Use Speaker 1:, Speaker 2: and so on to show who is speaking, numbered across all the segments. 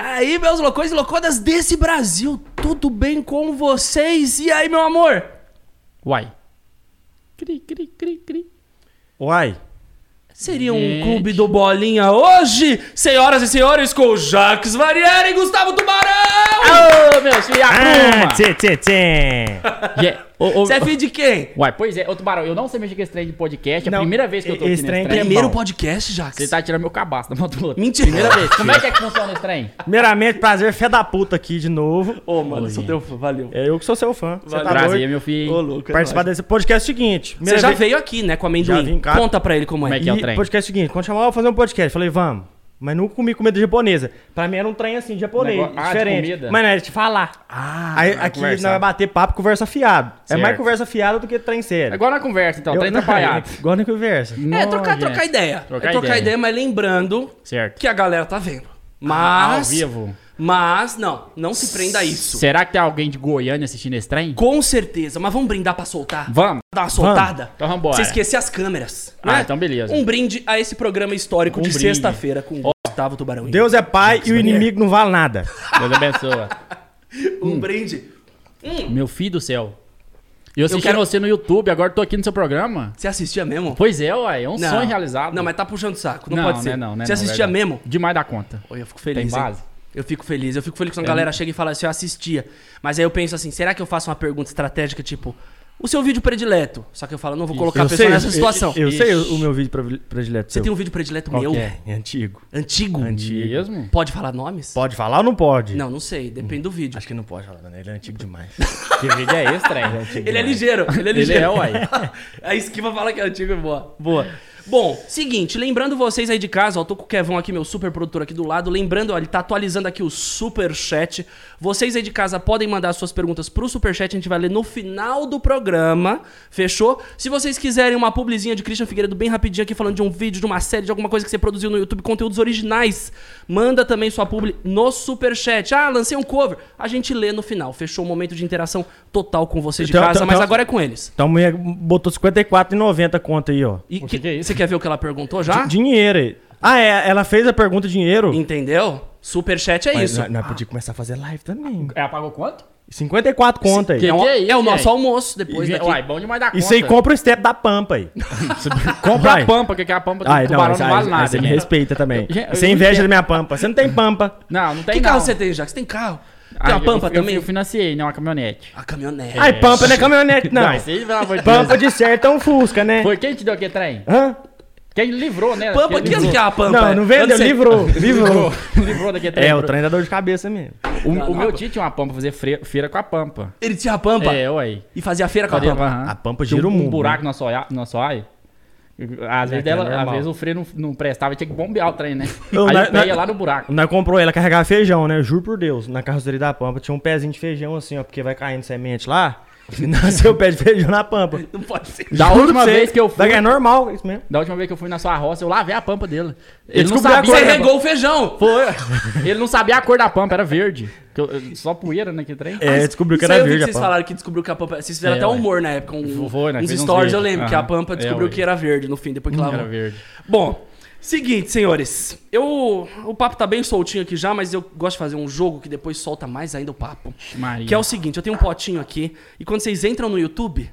Speaker 1: aí, meus loucões e loucodas desse Brasil, tudo bem com vocês? E aí, meu amor? Uai. Cri, cri, cri, cri.
Speaker 2: Uai.
Speaker 1: Seria um clube do Bolinha hoje? Senhoras e senhores, com Jacques Varieri e Gustavo Tubarão!
Speaker 3: Ô, meu filho,
Speaker 2: Ah,
Speaker 3: arruma!
Speaker 2: tchê, tchê, tchê.
Speaker 3: Yeah. Ô, ô,
Speaker 1: Você é filho de quem?
Speaker 3: Uai, pois é, ô Tubarão, eu não sei mexer com esse trem de podcast, é a
Speaker 2: Não,
Speaker 3: primeira vez que eu tô aqui
Speaker 2: esse
Speaker 3: nesse
Speaker 2: trem
Speaker 3: trem.
Speaker 2: que é
Speaker 1: Primeiro
Speaker 2: bom.
Speaker 1: podcast, Jacques.
Speaker 3: Você tá tirando meu cabaço da mão do outro.
Speaker 1: Mentira. Tá
Speaker 3: Primeira vez. Como é que é que funciona esse trem?
Speaker 2: Primeiramente, prazer, fé da puta aqui de novo.
Speaker 1: Ô, mano, sou teu fã, valeu.
Speaker 2: É eu que sou seu fã. Você tá
Speaker 3: Prazer,
Speaker 2: doido?
Speaker 3: meu filho.
Speaker 1: Ô, louco, é
Speaker 2: Participar
Speaker 1: nóis.
Speaker 2: desse podcast é o seguinte.
Speaker 1: Você
Speaker 2: primeira
Speaker 1: já
Speaker 2: vez-
Speaker 1: veio aqui, né, com amendoim.
Speaker 2: Já vim cá.
Speaker 1: Conta pra ele como é.
Speaker 3: Como é que é o
Speaker 2: E
Speaker 3: trem?
Speaker 2: podcast é o seguinte, quando chamava fazer um podcast, falei, vamos. Mas nunca comi comida japonesa. Pra mim era um trem assim, japonês,
Speaker 3: Negócio- ah, de
Speaker 2: diferente.
Speaker 3: comida.
Speaker 2: Mas não era de falar.
Speaker 1: Ah,
Speaker 2: Aí, aqui nós
Speaker 3: conversar.
Speaker 2: vai bater papo conversa fiada. É
Speaker 3: Certo.
Speaker 2: mais conversa fiada do que trem sério.
Speaker 3: Agora na conversa, então,
Speaker 2: Eu-
Speaker 3: trem atrapalhado.
Speaker 2: Agora na conversa.
Speaker 1: É, trocar,
Speaker 3: Nossa,
Speaker 1: trocar
Speaker 3: gente.
Speaker 1: ideia.
Speaker 3: Trocar
Speaker 1: é trocar ideia.
Speaker 3: ideia.
Speaker 1: mas lembrando
Speaker 3: Certo.
Speaker 1: que a galera tá vendo.
Speaker 3: Ah, Ao
Speaker 1: Mas.
Speaker 3: vivo.
Speaker 1: Mas, não, não se prenda a isso.
Speaker 3: Será que tem alguém de Goiânia assistindo esse trem?
Speaker 1: Com certeza, mas vamos brindar pra soltar.
Speaker 3: Vamos.
Speaker 1: Dar uma soltada?
Speaker 3: Então vambora.
Speaker 1: Você esquecer as câmeras.
Speaker 3: Ah, então beleza.
Speaker 1: Um brinde a esse programa histórico
Speaker 3: Um
Speaker 1: de
Speaker 3: brinde.
Speaker 1: sexta-feira com o Gustavo Tubarão.
Speaker 2: Deus é pai e o inimigo não vale nada.
Speaker 3: Deus abençoe.
Speaker 1: Um brinde. Hum,
Speaker 3: Meu filho do céu. Eu assisti
Speaker 1: quero-
Speaker 3: você no YouTube, agora tô aqui no seu programa.
Speaker 1: você assistia mesmo?
Speaker 3: Pois é, uai, é um
Speaker 1: Não.
Speaker 3: sonho realizado.
Speaker 1: Não, mas tá puxando o saco. Não, pode ser.
Speaker 3: Né, não, né,
Speaker 1: você
Speaker 3: não,
Speaker 1: assistia
Speaker 3: verdade.
Speaker 1: mesmo?
Speaker 3: Demais da conta.
Speaker 1: Oi, eu fico feliz.
Speaker 3: Tem
Speaker 1: hein?
Speaker 3: base?
Speaker 1: Eu fico feliz. Eu fico feliz quando a galera chega e fala assim, eu assistia. Mas aí eu penso assim, será que eu faço uma pergunta estratégica, tipo, o seu vídeo predileto? Só que eu falo, não vou colocar é a pessoa nessa situação.
Speaker 2: Eu, eu sei
Speaker 3: Ixi.
Speaker 2: o, o meu vídeo pre- predileto.
Speaker 1: Você
Speaker 2: seu.
Speaker 1: tem um vídeo predileto
Speaker 2: Qual
Speaker 1: meu?
Speaker 2: que é? É antigo.
Speaker 1: Antigo?
Speaker 3: Mesmo?
Speaker 1: Pode falar nomes?
Speaker 2: Pode falar ou não pode?
Speaker 1: Não, não sei. Depende do vídeo.
Speaker 2: Acho que não pode falar, né? Ele é antigo demais.
Speaker 3: Que vídeo é esse, trem?
Speaker 1: Ele é ligeiro, ele é
Speaker 3: Ele
Speaker 1: ligeiro.
Speaker 3: é, uai.
Speaker 1: a esquiva fala que é antigo é boa. Boa. Bom, seguinte, lembrando vocês aí de casa, ó, tô com o Kevão aqui, meu super produtor aqui do lado. Lembrando, ó, ele tá atualizando aqui o super chat. Vocês aí de casa podem mandar suas perguntas pro super chat, a gente vai ler no final do programa. Fechou? Se vocês quiserem uma publizinha de Christian Figueiredo bem rapidinho aqui falando de um vídeo, de uma série, de alguma coisa que você produziu no YouTube, conteúdos originais, manda também sua publi no super chat. Ah, lancei um cover. A gente lê no final. Fechou o momento de interação total com vocês de
Speaker 2: Então,
Speaker 1: casa,
Speaker 2: então,
Speaker 1: mas
Speaker 2: então-
Speaker 1: agora é com eles.
Speaker 2: Então a mulher botou 54,90 conta aí, ó.
Speaker 1: E
Speaker 3: O
Speaker 1: que-
Speaker 3: que que é isso?
Speaker 1: Você quer ver o que ela perguntou já?
Speaker 2: Dinheiro aí. Ah, é. Ela fez a pergunta dinheiro.
Speaker 1: Entendeu? Superchat é
Speaker 2: Mas
Speaker 1: isso.
Speaker 2: Nós, nós podíamos começar a fazer live também.
Speaker 3: Ela pagou É, quanto?
Speaker 2: 54 conta aí.
Speaker 3: que-
Speaker 1: é, o-
Speaker 3: isso,
Speaker 1: é o
Speaker 3: gente?
Speaker 1: nosso almoço depois daqui.
Speaker 3: Uai, bom demais da conta.
Speaker 2: Isso aí compra o step da Pampa aí.
Speaker 3: compra
Speaker 2: Vai.
Speaker 3: a pampa, que a pampa do
Speaker 2: Ah, não,
Speaker 3: tubarão
Speaker 2: essa-
Speaker 3: não vale
Speaker 2: essa-
Speaker 3: nada.
Speaker 2: essa me
Speaker 3: né?
Speaker 2: respeita também.
Speaker 3: Eu- eu-
Speaker 2: Você
Speaker 3: eu
Speaker 2: inveja
Speaker 3: entendo.
Speaker 2: da minha Pampa. Você não tem Pampa.
Speaker 3: Não, não tem
Speaker 1: que carro
Speaker 3: não.
Speaker 1: você tem, Jacques? Tem carro? Tem
Speaker 3: Ah,
Speaker 1: uma
Speaker 3: eu-
Speaker 1: pampa
Speaker 3: eu,
Speaker 1: também?
Speaker 3: Eu financiei, né? Uma caminhonete.
Speaker 1: A caminhonete.
Speaker 2: Ai, Pampa não é caminhonete, não.
Speaker 3: isso aí, pelo amor de Deus.
Speaker 2: Pampa de certo é um Fusca, né?
Speaker 3: Foi quem te deu aquele trem?
Speaker 2: Hã?
Speaker 3: Quem livrou, né?
Speaker 1: pampa,
Speaker 3: Quem
Speaker 1: que ano que é a pampa?
Speaker 2: Não, não
Speaker 1: Eu
Speaker 2: vendeu.
Speaker 1: sei.
Speaker 2: Livrou. Livrou.
Speaker 3: Livrou. livrou daquele trem.
Speaker 2: É, o trem dá dor de cabeça mesmo.
Speaker 3: O, o meu tio tinha uma pampa, fazer fre- feira com a pampa.
Speaker 1: Ele tinha a pampa
Speaker 3: É, uai.
Speaker 1: e fazia a feira com a
Speaker 3: Fazia-
Speaker 1: pampa.
Speaker 3: aham.
Speaker 2: A pampa gira o
Speaker 3: Tinha um-
Speaker 2: mundo, né?
Speaker 3: Um buraco no assoia- no assoalho. Às vezes, dela,
Speaker 2: é normal.
Speaker 3: às vezes o freio não, não prestava e tinha que bombear o trem, né?
Speaker 2: Não,
Speaker 3: Aí
Speaker 2: na-
Speaker 3: o pé
Speaker 2: na-
Speaker 3: ia lá no buraco.
Speaker 2: Nós comprou ela carregar feijão, né? Eu Juro por Deus. Na carroceria da Pampa tinha um pezinho de feijão assim, ó, porque vai caindo semente lá. E nasceu o pé de feijão na Pampa.
Speaker 1: Não pode ser.
Speaker 3: Da
Speaker 2: Juro
Speaker 3: última
Speaker 2: pra você.
Speaker 3: vez que eu fui.
Speaker 2: Daqui é normal, isso mesmo.
Speaker 3: Da última vez que eu fui na sua roça, eu lavei a pampa dele. Ele não
Speaker 2: descobriu a
Speaker 3: sabia.
Speaker 1: Você
Speaker 2: cor da
Speaker 3: Ele-
Speaker 1: regou é o feijão.
Speaker 3: Foi. Ele não sabia a cor da pampa, era verde. Que eu- eu- só poeira naquele trem.
Speaker 2: É, descobriu que
Speaker 1: Isso aí
Speaker 2: era
Speaker 1: eu vi
Speaker 2: verde a
Speaker 1: vocês
Speaker 2: Pampa.
Speaker 1: falaram que descobriu que a pampa... Vocês fizeram
Speaker 3: É,
Speaker 1: até
Speaker 3: ué.
Speaker 1: humor na época. Um,
Speaker 3: Foi, né?
Speaker 1: uns
Speaker 3: Fez uns
Speaker 1: stories, eu
Speaker 3: vídeos.
Speaker 1: lembro, que a
Speaker 3: Aham.
Speaker 1: pampa
Speaker 3: É,
Speaker 1: descobriu
Speaker 3: ué.
Speaker 1: que era verde no fim, depois que lavou.
Speaker 3: Era verde.
Speaker 1: Bom, seguinte, senhores. Eu, o papo tá bem soltinho aqui já, mas eu gosto de fazer um jogo que depois solta mais ainda o papo.
Speaker 3: Maria.
Speaker 1: Que é o seguinte, eu tenho um potinho aqui e quando vocês entram no YouTube,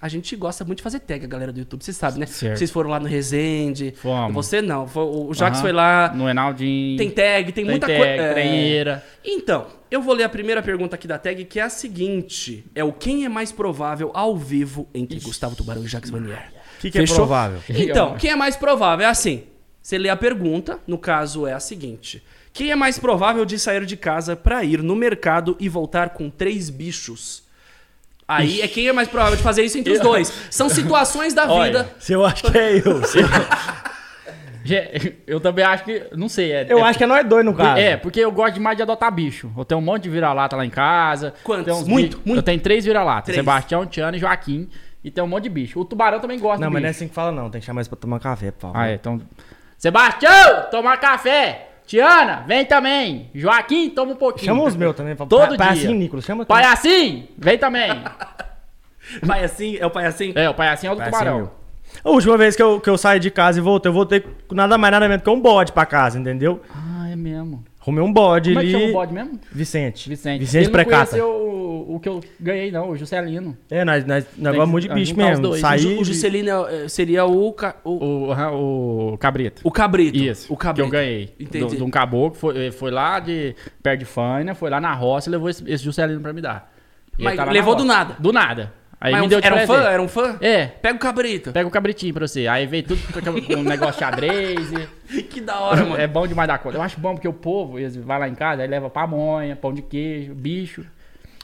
Speaker 1: a gente gosta muito de fazer tag, a galera do YouTube, vocês sabem, né?
Speaker 3: Certo.
Speaker 1: Vocês foram lá no Resende.
Speaker 3: Fomos.
Speaker 1: Você não, foi- o Jax
Speaker 3: Aham.
Speaker 1: foi lá.
Speaker 3: No Enaldinho.
Speaker 1: Tem tag, tem,
Speaker 3: tem
Speaker 1: muita
Speaker 3: tag,
Speaker 1: coisa. é.
Speaker 3: Trenheira.
Speaker 1: Então, eu vou ler a primeira pergunta aqui da tag, que é a seguinte: é o quem é mais provável ao vivo entre Gustavo Tubarão e Jacques Vanier?
Speaker 2: O que, que é
Speaker 1: Fechou?
Speaker 2: provável?
Speaker 1: Então, quem é mais provável? É assim: você lê a pergunta, no caso é a seguinte: quem é mais provável de sair de casa pra ir no mercado e voltar com três bichos? Aí é quem é mais provável de fazer isso entre os dois. São situações da
Speaker 3: Olha,
Speaker 1: vida.
Speaker 2: Se eu acho que é eu. se-
Speaker 3: Ge- Eu também acho que. Não sei. É,
Speaker 2: Eu acho que é nós dois, no caso.
Speaker 3: É, porque eu gosto demais de adotar bicho. Eu tenho um monte de vira-lata lá em casa.
Speaker 1: Quantos?
Speaker 3: Tem uns
Speaker 1: Muito,
Speaker 3: bichos-
Speaker 1: muito.
Speaker 3: Eu tenho três vira-latas.
Speaker 1: Três.
Speaker 3: Sebastião, Tiano e Joaquim. E tem um monte de bicho. O tubarão também gosta
Speaker 2: Não,
Speaker 3: de
Speaker 2: mas assim, não é
Speaker 3: bicho.
Speaker 2: assim que fala, não. Tem que chamar eles pra tomar café, por favor.
Speaker 3: Ah, é, então... Sebastião, tomar café. Tiana, vem também. Joaquim, toma um pouquinho.
Speaker 2: Chama os meus também. fala,
Speaker 3: Todo
Speaker 2: "Pa- pai
Speaker 3: dia.
Speaker 2: assim, Nicolas, chama
Speaker 3: Pai
Speaker 2: também."
Speaker 3: assim, vem também.
Speaker 1: Pai assim, é o pai assim?
Speaker 3: é, o pai assim é o do
Speaker 2: Pai
Speaker 3: tubarão.
Speaker 2: assim, A última vez que eu, que eu saí de casa e voltei, eu voltei com nada mais nada menos que um bode pra casa, entendeu?
Speaker 3: Ah, é mesmo.
Speaker 2: Arrumei um bode
Speaker 3: Como é
Speaker 2: ali.
Speaker 3: que chama o bode mesmo?
Speaker 2: Vicente.
Speaker 3: Vicente.
Speaker 2: Vicente
Speaker 3: Ele não
Speaker 2: Precata.
Speaker 3: conheceu o, o que eu ganhei, não, o Juscelino.
Speaker 2: É, nós, nós, nós
Speaker 3: que
Speaker 2: gostamos muito de bicho
Speaker 3: juntar os
Speaker 2: mesmo.
Speaker 3: dois.
Speaker 1: O Ju-
Speaker 2: Sair.
Speaker 1: o Juscelino é- é- seria o, ca- o,
Speaker 3: O, aham, o Cabrito.
Speaker 1: o cabrito.
Speaker 3: Isso,
Speaker 1: Então, O cabrito.
Speaker 3: que eu ganhei.
Speaker 1: Entendi.
Speaker 3: Do- De um caboclo, foi, foi lá de perto de Faina, foi lá na roça e levou esse, esse Juscelino pra me dar. E
Speaker 1: Mas
Speaker 3: ele tá lá na
Speaker 1: levou do
Speaker 3: roça.
Speaker 1: nada.
Speaker 3: Do nada. Aí
Speaker 1: Mas
Speaker 3: me
Speaker 1: um-
Speaker 3: deu de
Speaker 1: era um fã?
Speaker 3: presente.
Speaker 1: Era um fã?
Speaker 3: É,
Speaker 1: Pega o cabrito.
Speaker 3: pega o cabritinho pra você. Aí veio tudo com aquele- com um negócio de xadrez. e-
Speaker 1: Que da hora, mano.
Speaker 3: É bom demais da conta. Eu acho bom porque o povo, eles vai lá em casa, aí leva pamonha, pão de queijo, bicho.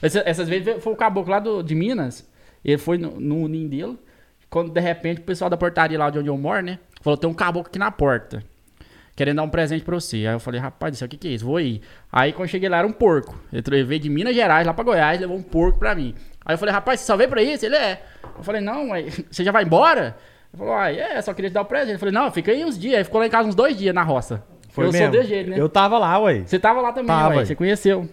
Speaker 3: Essa- Essas, vezes foi o caboclo lá do- de Minas, ele foi no, no ninho dele, quando de repente o pessoal da portaria lá de onde eu moro, né, falou, tem um caboclo aqui na porta, querendo dar um presente pra você. Aí eu falei, rapaz, isso, o que que é isso? Vou ir. Aí quando eu cheguei lá era um porco. Ele tra- veio de Minas Gerais lá pra Goiás, levou um porco pra mim. Aí eu falei, rapaz, você só veio pra isso? Ele é. Eu falei, não, ué, você já vai embora? Ele falou, ah, é, só queria te dar o presente. Eu falei, não, fica aí uns dias. Aí ficou lá em casa uns dois dias na roça.
Speaker 2: Foi
Speaker 3: eu
Speaker 2: mesmo.
Speaker 3: sou desse jeito, né?
Speaker 2: Eu tava lá, ué.
Speaker 3: Você tava lá também,
Speaker 2: Tava,
Speaker 3: ué,
Speaker 2: ué.
Speaker 3: você conheceu.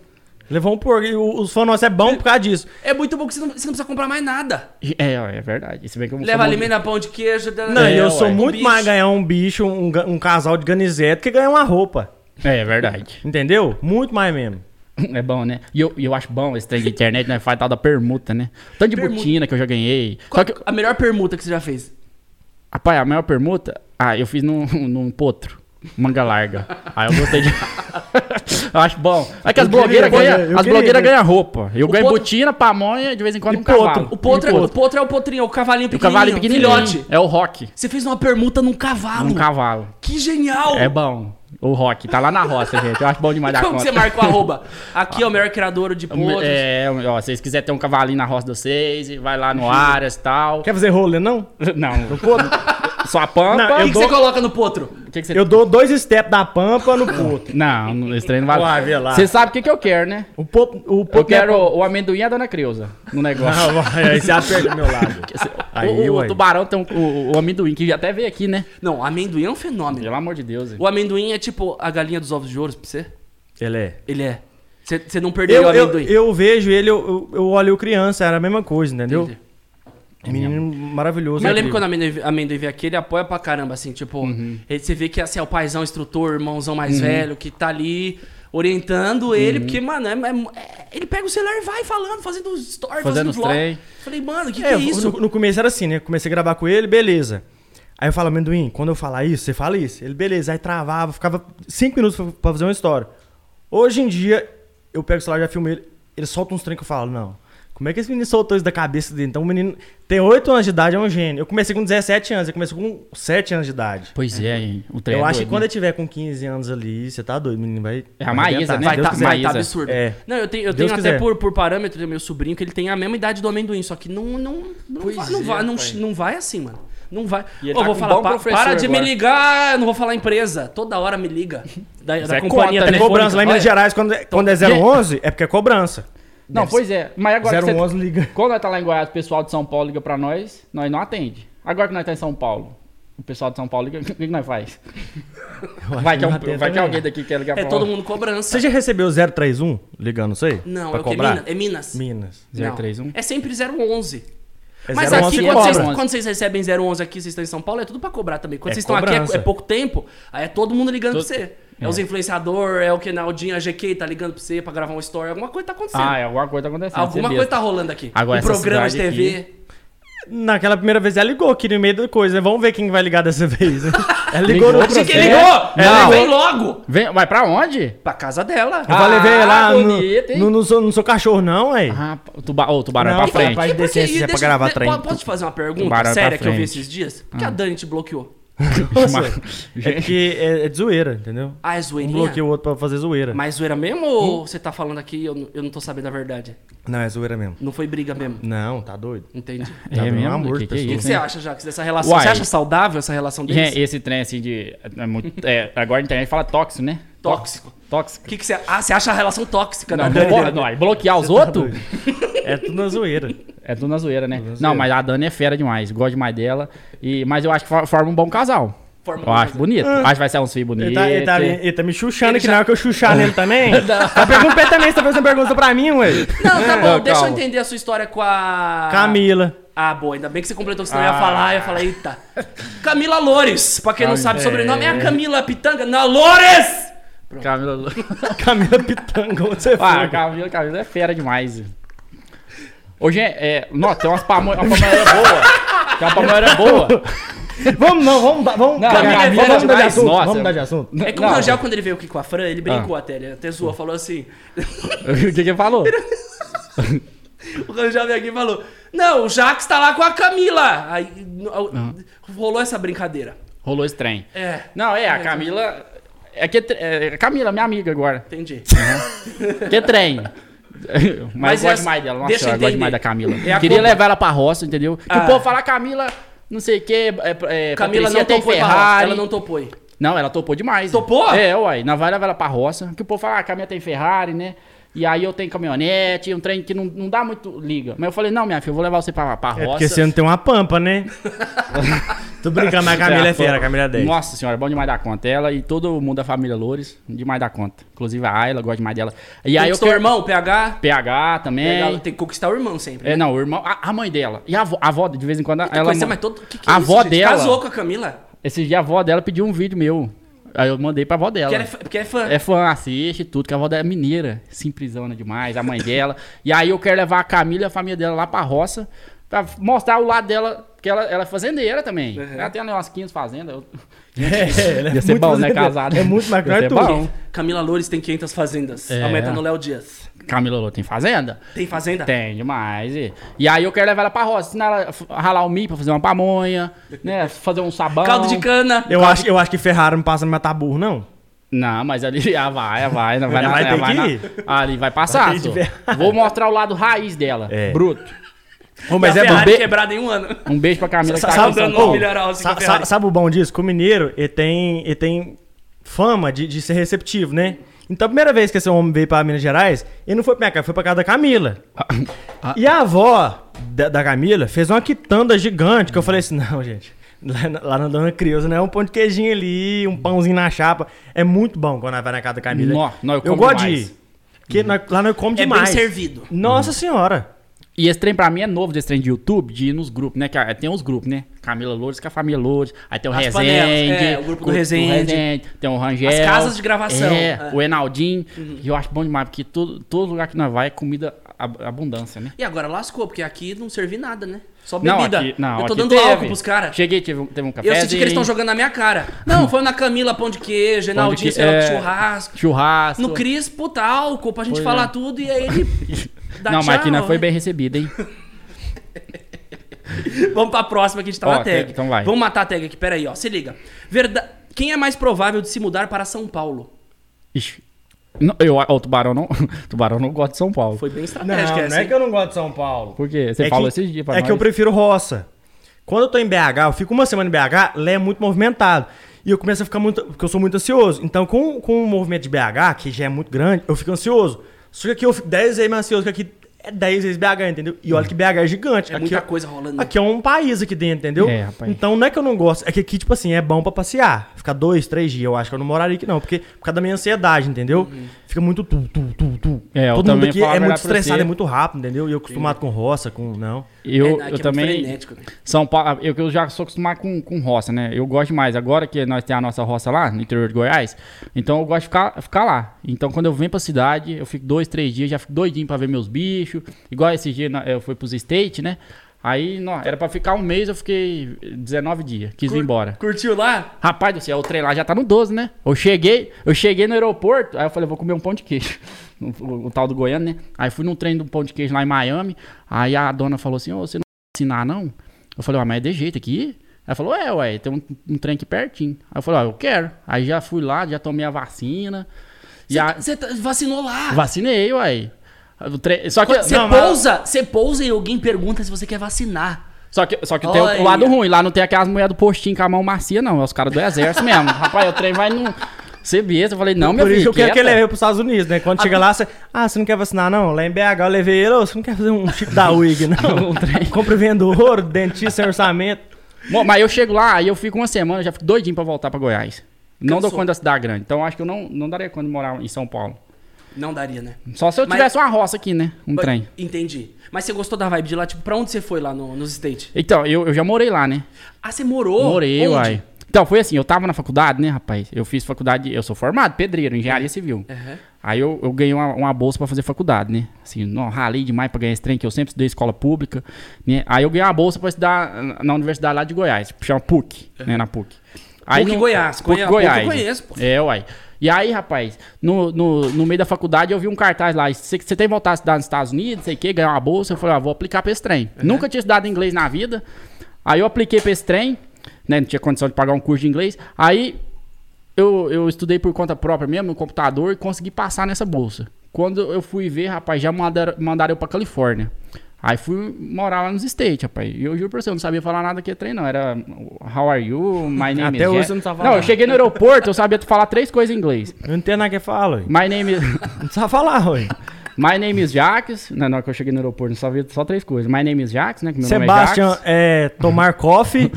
Speaker 2: Levou um porco. e o- Os fãs nossos é bom por causa disso.
Speaker 1: É muito bom que você não, você não precisa comprar mais nada.
Speaker 3: É, ué, é verdade. Se bem que eu não
Speaker 1: Leva
Speaker 3: sou
Speaker 1: alimento na pão de queijo.
Speaker 2: Não,
Speaker 3: É,
Speaker 2: e eu
Speaker 3: ué.
Speaker 2: sou
Speaker 1: Um
Speaker 2: muito
Speaker 1: bicho.
Speaker 2: mais ganhar um bicho, um, ga- um casal de ganizete, que ganhar uma roupa.
Speaker 3: muito- É, é verdade.
Speaker 2: Entendeu? Muito mais mesmo.
Speaker 3: É bom, né? E eu, e eu acho bom esse trem de internet, né? Faz tal da permuta, né? Tanto de
Speaker 1: Permuta.
Speaker 3: botina que eu já ganhei. Só
Speaker 1: Qual
Speaker 3: que,
Speaker 1: que- a melhor permuta que você já fez?
Speaker 3: rapaz, a maior permuta... Ah, eu fiz num, num potro. Manga larga. Aí eu gostei de... eu acho bom. É que as
Speaker 2: Eu queria
Speaker 3: blogueiras
Speaker 2: ganhar, eu
Speaker 3: ganham as
Speaker 2: queria
Speaker 3: blogueiras
Speaker 2: ganhar.
Speaker 3: ganham roupa. Eu ganho
Speaker 1: potro-
Speaker 3: botina, pamonha, de vez em quando
Speaker 2: E
Speaker 3: um cavalo.
Speaker 2: potro.
Speaker 1: O potro,
Speaker 3: E
Speaker 1: é, o potro é o potrinho, é o cavalinho
Speaker 3: O
Speaker 1: pequenininho.
Speaker 3: cavalo pequenininho.
Speaker 1: Filhote. Hum.
Speaker 3: É o rock.
Speaker 1: Você fez uma permuta num cavalo.
Speaker 3: Um cavalo.
Speaker 1: Que genial.
Speaker 3: É bom. O rock. Tá lá na roça, gente. Eu acho bom demais da
Speaker 1: Como
Speaker 3: conta.
Speaker 1: que você marca o arroba? Aqui é o melhor criador de
Speaker 3: Um-
Speaker 1: potros.
Speaker 3: É, ó, se vocês quiserem ter um cavalinho na roça de vocês, e vai lá no Aras e tal.
Speaker 2: Quer fazer rolê, não?
Speaker 3: Não, só a pampa.
Speaker 2: Não,
Speaker 1: O
Speaker 2: eu
Speaker 1: que, que
Speaker 2: dou-
Speaker 1: você coloca no potro?
Speaker 3: O que que você-
Speaker 2: Eu dou dois steps da pampa no potro.
Speaker 3: Não, não, esse trem não vale.
Speaker 2: Uai, vê lá.
Speaker 3: Você sabe o que, que eu quero, né?
Speaker 2: O, pop, o
Speaker 3: Eu
Speaker 2: potro
Speaker 3: quero
Speaker 2: é...
Speaker 3: o amendoim e a dona Creuza no negócio.
Speaker 2: Ah, vai, aí você aperta do meu lado. Aí,
Speaker 3: o, o
Speaker 2: uai.
Speaker 3: tubarão tem um- o, o amendoim, que até veio aqui, né?
Speaker 1: Não, amendoim é um fenômeno.
Speaker 3: Pelo amor de Deus. hein?
Speaker 1: O amendoim é tipo a galinha dos ovos de ouro pra você?
Speaker 2: Ele é. um
Speaker 1: Ele é. Você- Você não perdeu
Speaker 2: Eu,
Speaker 1: o
Speaker 2: eu,
Speaker 1: amendoim.
Speaker 2: eu vejo ele, eu, eu- eu olho eu criança, era a mesma coisa, entendeu?
Speaker 1: Entendi.
Speaker 2: Menino maravilhoso.
Speaker 1: Mas eu lembro
Speaker 2: incrível.
Speaker 1: quando a amendoim, amendoim veio aqui, ele apoia pra caramba, assim, tipo,
Speaker 3: Uhum.
Speaker 1: ele- você vê que assim, é o paizão, instrutor, irmãozão mais velho, que tá ali orientando ele,
Speaker 3: Uhum.
Speaker 1: porque, mano, é- é- é- ele pega o celular e vai falando, fazendo story,
Speaker 3: Fazendo os trem.
Speaker 1: Falei, mano, o que, que
Speaker 2: É,
Speaker 1: é isso?
Speaker 2: No, no começo era assim, né? Comecei a gravar com ele, beleza. Aí eu falo, amendoim, quando eu falar isso, você fala isso. Ele, beleza. Aí travava, ficava cinco minutos pra- pra fazer uma história. Hoje em dia, eu pego o celular, já filmo ele, ele solta uns trem que eu falo, não. Como é que esse menino soltou isso da cabeça dele? Então o menino tem 8 anos de idade, é um gênio. Eu comecei com 17 anos, ele começou com 7 anos de idade.
Speaker 3: Pois é, hein? O trem é
Speaker 2: eu acho
Speaker 3: doido,
Speaker 2: que quando
Speaker 3: né?
Speaker 2: ele tiver com 15 anos ali, você tá doido, menino, vai...
Speaker 3: É a Maísa,
Speaker 2: arrebentar.
Speaker 3: né?
Speaker 1: Vai
Speaker 3: Deus
Speaker 1: tá,
Speaker 3: quiser.
Speaker 1: vai tá
Speaker 3: Maísa.
Speaker 1: absurdo.
Speaker 2: É.
Speaker 1: Não, eu tenho, eu
Speaker 2: Deus
Speaker 1: tenho até
Speaker 2: quiser.
Speaker 1: por, por parâmetro meu sobrinho que ele tem a mesma idade do amendoim, só que não, não, não, vai, não, vai, não, não vai assim, mano. Não vai.
Speaker 3: é, E ele
Speaker 1: Ô,
Speaker 3: tá
Speaker 1: vou
Speaker 3: com um
Speaker 1: falar,
Speaker 3: bom
Speaker 1: pa-
Speaker 3: professor
Speaker 1: para de me
Speaker 3: agora.
Speaker 1: ligar, eu não vou falar empresa. Toda hora me liga. Da, da
Speaker 3: é
Speaker 1: companhia
Speaker 3: cota, né?
Speaker 2: É cobrança. Lá em Minas
Speaker 1: telefônica.
Speaker 2: Gerais, quando, é-
Speaker 3: Então,
Speaker 2: quando é 011, é porque é cobrança.
Speaker 3: Não, pois é. Mas agora que
Speaker 2: 011 liga.
Speaker 3: Quando nós tá lá em Goiás, o pessoal de São Paulo liga pra nós, nós não atende. Agora que nós tá em São Paulo, o pessoal de São Paulo liga, o que, que nós faz? Vai que, é um-
Speaker 2: não atende
Speaker 3: vai que
Speaker 2: também.
Speaker 3: alguém daqui quer ligar
Speaker 1: É
Speaker 3: pra
Speaker 1: todo
Speaker 3: nós.
Speaker 1: mundo cobrança.
Speaker 2: Você já recebeu 031 ligando, não sei?
Speaker 1: Não,
Speaker 2: pra
Speaker 1: é o que?
Speaker 2: cobrar?
Speaker 1: Minas? É Minas.
Speaker 2: Minas.
Speaker 1: Não.
Speaker 3: 031?
Speaker 1: É sempre 011.
Speaker 2: É
Speaker 1: Mas
Speaker 2: 011
Speaker 1: aqui,
Speaker 2: que
Speaker 1: quando vocês,
Speaker 2: cobra.
Speaker 3: cobra.
Speaker 1: quando vocês recebem 011 aqui, vocês estão em São Paulo, é tudo pra cobrar também. Quando
Speaker 2: É
Speaker 1: vocês estão aqui,
Speaker 2: cobrança.
Speaker 1: é- é, pouco tempo, aí é todo mundo ligando
Speaker 3: Todo-
Speaker 1: pra você. É, os influenciador, é o Kenaldinho, a GK tá ligando pra você pra gravar um story, alguma coisa tá acontecendo.
Speaker 3: Ah, é, alguma coisa tá acontecendo.
Speaker 1: alguma
Speaker 3: você
Speaker 1: coisa
Speaker 3: mesmo.
Speaker 1: tá rolando aqui.
Speaker 3: Agora,
Speaker 1: um
Speaker 3: essa
Speaker 1: programa de
Speaker 3: cidade
Speaker 1: TV.
Speaker 2: Naquela primeira vez ela ligou aqui no meio da coisa. né? Vamos ver quem vai ligar dessa vez. né? Ela ligou,
Speaker 3: Ligou
Speaker 2: no
Speaker 3: pra
Speaker 1: Achei que
Speaker 3: você.
Speaker 1: ligou! Ela
Speaker 3: Não.
Speaker 1: vem logo!
Speaker 3: Vem, vai pra onde?
Speaker 1: Pra casa dela.
Speaker 2: Eu vou levar ele lá.
Speaker 3: Ah,
Speaker 2: no-
Speaker 3: bonito, hein?
Speaker 2: no- Não sou não sou cachorro, não, aí.
Speaker 3: Ah, o tuba... ô, o tubarão
Speaker 2: Não,
Speaker 3: é pra
Speaker 2: que vai
Speaker 3: frente.
Speaker 2: pra-
Speaker 1: Então, E por que-
Speaker 2: descer se
Speaker 1: e
Speaker 2: é pra
Speaker 1: deixa-
Speaker 2: gravar
Speaker 1: de-
Speaker 2: trem.
Speaker 1: po- Posso te fazer uma pergunta
Speaker 3: Tubarão é pra
Speaker 1: séria que eu vi
Speaker 3: frente.
Speaker 1: esses dias? Por que a Dani te bloqueou?
Speaker 2: É que é, é de zoeira, entendeu?
Speaker 1: Ah, é
Speaker 2: Um
Speaker 1: zoeirinha?
Speaker 2: bloqueia o outro pra fazer zoeira.
Speaker 1: Mas zoeira mesmo
Speaker 3: Hum?
Speaker 1: ou você tá falando aqui e eu, não- eu não tô sabendo a verdade?
Speaker 2: Não, é zoeira mesmo.
Speaker 1: Não foi briga mesmo?
Speaker 2: Não, tá doido.
Speaker 1: Entendi.
Speaker 3: É
Speaker 2: Tá, pelo
Speaker 3: mesmo?
Speaker 2: amor
Speaker 3: Que
Speaker 2: de
Speaker 3: que é
Speaker 1: O
Speaker 2: Deus.
Speaker 1: que, que
Speaker 3: isso,
Speaker 1: você
Speaker 3: hein?
Speaker 1: acha, Jacques, dessa relação?
Speaker 3: Uai.
Speaker 1: Você acha saudável essa relação deles?
Speaker 3: Gente, Esse trem assim de. é muito- é, agora a internet fala tóxico, né?
Speaker 1: Tóxico.
Speaker 3: Tóxico.
Speaker 1: O que, que você Ah, você acha a relação tóxica
Speaker 3: Não,
Speaker 1: da Dani?
Speaker 3: não pode, não. aí Bloquear os outros?
Speaker 2: É tudo na zoeira.
Speaker 3: É tudo na zoeira, né?
Speaker 2: na
Speaker 3: Não,
Speaker 2: zoeira.
Speaker 3: mas a Dani é fera demais. Gosto demais dela. E, mas eu acho que for- forma um bom casal.
Speaker 1: Forma um
Speaker 3: eu
Speaker 1: bom
Speaker 3: acho
Speaker 1: casal.
Speaker 3: bonito. Acho que vai ser uns filhos
Speaker 2: Ele
Speaker 3: bonitos.
Speaker 2: tá, ele tá- ele tá me chuchando
Speaker 1: Ele
Speaker 2: aqui
Speaker 1: já-
Speaker 2: na hora que eu chuchar nele também. Tá perguntando pra ele também, você tá fazendo pergunta pra mim, ué.
Speaker 1: Não, tá bom,
Speaker 3: Não,
Speaker 1: deixa eu
Speaker 3: calma.
Speaker 1: entender a sua história com a.
Speaker 2: Camila.
Speaker 1: Ah, boa, ainda bem que você completou, que senão eu ia
Speaker 3: Ah.
Speaker 1: falar, eu ia falar, eita. Camila Lores, pra quem não
Speaker 3: Cam-
Speaker 1: sabe o sobrenome, é a
Speaker 2: é.
Speaker 1: Camila Pitanga. Não, Lores!
Speaker 3: Camila Lu-
Speaker 2: Camila Pitanga, onde você
Speaker 3: Ah, a
Speaker 2: foi?
Speaker 3: Camila, Camila é fera demais. Hoje é. é não, tem umas pamonhas. Uma pamonha era boa. Tem uma pamonha era boa.
Speaker 2: Vamos não, vamos, da- vamos,
Speaker 3: Não,
Speaker 2: Camila,
Speaker 1: Camila é fera
Speaker 2: vamos, mudar de
Speaker 3: demais,
Speaker 2: assunto,
Speaker 3: nossa.
Speaker 2: vamos mudar de assunto.
Speaker 1: É que o
Speaker 3: Não. Ah.
Speaker 1: Rangel, quando ele veio aqui com a Fran, ele brincou até, ele até zoou, falou assim...
Speaker 3: O que que ele falou?
Speaker 1: O Rangel veio aqui e falou: Não, o Jax tá lá com a Camila. Aí n- ao- rolou essa brincadeira.
Speaker 3: Rolou esse trem.
Speaker 1: É,
Speaker 3: Não, é, a Camila. É que é tre- é, a Camila, minha amiga agora.
Speaker 1: entendi.
Speaker 3: Que é trem. Mas,
Speaker 1: Mas
Speaker 3: eu gosto
Speaker 1: essa-
Speaker 3: mais dela. Nossa,
Speaker 1: deixa eu
Speaker 3: eu, gosto
Speaker 1: entender.
Speaker 3: mais da Camila.
Speaker 1: É a
Speaker 3: Queria
Speaker 1: compra-
Speaker 3: levar ela pra roça, entendeu? Que
Speaker 1: Ah.
Speaker 3: o povo fala, Camila, não sei o quê. É, é,
Speaker 1: Camila
Speaker 3: Patricinha
Speaker 1: não
Speaker 3: tem
Speaker 1: topou ir pra roça.
Speaker 3: Ferrari.
Speaker 1: Ela não topou. ir.
Speaker 3: Não, ela topou demais.
Speaker 1: Topou?
Speaker 3: É, uai. Nós vai levar ela pra roça. Que o povo fala, ah, a Caminha tem Ferrari, né? E aí eu tenho caminhonete, um trem que não, não dá muito liga. Mas eu falei, não, minha filha, eu vou levar você pra, pra roça.
Speaker 2: É porque você não tem uma pampa, né? Tô brincando, mas a Camila é fera, a Camila é 10.
Speaker 3: Nossa senhora, bom demais da conta. Ela e todo mundo da família Loures, demais da conta. Inclusive a Ayla, gosto demais dela. E aí eu
Speaker 1: Conquistou o
Speaker 3: quero...
Speaker 1: um irmão, PH.
Speaker 3: PH também.
Speaker 1: PH, Tem que conquistar o irmão sempre.
Speaker 3: É, não, o irmão. A, a mãe dela. E a avó, a avó, de vez em quando,
Speaker 1: Ela,
Speaker 3: ela.
Speaker 1: Coisa, mas todo... que que é
Speaker 3: a avó
Speaker 1: gente?
Speaker 3: dela.
Speaker 1: Casou com a Camila?
Speaker 3: Esse dia a avó dela pediu um vídeo meu. Aí eu mandei pra avó dela.
Speaker 1: Porque, ela é, fã- porque é fã.
Speaker 3: É fã, assiste tudo, que a avó dela é mineira, simplesona demais, a mãe dela. e aí eu quero levar a Camila e a família dela lá pra roça, pra mostrar o lado dela, que ela, ela é fazendeira também.
Speaker 1: Uhum.
Speaker 3: Ela tem umas 15 fazendas. Eu...
Speaker 2: É, ele é
Speaker 3: Ia ser
Speaker 2: muito
Speaker 3: bom, né,
Speaker 2: brasileiro.
Speaker 3: casado?
Speaker 2: É muito mais
Speaker 3: Ia
Speaker 2: caro
Speaker 3: ser
Speaker 2: que
Speaker 3: bom.
Speaker 2: tu.
Speaker 1: Camila Loures tem 500 fazendas.
Speaker 3: É.
Speaker 1: A meta no Léo Dias.
Speaker 3: Camila Lô tem fazenda?
Speaker 1: Tem fazenda?
Speaker 3: Tem, demais. E, e aí eu quero levar ela pra roça, ensinar ela a f- ralar o milho pra fazer uma pamonha, né, fazer um sabão.
Speaker 1: Caldo de cana.
Speaker 2: Eu acho, eu acho que Ferrari não passa no matar burro, não.
Speaker 3: Não, mas ali ah, vai, ah, vai, não vai,
Speaker 2: Ela
Speaker 3: na-
Speaker 2: vai ter
Speaker 3: vai
Speaker 2: que
Speaker 3: na-
Speaker 2: ir.
Speaker 3: Ali vai passar.
Speaker 2: Vai ter
Speaker 3: só.
Speaker 2: de ver-
Speaker 3: Vou mostrar o lado raiz dela,
Speaker 2: É.
Speaker 3: bruto.
Speaker 2: Ô, mas
Speaker 1: E a
Speaker 2: é bom.
Speaker 1: Ferrari
Speaker 3: be-
Speaker 1: quebrada em um ano.
Speaker 3: Um beijo pra Camila que tá
Speaker 1: Sabe-
Speaker 3: aqui em São
Speaker 1: dando
Speaker 2: Ô,
Speaker 1: um milharal, assim,
Speaker 2: sa-
Speaker 1: com a Ferrari.
Speaker 2: sa- sabe o bom disso? Que o mineiro, ele tem, ele tem fama de, de ser receptivo, né? Então, a primeira vez que esse homem veio pra Minas Gerais, ele não foi pra minha casa, foi pra casa da Camila. E a avó da, da Camila fez uma quitanda gigante, que eu falei assim, não, gente... Lá na, lá na Dona Creuza, né? Um pão de queijinho ali, um pãozinho na chapa. É muito bom quando vai na casa da Camila.
Speaker 3: Nó, nó, eu
Speaker 2: eu
Speaker 3: como
Speaker 2: gosto
Speaker 3: demais.
Speaker 2: de ir. Porque nós- lá nós comemos
Speaker 1: É bem
Speaker 2: demais.
Speaker 1: servido.
Speaker 2: Nossa senhora.
Speaker 3: E esse trem pra mim é novo desse trem de YouTube, de ir nos grupos, né? Que, ah, tem uns grupos, né? Camila Loures com a família Loures. Aí tem o
Speaker 1: As
Speaker 3: Rezende.
Speaker 1: panelas, é, o grupo do Rezende.
Speaker 3: Tem o Rangel.
Speaker 1: As casas de gravação,
Speaker 3: É,
Speaker 1: é. Uhum.
Speaker 3: o Enaldinho. E eu acho bom demais, porque todo, todo lugar que nós vai é comida ab- abundância, né?
Speaker 1: E agora lascou, porque aqui não servi nada, né? Só
Speaker 3: Não,
Speaker 1: bebida.
Speaker 3: aqui, não,
Speaker 1: eu tô
Speaker 3: aqui
Speaker 1: dando
Speaker 3: teve.
Speaker 1: álcool pros caras.
Speaker 3: Cheguei, teve, um- teve um
Speaker 1: E
Speaker 3: café.
Speaker 1: eu senti que eles estão jogando na minha cara. Não, foi na Camila, pão de queijo, Reinaldinho, sei lá,
Speaker 3: é.
Speaker 1: churrasco.
Speaker 3: Churrasco.
Speaker 1: No Cris, puta, álcool pra gente
Speaker 3: Pois
Speaker 1: falar
Speaker 3: é.
Speaker 1: tudo e aí ele. dá
Speaker 3: Não, mas aqui
Speaker 1: tchau,
Speaker 3: nós foi
Speaker 1: né?
Speaker 3: bem recebido, hein?
Speaker 1: Vamos pra próxima que a gente tá
Speaker 3: Ó,
Speaker 1: na tag.
Speaker 3: então vai.
Speaker 1: Vamos matar a tag aqui, peraí, ó. Se liga. Verda... Quem é mais provável de se mudar para São Paulo?
Speaker 3: Ixi. Não, eu, ó, o Tubarão não, tubarão não gosta de São Paulo.
Speaker 1: Foi bem
Speaker 2: Não,
Speaker 1: estratégica
Speaker 2: não
Speaker 1: essa.
Speaker 2: é
Speaker 1: hein?
Speaker 2: que eu não gosto de São Paulo.
Speaker 3: Por quê? Você
Speaker 2: é
Speaker 3: falou
Speaker 2: que,
Speaker 3: esses dias pra
Speaker 2: É que eu
Speaker 3: nós.
Speaker 2: prefiro roça. Quando eu tô em BH, eu fico uma semana em BH, lá é muito movimentado. E eu começo a ficar muito. Porque eu sou muito ansioso. Então, com, com o movimento de BH, que já é muito grande, eu fico ansioso. Só que aqui eu fico 10 vezes mais ansioso, que aqui é 10 vezes BH, entendeu? E olha que BH é gigante.
Speaker 1: É
Speaker 2: aqui,
Speaker 1: muita
Speaker 2: ó,
Speaker 1: coisa rolando.
Speaker 2: Aqui é um país aqui dentro, entendeu?
Speaker 3: É, rapaz.
Speaker 2: Então não é que eu não gosto. É que aqui, tipo assim, é bom pra passear. Ficar dois, três dias. Eu acho que eu não moraria aqui, não. Porque por causa da minha ansiedade, entendeu?
Speaker 1: Uhum.
Speaker 2: Fica muito tu, tu, tu, tu.
Speaker 3: É, eu
Speaker 2: Todo mundo
Speaker 3: também
Speaker 2: aqui
Speaker 3: falo a
Speaker 2: é
Speaker 3: verdade
Speaker 2: muito
Speaker 3: pra
Speaker 2: estressado,
Speaker 3: você.
Speaker 2: é muito rápido, entendeu? E eu acostumado com roça, com. Não.
Speaker 3: Eu,
Speaker 1: É,
Speaker 3: eu
Speaker 1: aqui é muito
Speaker 3: também.
Speaker 1: frenético, né?
Speaker 3: São Paulo, eu, eu já sou acostumado com, com roça, né? Eu gosto demais. Agora que nós temos a nossa roça lá, no interior de Goiás, então eu gosto de ficar, ficar lá. Então quando eu venho pra cidade, eu fico dois, três dias, já fico doidinho pra ver meus bichos. Igual esse dia na- eu fui pros States, né? Aí, não, era pra ficar um mês, eu fiquei 19 dias, quis ir embora.
Speaker 1: Curtiu lá?
Speaker 3: Rapaz do céu, o trem lá já tá no 12, né? Eu cheguei, eu cheguei no aeroporto, aí eu falei, vou comer um pão de queijo. O, o tal do Goiano, né? Aí fui num trem do pão de queijo lá em Miami. Aí a dona falou assim: Ô, você não vai ensinar, não? Eu falei, ué, mas é de jeito aqui? Ela falou, é, ué, tem um, um trem aqui pertinho. Aí eu falei, ó, eu quero. Aí já fui lá, já tomei a vacina. E a...
Speaker 1: Você tá- vacinou lá.
Speaker 3: Vacinei, ué. O trem- Só que.
Speaker 1: Você
Speaker 3: Não, mas-
Speaker 1: pousa, você pousa e alguém pergunta se você quer vacinar.
Speaker 3: Só que, só que tem
Speaker 1: Olha.
Speaker 3: o lado ruim. Lá não tem aquelas mulheres do postinho com a mão macia, não. É os caras do exército mesmo. Rapaz, o trem vai no CBS. Eu falei, não, meu
Speaker 2: Por
Speaker 3: filho.
Speaker 2: isso que eu quero que
Speaker 3: quieta.
Speaker 2: ele leve pros Estados Unidos, né? Quando chega lá, você. Ah, você não quer vacinar, não? Lá em BH eu levei ele, ô, você não quer fazer um chip da UIG, não?
Speaker 3: Um trem.
Speaker 2: Compre e vendo ouro, dentista sem orçamento.
Speaker 3: Bom, mas eu chego lá, aí eu fico uma semana, já fico doidinho pra voltar pra Goiás. Não
Speaker 1: Cansou.
Speaker 3: dou conta da cidade grande. Então acho que eu não, não daria conta de morar em São Paulo.
Speaker 1: Não daria, né?
Speaker 3: Só se eu
Speaker 1: Mas-
Speaker 3: tivesse uma roça aqui, né? Um trem.
Speaker 1: Entendi. Mas você gostou da vibe de lá? Tipo, pra onde você foi lá no- nos States?
Speaker 3: Então, eu, eu já morei lá, né?
Speaker 1: Ah, você morou?
Speaker 3: Morei,
Speaker 1: onde?
Speaker 3: uai. Então, foi assim, eu tava na faculdade, né, rapaz? Eu fiz faculdade, eu sou formado, pedreiro, engenharia civil.
Speaker 1: Aham.
Speaker 3: Aí eu, eu ganhei uma, uma bolsa pra fazer faculdade, né? Assim, não, ralei demais pra ganhar esse trem, que eu sempre estudei escola pública, né? Aí eu ganhei uma bolsa pra estudar na- na universidade lá de Goiás, chama PUC, né, na PUC. Aí
Speaker 1: PUC
Speaker 3: no-
Speaker 1: Goiás,
Speaker 3: PUC
Speaker 1: conhe-
Speaker 3: Goiás.
Speaker 1: PUC eu conheço, pô.
Speaker 3: É, uai. E aí, rapaz, no, no, no meio da faculdade eu vi um cartaz lá, você você tem que voltar a estudar nos Estados Unidos, não sei o quê, ganhar uma bolsa, eu falei, ah, vou aplicar pra esse trem. Nunca tinha estudado inglês na vida, aí eu apliquei pra esse trem, né, não tinha condição de pagar um curso de inglês, aí eu, eu estudei por conta própria mesmo, no computador, e consegui passar nessa bolsa. Quando eu fui ver, rapaz, já mandaram, mandaram eu pra Califórnia. Aí fui morar lá nos States, rapaz. E eu juro pra você, eu não sabia falar nada que trem, não. Era uh, how are you, my name
Speaker 2: Até
Speaker 3: is...
Speaker 2: hoje
Speaker 3: Jack."
Speaker 2: você não sabe falar
Speaker 3: Não, eu
Speaker 2: nada.
Speaker 3: cheguei no aeroporto, eu sabia falar três coisas em inglês.
Speaker 2: Eu não entendo nada que fala, ué.
Speaker 3: My name is...
Speaker 2: Não sabe falar, ué.
Speaker 3: My name is Jacques. Na na hora é que eu cheguei no aeroporto, eu só vi só três coisas. My name is Jacques, né? Que meu
Speaker 2: Sebastian
Speaker 3: nome é Jacques.
Speaker 2: é tomar coffee.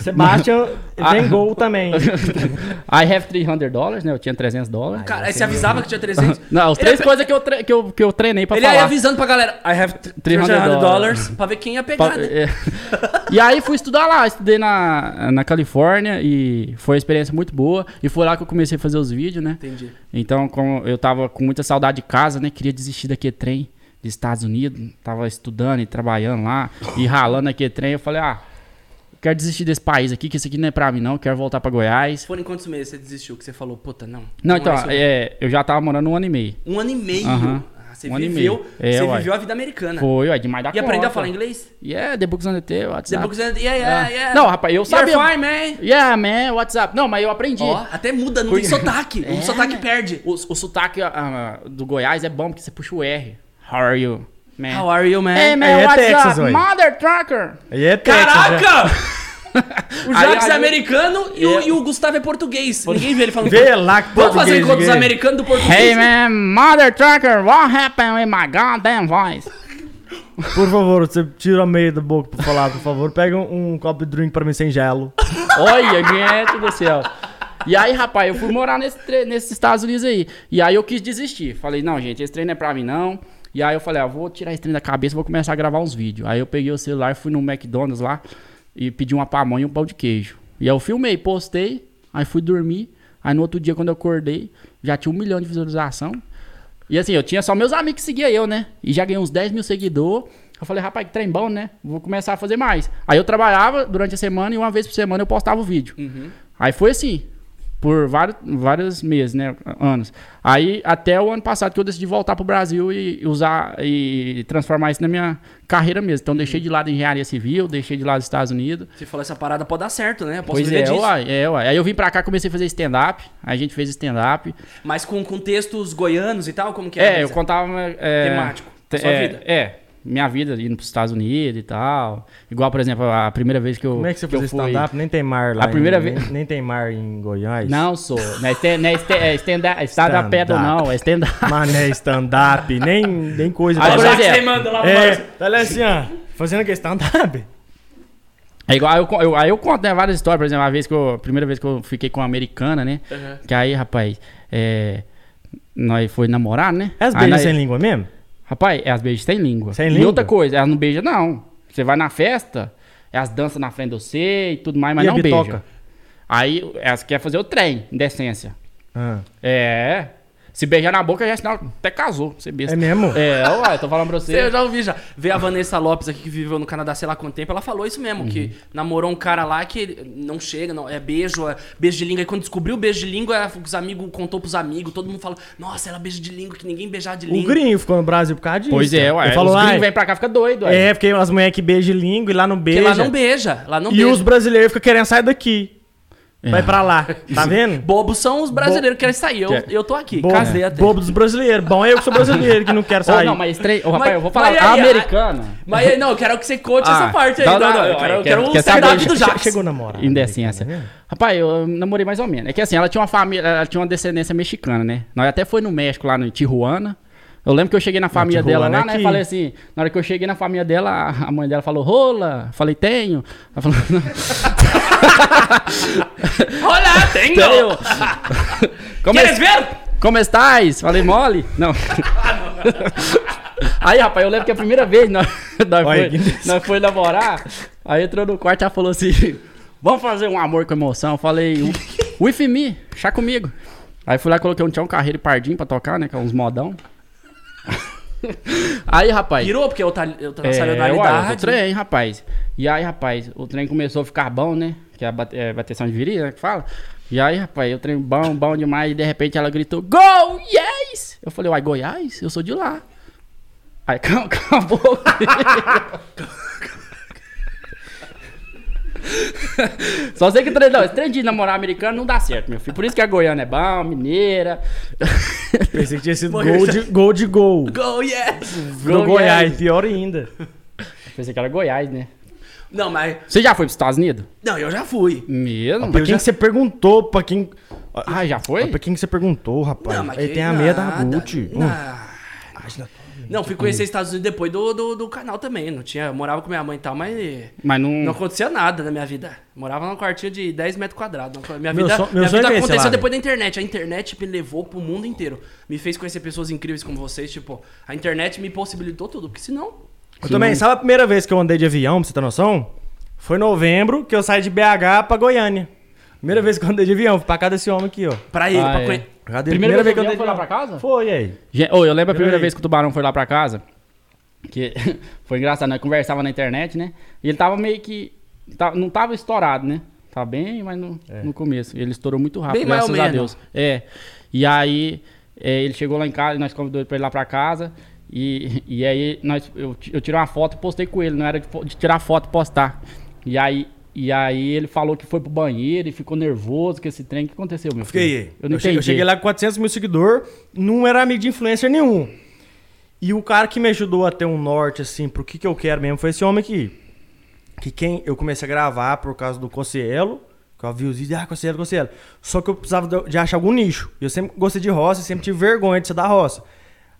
Speaker 2: Sebastian
Speaker 3: Ah.
Speaker 2: tem gol também.
Speaker 3: I have 300 dólares, né? Eu tinha 300 dólares.
Speaker 1: Cara, aí você avisava que tinha 300.
Speaker 3: Não, as
Speaker 1: Ele-
Speaker 3: três coisas que eu, tre- que, eu, que eu treinei pra
Speaker 1: Ele
Speaker 2: é
Speaker 1: aí
Speaker 3: falar.
Speaker 1: avisando pra galera, I have 300
Speaker 3: 300
Speaker 1: dólares, pra ver quem ia pegar,
Speaker 3: Pa-
Speaker 1: né?
Speaker 3: é. e aí fui estudar lá, estudei na, na Califórnia e foi uma experiência muito boa. E foi lá que eu comecei a fazer os vídeos, né?
Speaker 1: Entendi.
Speaker 3: Então como eu tava com muita saudade de casa, né? Queria desistir daquele trem dos Estados Unidos. Tava estudando e trabalhando lá e ralando aquele trem. Eu falei, ah, quero desistir desse país aqui, que isso aqui não é pra mim não. Quero voltar pra Goiás.
Speaker 1: Foram em quantos meses você desistiu? Que você falou, puta, não.
Speaker 3: Não, então,
Speaker 1: é isso.
Speaker 3: é, eu já tava morando um ano e meio.
Speaker 1: Um ano e meio.
Speaker 3: Aham.
Speaker 1: Ah, você
Speaker 3: Um ano e
Speaker 1: viveu,
Speaker 3: meio. É,
Speaker 1: você
Speaker 3: uai.
Speaker 1: viveu a vida americana.
Speaker 3: Foi, ué, demais da
Speaker 1: E aprendeu a
Speaker 3: conta.
Speaker 1: falar inglês?
Speaker 3: Yeah, the books on the table, what's
Speaker 1: The
Speaker 3: up?
Speaker 1: books and- yeah, yeah,
Speaker 3: Ah.
Speaker 1: yeah.
Speaker 3: Não, rapaz, eu sabia.
Speaker 1: You're fine, man.
Speaker 3: Yeah, man, what's up? Não, mas eu aprendi.
Speaker 1: Ó, até muda, não tem sotaque. O
Speaker 3: É,
Speaker 1: sotaque
Speaker 3: né?
Speaker 1: perde.
Speaker 3: O, o sotaque ah, do Goiás é bom porque você puxa o R. How are you, man?
Speaker 1: How are you, man?
Speaker 3: Hey, man,
Speaker 2: Aí é
Speaker 3: what's
Speaker 2: Texas,
Speaker 3: up?
Speaker 2: ué.
Speaker 3: Mother trucker.
Speaker 2: Aí é Texas, né?
Speaker 1: Caraca! O
Speaker 3: Aí,
Speaker 1: Jacques
Speaker 3: aí-
Speaker 1: é americano e, o,
Speaker 3: É.
Speaker 1: e o Gustavo é português. Ninguém vê ele falando.
Speaker 2: Vê lá que
Speaker 1: Vamos fazer
Speaker 2: português,
Speaker 1: encontros
Speaker 2: ninguém.
Speaker 1: americanos do português.
Speaker 3: Hey, man, mother trucker, what happened with my goddamn voice?
Speaker 2: Por favor, você tira a meia da boca pra falar, por favor. Pega um, um copo de drink pra mim sem gelo.
Speaker 3: Olha, é, gente do céu. assim, E aí, rapaz, eu fui morar nesse tre- nesses Estados Unidos aí. E aí eu quis desistir. Falei, não, gente, esse trem não é pra mim, não. E aí eu falei, ah, vou tirar esse trem da cabeça, vou começar a gravar uns vídeos. Aí eu peguei o celular, fui no McDonald's lá e pedi uma pamonha e um pão de queijo. E aí eu filmei, postei, aí fui dormir. Aí no outro dia, quando eu acordei, já tinha um milhão de visualização. E assim, eu tinha só meus amigos que seguiam eu, né? E já ganhei uns 10 mil seguidores. Eu falei, rapaz, que trem bom, né? Vou começar a fazer mais. Aí eu trabalhava durante a semana e uma vez por semana eu postava o vídeo.
Speaker 1: Uhum.
Speaker 3: Aí foi assim, por vários, vários meses, né? Anos. Aí até o ano passado que eu decidi voltar pro Brasil e usar e transformar isso na minha carreira mesmo. Então deixei de lado a engenharia civil, deixei de lado os Estados Unidos.
Speaker 1: Você falou essa parada pode dar certo, né? Eu posso
Speaker 3: pois
Speaker 1: viver
Speaker 3: é,
Speaker 1: disso.
Speaker 3: uai, é, uai. Aí eu vim pra cá, comecei a fazer stand-up. Aí a gente fez stand-up.
Speaker 1: Mas com, com textos goianos e tal, como que
Speaker 3: É,
Speaker 1: é?
Speaker 3: eu contava. É,
Speaker 1: Temático,
Speaker 3: te-
Speaker 1: sua
Speaker 3: é,
Speaker 1: vida.
Speaker 3: É, minha vida indo pros Estados Unidos e tal. Igual, por exemplo, a primeira vez que eu.
Speaker 2: Como é que você
Speaker 3: eu
Speaker 2: fez
Speaker 3: fui-
Speaker 2: stand-up? Nem tem mar lá.
Speaker 3: A primeira
Speaker 2: em-
Speaker 3: vez-
Speaker 2: Nem, nem tem mar em Goiás.
Speaker 3: Não, sou. Não é stand- não é sta- é stand-up, stand-up pedal,
Speaker 2: Stand-up.
Speaker 3: não. É stand-up.
Speaker 2: Mané stand-up, nem, nem coisa.
Speaker 3: Aí,
Speaker 1: Olha é
Speaker 2: pra-
Speaker 1: o
Speaker 3: por
Speaker 1: Jacques
Speaker 3: exemplo,
Speaker 1: remando lá pro
Speaker 2: É,
Speaker 1: lado.
Speaker 2: tá ali assim, ó. Fazendo que stand-up.
Speaker 3: É igual, eu, con- eu- aí eu conto né, várias histórias, por exemplo, a vez que eu, a primeira vez que eu fiquei com uma americana, né?
Speaker 1: Uhum.
Speaker 3: Que aí, rapaz, é, nós foi namorar, né?
Speaker 2: É as
Speaker 3: Aí
Speaker 2: beijas
Speaker 3: nós-
Speaker 2: sem língua mesmo?
Speaker 3: Rapaz, elas beijam sem língua.
Speaker 2: Sem
Speaker 3: e
Speaker 2: língua?
Speaker 3: outra coisa, elas não beijam, não. Você vai na festa, elas dançam na frente de você e tudo mais, mas
Speaker 2: E a
Speaker 3: não beijam.
Speaker 2: bitoca?
Speaker 3: Aí elas querem fazer o trem, decência.
Speaker 2: Ah,
Speaker 3: É. Se beijar na boca já é sinal que até casou, você besta.
Speaker 2: É mesmo?
Speaker 3: É, ué, eu tô falando pra
Speaker 1: Eu
Speaker 3: você.
Speaker 1: já ouvi já. Vê a Vanessa Lopes aqui que viveu no Canadá sei lá quanto tempo, ela falou isso mesmo, que namorou um cara lá que ele não chega, não, é beijo, é beijo de língua. E quando descobriu o beijo de língua, ela- os amigos contou pros amigos, todo mundo falou, nossa, ela beija de língua, que ninguém beijava de
Speaker 2: O
Speaker 1: língua.
Speaker 2: gringo ficou no Brasil por causa disso.
Speaker 3: Pois é, ué.
Speaker 2: Ele falou,
Speaker 3: os
Speaker 2: ah,
Speaker 3: gringos vêm pra cá fica doido, ué.
Speaker 2: é, porque as mulheres que beijam língua e lá não
Speaker 1: Porque
Speaker 2: beijam.
Speaker 1: ela não beija, ela não
Speaker 2: E
Speaker 1: beija.
Speaker 2: os brasileiros ficam querendo sair daqui.
Speaker 3: É.
Speaker 2: Vai pra lá. Tá vendo?
Speaker 1: Bobos são os brasileiros que querem sair, eu, eu tô aqui,
Speaker 2: Bobo,
Speaker 1: casei até.
Speaker 2: bobo dos brasileiros. Bom, eu que sou brasileiro que não quero
Speaker 3: Ô,
Speaker 2: sair.
Speaker 3: não, mas trem. Ô, rapaz,
Speaker 1: Mas-
Speaker 3: eu vou falar
Speaker 1: mas aí,
Speaker 3: americana.
Speaker 1: Mas aí, não, eu quero que você conte
Speaker 3: Ah,
Speaker 1: essa parte aí.
Speaker 3: não,
Speaker 1: Não, não,
Speaker 3: não,
Speaker 1: eu
Speaker 3: não,
Speaker 1: quero, eu
Speaker 3: quer-
Speaker 1: quero o
Speaker 3: quer saber?
Speaker 1: stand-up do Jacques.
Speaker 2: Chegou né? namorado.
Speaker 3: Indecência. é assim,
Speaker 2: Tá
Speaker 3: Rapaz, eu namorei mais ou menos. É que assim, ela tinha uma família, ela tinha uma descendência mexicana, né? Nós até foi no México, lá em Tijuana. Eu lembro que eu cheguei na família
Speaker 2: Tijuana
Speaker 3: dela
Speaker 2: é
Speaker 3: lá, né?
Speaker 2: aqui.
Speaker 3: Falei assim, na hora que eu cheguei na família dela, a- a mãe dela falou, rola. Falei, tenho. Ela falou, não,
Speaker 1: Olá, tem!
Speaker 3: tenho. Como,
Speaker 1: Queres
Speaker 3: es,
Speaker 1: ver?
Speaker 3: como estás? Falei, mole? Não. Aí, rapaz, eu lembro que a primeira vez nós, nós,
Speaker 2: Olha,
Speaker 3: foi,
Speaker 2: que
Speaker 3: nós foi namorar, aí entrou no quarto e ela falou assim, Vamos fazer um amor com emoção. Eu falei, "O- with me, chá comigo. Aí fui lá, coloquei um Tião Carreiro e Pardinho pra tocar, né? Que é uns modão. aí, rapaz.
Speaker 1: Pirou, porque eu, ta, eu
Speaker 3: É,
Speaker 1: ta, saiu da
Speaker 3: uai,
Speaker 1: realidade.
Speaker 3: do trem, rapaz. E aí, rapaz, o trem começou a ficar bom, né? Que é a bate- é, bateção de virilha, né? Que fala. E aí, rapaz, o trem bom, bom demais. E de repente ela gritou, Go, yes! Eu falei, uai, Goiás? Eu sou de lá. Aí, calma, um acabou. Só sei que trem, não, esse trem de namorar americano não dá certo, meu filho. Por isso que a Goiânia é bom, mineira.
Speaker 2: Pensei que tinha sido
Speaker 1: Bom,
Speaker 2: gol
Speaker 1: eu já-
Speaker 2: de gol. De gol.
Speaker 1: Go, yes!
Speaker 2: Virou
Speaker 3: Goiás.
Speaker 2: Goiás, pior ainda.
Speaker 3: Pensei que era Goiás, né?
Speaker 1: Não, mas.
Speaker 3: Você já foi pros Estados Unidos?
Speaker 1: Não, eu já fui.
Speaker 3: Mesmo?
Speaker 2: Pra quem que você perguntou, pra quem...
Speaker 3: Ah, já foi?
Speaker 2: Pra quem que você perguntou, rapaz?
Speaker 1: Não, mas
Speaker 2: Ele
Speaker 1: que
Speaker 2: tem a meia da
Speaker 1: nada,
Speaker 2: Gucci. Hum.
Speaker 1: na- Não, fui conhecer Estados Unidos depois do, do, do canal também. Não tinha, eu morava com minha mãe e tal, mas.
Speaker 3: Mas não.
Speaker 1: Não acontecia nada na minha vida. Morava num quartinho de 10 metros quadrados. Não- Minha
Speaker 2: Meu
Speaker 1: vida,
Speaker 2: son- meu
Speaker 1: minha
Speaker 2: sonho
Speaker 1: vida
Speaker 2: é esse,
Speaker 1: aconteceu
Speaker 2: Lara.
Speaker 1: depois da internet. A internet me levou pro mundo inteiro. Me fez conhecer pessoas incríveis como vocês. Tipo, a internet me possibilitou tudo. Porque senão.
Speaker 2: Eu também, sabe a primeira vez que eu andei de avião, pra você ter noção? Foi em novembro que eu saí de BH pra Goiânia. Primeira vez que eu andei de avião, fui pra cá desse homem aqui, ó.
Speaker 1: Pra ele,
Speaker 3: Ah,
Speaker 1: pra
Speaker 3: é.
Speaker 1: conhe-
Speaker 2: Primeira,
Speaker 3: Primeira vez que eu
Speaker 2: andei
Speaker 3: foi lá pra casa?
Speaker 2: Foi, e aí?
Speaker 3: Gente, ô, eu lembro a primeira
Speaker 2: Peraí.
Speaker 3: vez que o Tubarão foi lá pra casa. Que foi engraçado, nós conversava na internet, né? E ele tava meio que. tá- não tava estourado, né? Tá bem, mas no,
Speaker 2: É.
Speaker 3: no começo. Ele estourou muito rápido,
Speaker 1: Bem mais
Speaker 3: graças
Speaker 1: ou
Speaker 3: a
Speaker 1: menos.
Speaker 3: Deus. É. E aí, é, ele chegou lá em casa e nós convidou ele pra ir lá pra casa. E, e aí, nós, eu, ti- eu tirei uma foto e postei com ele. Não era de, fo- de tirar foto e postar. E aí. E aí ele falou que foi pro banheiro e ficou nervoso com esse trem. O que aconteceu, meu filho?
Speaker 2: Fiquei aí.
Speaker 3: Eu não
Speaker 2: cheguei,
Speaker 3: entendi.
Speaker 2: cheguei lá com 400 mil seguidores, não era amigo de influencer nenhum. E o cara que me ajudou a ter um norte, assim, pro que, que eu quero mesmo, foi esse homem aqui. Que quem eu comecei a gravar por causa do Cossielo, que eu vi os vídeos, ah, Cossielo, Cossielo. Só que eu precisava de, de achar algum nicho. E eu sempre gostei de roça, e sempre tive vergonha de ser da roça.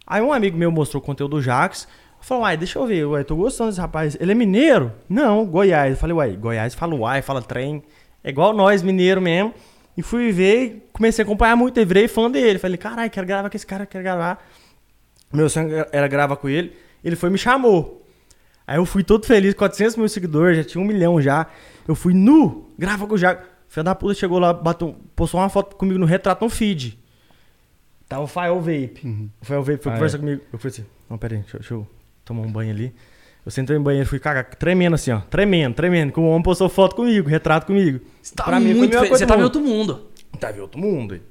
Speaker 2: Aí um amigo meu mostrou o conteúdo do Jax, falou, uai, deixa eu ver, uai, tô gostando desse rapaz. Ele é mineiro? Não, Goiás. Eu falei, uai, Goiás fala uai, fala trem. É igual nós, mineiro mesmo. E fui ver, e comecei a acompanhar muito, e virei fã dele. Falei, caralho, quero gravar com esse cara, quero gravar. Meu sonho era gravar com ele. Ele foi e me chamou. Aí eu fui todo feliz, 400 mil seguidores, já tinha um milhão já. Eu fui nu, grava com o Jaco. Filho da puta chegou lá, bateu, postou uma foto comigo no retrato, um feed. Tava o Fael Vape.
Speaker 1: Uhum.
Speaker 2: O Fael Vape foi
Speaker 3: Ah,
Speaker 2: conversar
Speaker 3: é.
Speaker 2: comigo. Eu falei assim: não, pera aí, deixa, eu- deixa eu tomar um banho ali. Eu sentei no banheiro, fui cagar, tremendo assim, ó. Tremendo, tremendo. Que o homem postou foto comigo, retrato comigo.
Speaker 1: Você tá
Speaker 2: Pra mim foi a
Speaker 1: muito.
Speaker 2: mesma
Speaker 1: fe-
Speaker 2: coisa
Speaker 1: Você
Speaker 2: do
Speaker 1: tá em
Speaker 2: mundo.
Speaker 1: outro mundo.
Speaker 2: Tá em outro mundo. hein?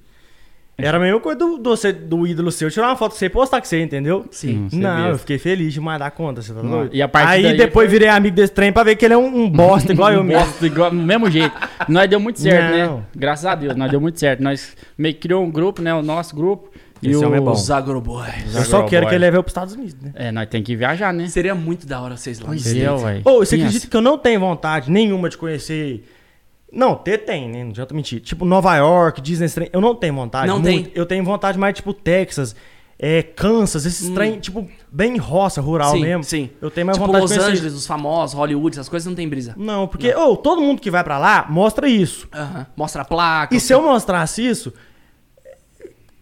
Speaker 2: É. Era a mesma coisa do, do, você- do ídolo seu tirar uma foto com você e postar com você, entendeu?
Speaker 1: Sim.
Speaker 3: Você
Speaker 2: Não,
Speaker 3: mesmo.
Speaker 2: eu fiquei feliz demais da conta, você tá
Speaker 3: Não,
Speaker 2: doido?
Speaker 3: e a partir
Speaker 2: Aí
Speaker 3: daí
Speaker 2: depois virei amigo desse trem pra ver que ele é um, um bosta igual eu mesmo.
Speaker 3: Bosta, igual, do mesmo jeito. Nós deu muito certo,
Speaker 2: Não.
Speaker 3: né? Graças a Deus, nós deu muito certo. Nós meio que criou um grupo, né? O nosso grupo. E
Speaker 2: Esse
Speaker 3: o...
Speaker 2: homem é bom.
Speaker 1: Os agroboys.
Speaker 2: Eu só quero que ele leve eu pros Estados Unidos, né?
Speaker 3: É, nós tem que viajar, né?
Speaker 1: Seria muito da hora vocês lá. Tipo,
Speaker 3: Pois é, ué.
Speaker 2: Ô, você
Speaker 3: Pensa.
Speaker 2: acredita que eu não tenho vontade nenhuma de conhecer. Não, ter tem, né? Não adianta mentir. Tipo, Nova York, Disney, esse trem. Eu não tenho vontade.
Speaker 1: Não
Speaker 2: muito.
Speaker 1: tem.
Speaker 2: Eu tenho vontade mais, tipo, Texas, é, Kansas, esses trem, tipo, bem roça, rural
Speaker 1: sim,
Speaker 2: mesmo.
Speaker 1: sim.
Speaker 2: Eu tenho mais
Speaker 1: tipo,
Speaker 2: vontade
Speaker 1: Los
Speaker 2: de conhecer.
Speaker 1: Angeles, os famosos, Hollywood, essas coisas não tem brisa.
Speaker 2: Não, porque, ô, todo mundo que vai pra lá mostra isso.
Speaker 1: Aham. Mostra a placa.
Speaker 2: E
Speaker 1: o
Speaker 3: é
Speaker 2: se
Speaker 3: um
Speaker 2: eu mostrasse isso,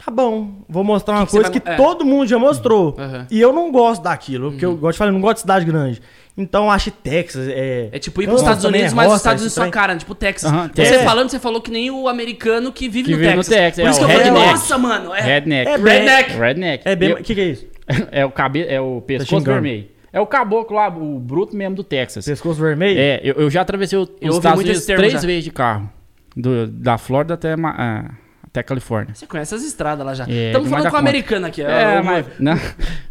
Speaker 2: tá bom. Vou mostrar uma
Speaker 1: Que que
Speaker 2: coisa
Speaker 1: você vai-
Speaker 2: que
Speaker 1: é.
Speaker 2: todo mundo já mostrou.
Speaker 1: Uhum.
Speaker 2: E eu não gosto daquilo, porque eu gosto de falar, eu não gosto de cidade grande. Então eu acho que Texas é.
Speaker 1: É tipo ir pros
Speaker 2: Nossa,
Speaker 1: Estados Unidos,
Speaker 2: né?
Speaker 1: mas os
Speaker 2: Roça,
Speaker 1: Estados Unidos
Speaker 2: esse
Speaker 1: só
Speaker 2: trem.
Speaker 1: cara, tipo Texas.
Speaker 3: é Aham,
Speaker 1: você
Speaker 2: Texas.
Speaker 1: falando, você falou que nem o americano que vive,
Speaker 3: Que
Speaker 1: no,
Speaker 3: vive no
Speaker 1: Texas.
Speaker 3: Texas,
Speaker 1: Por
Speaker 3: é,
Speaker 1: isso
Speaker 3: o
Speaker 1: que eu falei,
Speaker 2: redneck.
Speaker 1: nossa, mano. É,
Speaker 3: Redneck.
Speaker 2: É bem-
Speaker 1: Redneck.
Speaker 3: Redneck.
Speaker 2: É bem. O
Speaker 3: Eu-
Speaker 2: que, que é isso?
Speaker 3: é o cabelo. É o pescoço
Speaker 2: xingando.
Speaker 3: vermelho. É o caboclo lá, o bruto mesmo do Texas.
Speaker 2: Pescoço vermelho?
Speaker 3: É, eu, eu já atravessei o- os
Speaker 1: ouvi
Speaker 3: Estados
Speaker 1: muito esse
Speaker 3: Unidos
Speaker 1: termo
Speaker 3: três
Speaker 1: já.
Speaker 3: vezes de carro. Do- da Flórida até, Ma- ah, até Califórnia.
Speaker 1: Você conhece as estradas lá já.
Speaker 3: É,
Speaker 1: Estamos
Speaker 3: demais
Speaker 1: falando
Speaker 3: da
Speaker 1: com o
Speaker 3: conta.
Speaker 1: americano aqui.
Speaker 3: É,
Speaker 1: o-
Speaker 3: mas. Não,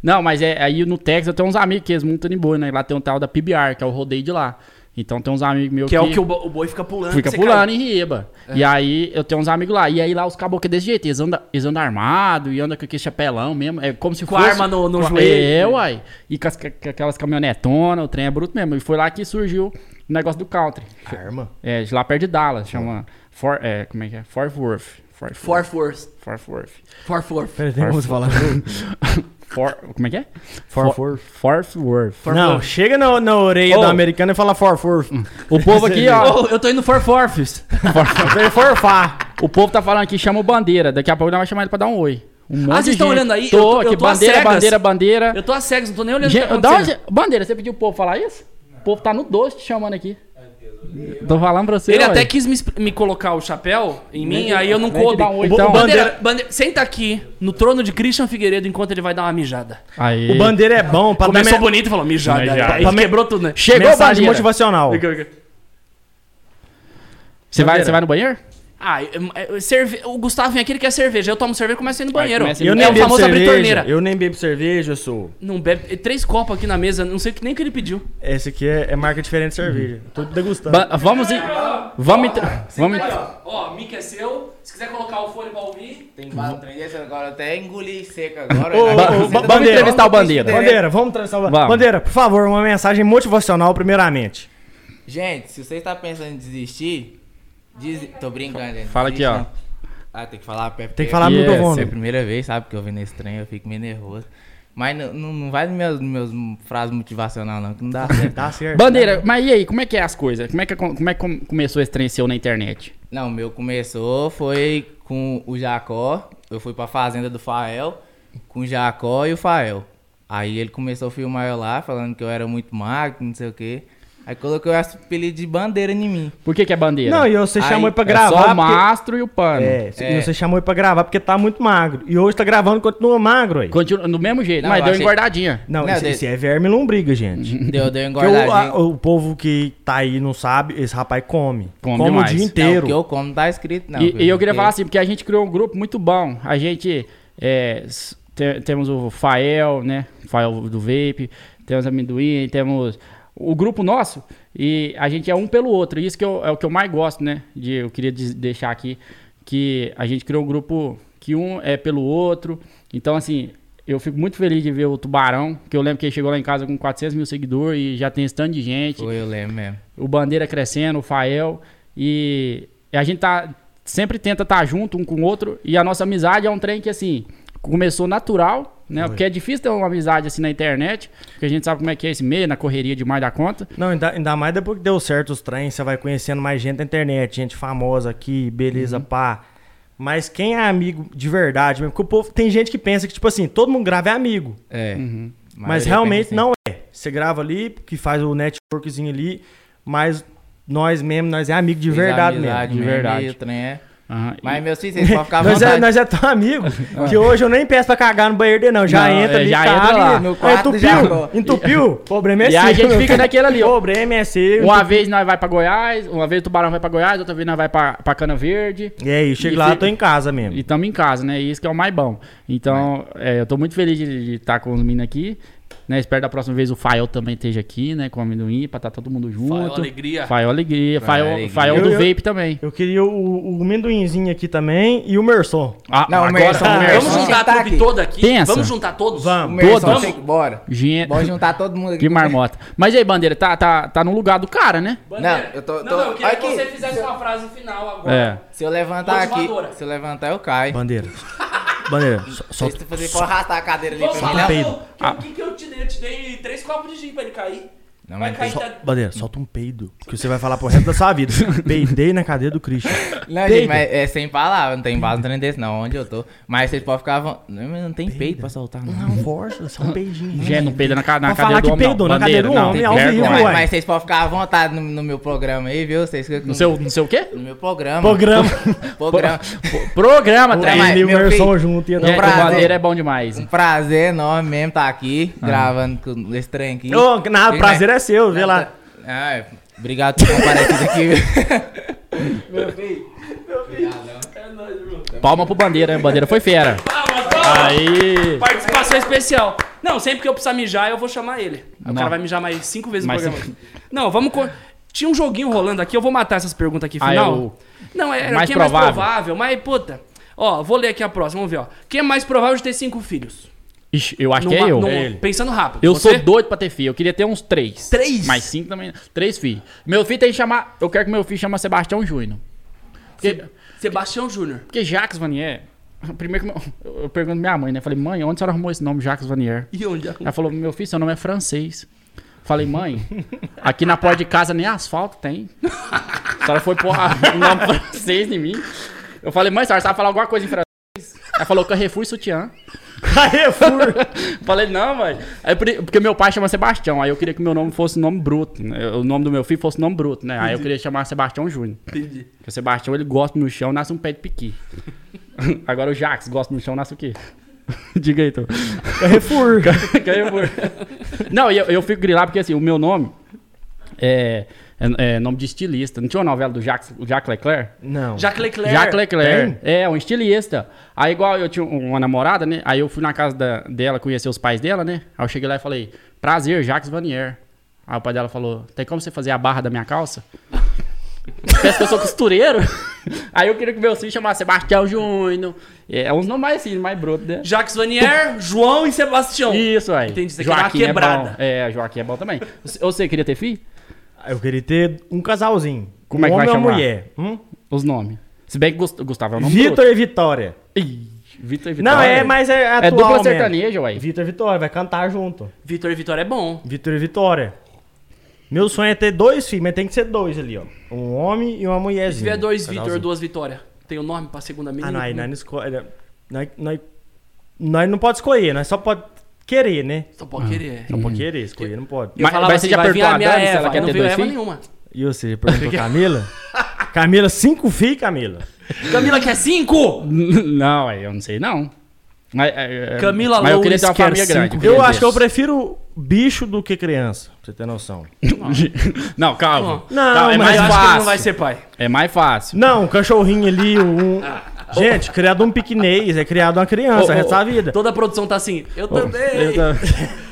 Speaker 3: não, mas é, aí no Texas eu tenho uns amigos que eles montam em boi, né? Lá tem um tal da PBR, que é o rodeio de lá. Então tem uns amigos meus
Speaker 1: Que é o que o bo- o boi fica pulando.
Speaker 3: Fica
Speaker 1: você
Speaker 3: pulando
Speaker 1: cai. É.
Speaker 3: em riba. E aí eu tenho uns amigos lá. E aí lá os caboclos é desse jeito. Eles andam, eles andam armados e andam com aquele chapelão mesmo. É como se
Speaker 1: Com a
Speaker 3: fosse.
Speaker 1: arma no- no
Speaker 3: com a-
Speaker 1: joelho.
Speaker 3: É, uai. E com, as- com aquelas caminhonetonas, o trem é bruto mesmo. E foi lá que surgiu o negócio do country.
Speaker 2: Arma.
Speaker 3: É, de lá perto de Dallas. Chama. For, é, como é que é? Fort Worth. Fort
Speaker 1: Fort Worth.
Speaker 3: Fort Worth.
Speaker 1: Fort Worth.
Speaker 2: Peraí, tem como você falar.
Speaker 3: For, como é que é?
Speaker 2: Fort
Speaker 3: For-
Speaker 2: Worth.
Speaker 3: Fort Worth.
Speaker 1: Fort
Speaker 2: Não,
Speaker 1: Worth.
Speaker 2: chega na, na orelha
Speaker 1: Oh.
Speaker 3: Ô.
Speaker 2: do americano e fala forfur.
Speaker 3: O povo aqui, ó.
Speaker 1: Ô, eu tô indo Fort Forfs.
Speaker 2: Vem forfar.
Speaker 3: O povo tá falando aqui, chama o bandeira. Daqui a pouco nós vamos chamar ele pra dar um oi. Um monte
Speaker 1: Ah, vocês
Speaker 3: de
Speaker 1: estão
Speaker 3: gente.
Speaker 1: olhando aí?
Speaker 3: Tô,
Speaker 1: Eu tô- eu
Speaker 3: aqui,
Speaker 1: tô às
Speaker 3: bandeira,
Speaker 1: cegas.
Speaker 3: bandeira, bandeira,
Speaker 1: Eu tô a cegas, não tô nem olhando o que
Speaker 3: Gente,
Speaker 1: tá
Speaker 3: dá
Speaker 1: acontecendo.
Speaker 3: onde- Bandeira, você pediu o povo falar isso? O povo tá no doce te chamando aqui. Tô falando pra você.
Speaker 1: Ele
Speaker 3: ué.
Speaker 1: até quis me, exp- me colocar o chapéu em mim, aí eu não
Speaker 3: Vem te
Speaker 1: coube.
Speaker 3: dar um oi,
Speaker 1: O
Speaker 3: então.
Speaker 1: Bandeira, bandeira, senta aqui no trono de Christian Figueiredo enquanto ele vai dar uma mijada.
Speaker 3: Aí.
Speaker 2: O Bandeira é bom pra
Speaker 1: Começou
Speaker 2: dar me-
Speaker 1: bonito e falou mijada.
Speaker 3: Mijada.
Speaker 1: Ele
Speaker 2: Também-
Speaker 1: quebrou tudo, né?
Speaker 3: Chegou o
Speaker 2: mensagem
Speaker 3: bandeira.
Speaker 2: motivacional.
Speaker 3: Você vai,
Speaker 2: Bandeira.
Speaker 3: você vai no banheiro?
Speaker 1: Ah, eu- eu- cerve... o Gustavo vem aqui, ele quer cerveja. Eu tomo cerveja e começo a ir no
Speaker 3: Aí
Speaker 1: banheiro.
Speaker 3: começa a ir
Speaker 2: Eu
Speaker 3: no
Speaker 2: nem
Speaker 1: é o
Speaker 2: bebo
Speaker 1: famoso abrir
Speaker 2: cerveja.
Speaker 1: torneira.
Speaker 2: Eu nem bebo cerveja, eu sou.
Speaker 1: Não bebe. é Três copos aqui na mesa, não sei que- nem o que ele pediu.
Speaker 2: Esse aqui é, é marca diferente de cerveja. Tô degustando.
Speaker 3: Ba- vamos ir. Vamos entrar. Vamos entrar.
Speaker 1: ó. Ó, mic é seu. Se quiser colocar o fone pra ouvir.
Speaker 4: Tem quatro trem desse agora, eu até engoli seco agora.
Speaker 2: Ô,
Speaker 4: Agora
Speaker 2: ô,
Speaker 4: você
Speaker 2: ba-
Speaker 4: tá-
Speaker 2: bandeira.
Speaker 3: entrevistar o Bandeira.
Speaker 2: Bandeira, vamos trazer o
Speaker 3: Vamos.
Speaker 2: Bandeira, por favor, uma mensagem motivacional primeiramente.
Speaker 4: Gente, se você está pensando em desistir, desi- tô brincando, gente.
Speaker 3: Fala aqui,
Speaker 4: Desiste
Speaker 3: ó.
Speaker 4: não. Ah, tem que falar perto.
Speaker 2: Tem que falar no
Speaker 3: Yes.
Speaker 4: Essa é a
Speaker 2: microfone.
Speaker 4: primeira vez, sabe, que eu venho nesse trem, eu fico meio nervoso. Mas não, não, não vai nos meus, nos meus frases motivacionais, não, que não dá certo.
Speaker 2: Tá certo.
Speaker 3: Bandeira, mas e aí, como é que é as coisas? Como é que, como é que com- começou esse trem seu na internet?
Speaker 4: Não, o meu começou foi com o Jacó. Eu fui pra fazenda do Fael com o Jacó e o Fael. Aí ele começou a filmar eu lá, falando que eu era muito magro, não sei o quê. Aí colocou esse apelido de bandeira em mim.
Speaker 3: Por que, que é bandeira?
Speaker 2: Não, e você
Speaker 4: Aí,
Speaker 2: chamou ele pra
Speaker 3: é
Speaker 2: gravar.
Speaker 3: Só o
Speaker 2: porque-
Speaker 3: mastro e o pano.
Speaker 2: É,
Speaker 4: É.
Speaker 2: e você chamou ele pra gravar porque tá muito magro. E hoje tá gravando e continua magro aí.
Speaker 3: Continua do mesmo jeito,
Speaker 4: Não,
Speaker 3: mas
Speaker 4: eu
Speaker 3: deu
Speaker 4: achei-
Speaker 3: engordadinha.
Speaker 2: Não,
Speaker 4: Não,
Speaker 2: esse,
Speaker 4: de- Uhum.
Speaker 2: esse é verme lombriga, gente.
Speaker 4: Deu, deu
Speaker 2: Porque o,
Speaker 4: engordadinha.
Speaker 2: a- o povo que tá aí não sabe, esse rapaz come.
Speaker 3: Come
Speaker 2: o
Speaker 3: demais. Não,
Speaker 2: dia
Speaker 4: Não, o
Speaker 2: inteiro.
Speaker 4: que eu como não tá escrito, não. é.
Speaker 3: e, e eu queria
Speaker 4: porque-
Speaker 3: falar assim, porque a gente criou um grupo muito bom. A gente é, s- te- temos o Fael, né? Fael do Vape, temos amendoim, temos o grupo nosso e a gente é um pelo outro. Isso que eu- é o que eu mais gosto, né? De, eu queria des- deixar aqui que a gente criou um grupo que um é pelo outro. Então, assim, eu fico muito feliz de ver o Tubarão, que eu lembro que ele chegou lá em casa com 400 mil seguidores e já tem esse tanto de gente
Speaker 2: assim,
Speaker 4: Foi, eu lembro mesmo.
Speaker 3: o Bandeira crescendo, o Fael. E a gente tá, sempre tenta estar junto um com o outro. E a nossa amizade é um trem que, assim, começou natural, né? Porque é difícil ter uma amizade assim na internet. Porque a gente sabe como é que é esse meio, na correria demais da conta.
Speaker 2: Não, ainda, ainda mais depois que deu certo os trens, você vai conhecendo mais gente na internet, gente famosa aqui, beleza,
Speaker 3: Uhum.
Speaker 2: pá. Mas quem é amigo de verdade mesmo? Porque o povo tem gente que pensa que, tipo assim, todo mundo grava é amigo.
Speaker 4: É.
Speaker 2: Uhum. Mas realmente
Speaker 3: assim.
Speaker 2: não é. Você grava ali, que faz o networkzinho ali, mas nós mesmo, nós é amigo de verdade mesmo.
Speaker 4: De verdade.
Speaker 3: verdade.
Speaker 4: e o trem é-
Speaker 3: Aham.
Speaker 4: Mas, meus filhos, vocês podem ficar à
Speaker 2: Nós
Speaker 4: vontade.
Speaker 2: é, nós é tão amigo que hoje eu nem peço pra cagar no banheiro dele, não. Já
Speaker 3: Não,
Speaker 2: entra
Speaker 3: é,
Speaker 2: ali,
Speaker 3: já
Speaker 2: caga,
Speaker 3: entra lá.
Speaker 2: e-
Speaker 4: No
Speaker 2: ah,
Speaker 4: quarto já
Speaker 2: entupiu,
Speaker 4: agora.
Speaker 2: entupiu. O problema é
Speaker 3: E
Speaker 2: seu.
Speaker 3: a gente fica naquele ali,
Speaker 2: O
Speaker 3: ó.
Speaker 2: problema é seu.
Speaker 3: Uma vez nós vai pra Goiás, uma vez o Tubarão vai pra Goiás, outra vez nós vai pra, pra Cana Verde.
Speaker 2: E aí, chego
Speaker 3: E
Speaker 2: lá,
Speaker 3: fica-
Speaker 2: tô em casa mesmo.
Speaker 3: E estamos em casa, né? E isso que é o mais bom. Então, é, eu tô muito feliz de estar com os meninos aqui. Né? Espero da próxima vez o Fael também esteja aqui, né? Com o amendoim, pra estar todo mundo junto.
Speaker 1: Fael Alegria.
Speaker 3: Fael Alegria. Fael,
Speaker 4: Alegria.
Speaker 3: Fael do
Speaker 2: Eu- eu-
Speaker 3: Vape também.
Speaker 2: Eu queria o, o amendoinzinho aqui também e o Merson.
Speaker 3: Ah,
Speaker 4: Não,
Speaker 3: agora
Speaker 4: mas-
Speaker 3: são
Speaker 4: Ah,
Speaker 3: mulheres.
Speaker 1: Vamos
Speaker 4: Vamos
Speaker 1: juntar a
Speaker 4: sentar
Speaker 1: trupe
Speaker 4: aqui.
Speaker 1: toda aqui?
Speaker 3: Pensa.
Speaker 1: Vamos juntar todos?
Speaker 2: Vamos.
Speaker 4: Merson,
Speaker 3: todos.
Speaker 4: sei que Bora.
Speaker 3: Gente-
Speaker 4: Bora juntar todo mundo aqui.
Speaker 3: Que marmota. Mas e aí, Bandeira, tá, tá, tá no lugar do cara, né?
Speaker 1: Bandeira.
Speaker 4: Não, eu tô-
Speaker 1: Não,
Speaker 4: tô-
Speaker 1: não, eu queria que
Speaker 4: Aqui.
Speaker 1: você fizesse uma frase final agora.
Speaker 3: É.
Speaker 4: Se eu levantar aqui,
Speaker 1: Motivadora.
Speaker 4: se eu levantar, eu caio.
Speaker 2: Bandeira. Bandeira, só, só-
Speaker 4: Se tu fazer for arrastar a cadeira ali
Speaker 1: Vamos
Speaker 4: pra mim,
Speaker 1: lá,
Speaker 4: não.
Speaker 2: peido.
Speaker 1: pô. Que- O que, que eu te dei? Eu te dei três copos de gin pra ele cair.
Speaker 4: Não,
Speaker 1: Vai
Speaker 4: mas
Speaker 1: cair.
Speaker 4: tem-
Speaker 1: tá-
Speaker 2: Bandeira, solta um peido que você vai falar pro resto da sua vida. Peidei na cadeira do Christian.
Speaker 4: Não,
Speaker 2: Peido.
Speaker 4: gente, mas é sem palavra, não tem base, não tem desse, não, onde eu tô. Mas vocês podem ficar. à von- Não, mas não tem peito pra soltar, não.
Speaker 2: Não, força, só um peidinho.
Speaker 3: Gente, não peida na, ca- na
Speaker 2: Pra
Speaker 3: cadeira
Speaker 2: falar
Speaker 3: do
Speaker 2: que
Speaker 3: homem,
Speaker 2: peidou
Speaker 3: não.
Speaker 2: na cadeira do
Speaker 3: Bandeira, não,
Speaker 2: homem,
Speaker 3: tem
Speaker 2: é ao
Speaker 3: vergonha.
Speaker 2: vivo,
Speaker 4: mas,
Speaker 2: ué.
Speaker 4: mas vocês podem ficar à vontade no, no meu programa aí, viu? Vocês ficam com-
Speaker 3: Não sei, o- não sei o quê?
Speaker 4: No meu programa.
Speaker 2: Programa.
Speaker 4: Programa.
Speaker 3: Programa,
Speaker 4: Ué,
Speaker 3: trem.
Speaker 4: mas-
Speaker 2: Ele e o
Speaker 4: meu
Speaker 2: Merson
Speaker 4: filho,
Speaker 2: junto ia
Speaker 3: Gente,
Speaker 2: dar
Speaker 4: um
Speaker 3: o
Speaker 4: prazer.
Speaker 3: Bandeira é bom demais.
Speaker 4: Um prazer enorme mesmo estar aqui, gravando com esse trem aqui.
Speaker 2: Ô, na-
Speaker 4: Vocês,
Speaker 2: prazer
Speaker 4: né?
Speaker 2: é seu, vê lá.
Speaker 4: Ah, é. obrigado por comparecer aqui.
Speaker 1: É nóis, irmão.
Speaker 3: Palma pro Bandeira, né? Bandeira foi fera.
Speaker 1: Palmas, palmas.
Speaker 3: Aí.
Speaker 1: Participação especial. Não, sempre que eu precisar mijar, eu vou chamar ele. Aí O
Speaker 3: Não.
Speaker 1: cara vai mijar mais cinco vezes
Speaker 3: Mas-
Speaker 1: no programa. Não, vamos. co- Tinha um joguinho rolando aqui, eu vou matar essas perguntas aqui
Speaker 3: Ah,
Speaker 1: final.
Speaker 3: é o-
Speaker 1: Não, é
Speaker 3: Mais
Speaker 1: quem é mais
Speaker 3: provável.
Speaker 1: provável, mas puta. Ó, vou ler aqui a próxima, vamos ver, ó. Quem é mais provável de ter cinco filhos?
Speaker 3: Ixi, eu acho que
Speaker 1: Numa-
Speaker 3: é eu.
Speaker 1: numa- Pensando rápido.
Speaker 3: Eu
Speaker 1: Você?
Speaker 3: sou doido pra ter filho. Eu queria ter uns três.
Speaker 1: Três?
Speaker 3: Mais cinco também. Três filhos. Meu filho tem que chamar. Eu quero que meu filho chama Sebastião Júnior. Porque,
Speaker 1: Sebastião Júnior.
Speaker 3: porque Jacques Vanier. Primeiro que meu- eu, eu pergunto minha mãe, né? Falei, mãe, onde a senhora arrumou esse nome, Jacques Vanier?
Speaker 1: E
Speaker 2: é
Speaker 1: onde?
Speaker 3: Ela falou, meu filho, seu nome é francês. Falei, mãe, aqui na porta de casa nem asfalto tem. A senhora foi pôr o nome francês em mim. Eu falei, mãe, a senhora sabe falar alguma coisa em francês? Ela falou, Carrefour e sutiã.
Speaker 2: Carrefour.
Speaker 3: Falei, não, mãe. Aí, por- porque meu pai chama Sebastião, aí eu queria que meu nome fosse nome bruto. né? O nome do meu filho fosse nome bruto, né? Aí eu queria chamar Sebastião Júnior.
Speaker 1: Entendi.
Speaker 3: Porque o Sebastião, ele gosta no chão, nasce um pé de piqui. Agora o Jax gosta no chão, nasce o quê? Diga aí, então.
Speaker 2: Carrefour.
Speaker 3: Ganhei por- Não, e eu, eu fico grilado porque assim, o meu nome é, é- é nome de estilista. Não tinha uma novela do Jacques, o Jacques Leclerc?
Speaker 2: Não.
Speaker 1: Jacques Leclerc.
Speaker 3: Jacques Leclerc. É, um estilista. Aí, igual eu tinha uma namorada, né? Aí eu fui na casa da- dela, conhecer os pais dela, né? Aí eu cheguei lá e falei, prazer, Jacques Vanier. Aí o pai dela falou, tem como você fazer a barra da minha calça? Parece que eu sou costureiro. Aí eu queria que meu filho chamasse Sebastião Júnior. É uns nomes mais assim, mais broto, né?
Speaker 1: Jacques Vanier, João e Sebastião.
Speaker 3: Isso aí.
Speaker 1: Entendi, você quer dar uma quebrada.
Speaker 3: É, bom. é, Joaquim é bom também. Você- Você queria ter filho?
Speaker 2: Eu queria ter um casalzinho.
Speaker 3: Como é que
Speaker 2: um
Speaker 3: vai
Speaker 2: homem e uma
Speaker 3: chamar?
Speaker 2: mulher. Hum?
Speaker 3: Os nomes. Se bem que Gust- Gustavo é o nome
Speaker 2: Vitor
Speaker 3: do outro.
Speaker 2: e Vitória.
Speaker 3: Ih, Vitor e Vitória.
Speaker 2: Não, é, mas é atual
Speaker 3: É dupla
Speaker 2: mesmo.
Speaker 3: sertaneja, ué.
Speaker 2: Vitor e Vitória, vai cantar junto.
Speaker 1: Vitor e Vitória é bom.
Speaker 2: Vitor e Vitória. Meu sonho é ter dois filhos, mas tem que ser dois ali, ó. Um homem e uma
Speaker 1: Se
Speaker 2: mulherzinha.
Speaker 1: tiver dois
Speaker 2: Casalzinho.
Speaker 1: Vitor, duas Vitória. Tem o nome pra segunda menina.
Speaker 2: tá Ah, não, aí nós não escolhe. Nós, nós, nós não pode escolher, nós só pode querer, né?
Speaker 1: Só pode querer.
Speaker 2: Não pode querer, escolher não pode.
Speaker 1: Eu
Speaker 3: Mas-
Speaker 1: falava
Speaker 3: mas você
Speaker 1: assim,
Speaker 3: já
Speaker 1: vai vir
Speaker 3: perguntou
Speaker 1: a
Speaker 3: a
Speaker 1: minha
Speaker 3: Dani se
Speaker 1: Eva.
Speaker 3: ela quer
Speaker 1: Aí não
Speaker 3: ter
Speaker 1: veio
Speaker 3: dois
Speaker 1: Eva
Speaker 3: filhos?
Speaker 1: nenhuma.
Speaker 2: E você perguntou Camila? Camila, cinco filhos, Camila.
Speaker 1: Camila quer cinco?
Speaker 3: não, ué, eu não sei não. Mas, é, é,
Speaker 1: Camila
Speaker 3: mas eu queria
Speaker 1: Loures
Speaker 3: ter uma
Speaker 1: quer
Speaker 3: família grande.
Speaker 1: cinco
Speaker 2: Eu
Speaker 3: queria
Speaker 2: acho que eu
Speaker 3: ter.
Speaker 2: prefiro bicho do que criança, pra você ter noção.
Speaker 3: Não, calma.
Speaker 2: Não,
Speaker 3: Tá, é
Speaker 2: mas
Speaker 3: mais
Speaker 1: eu acho que ele não
Speaker 3: fácil.
Speaker 1: vai ser pai.
Speaker 3: É mais fácil.
Speaker 2: Não, um cachorrinho ali, um. Gente, criado um piquenês, é criado uma criança,
Speaker 3: Ô,
Speaker 2: é
Speaker 3: ô,
Speaker 2: resto da vida.
Speaker 1: Toda a produção tá assim. Eu também.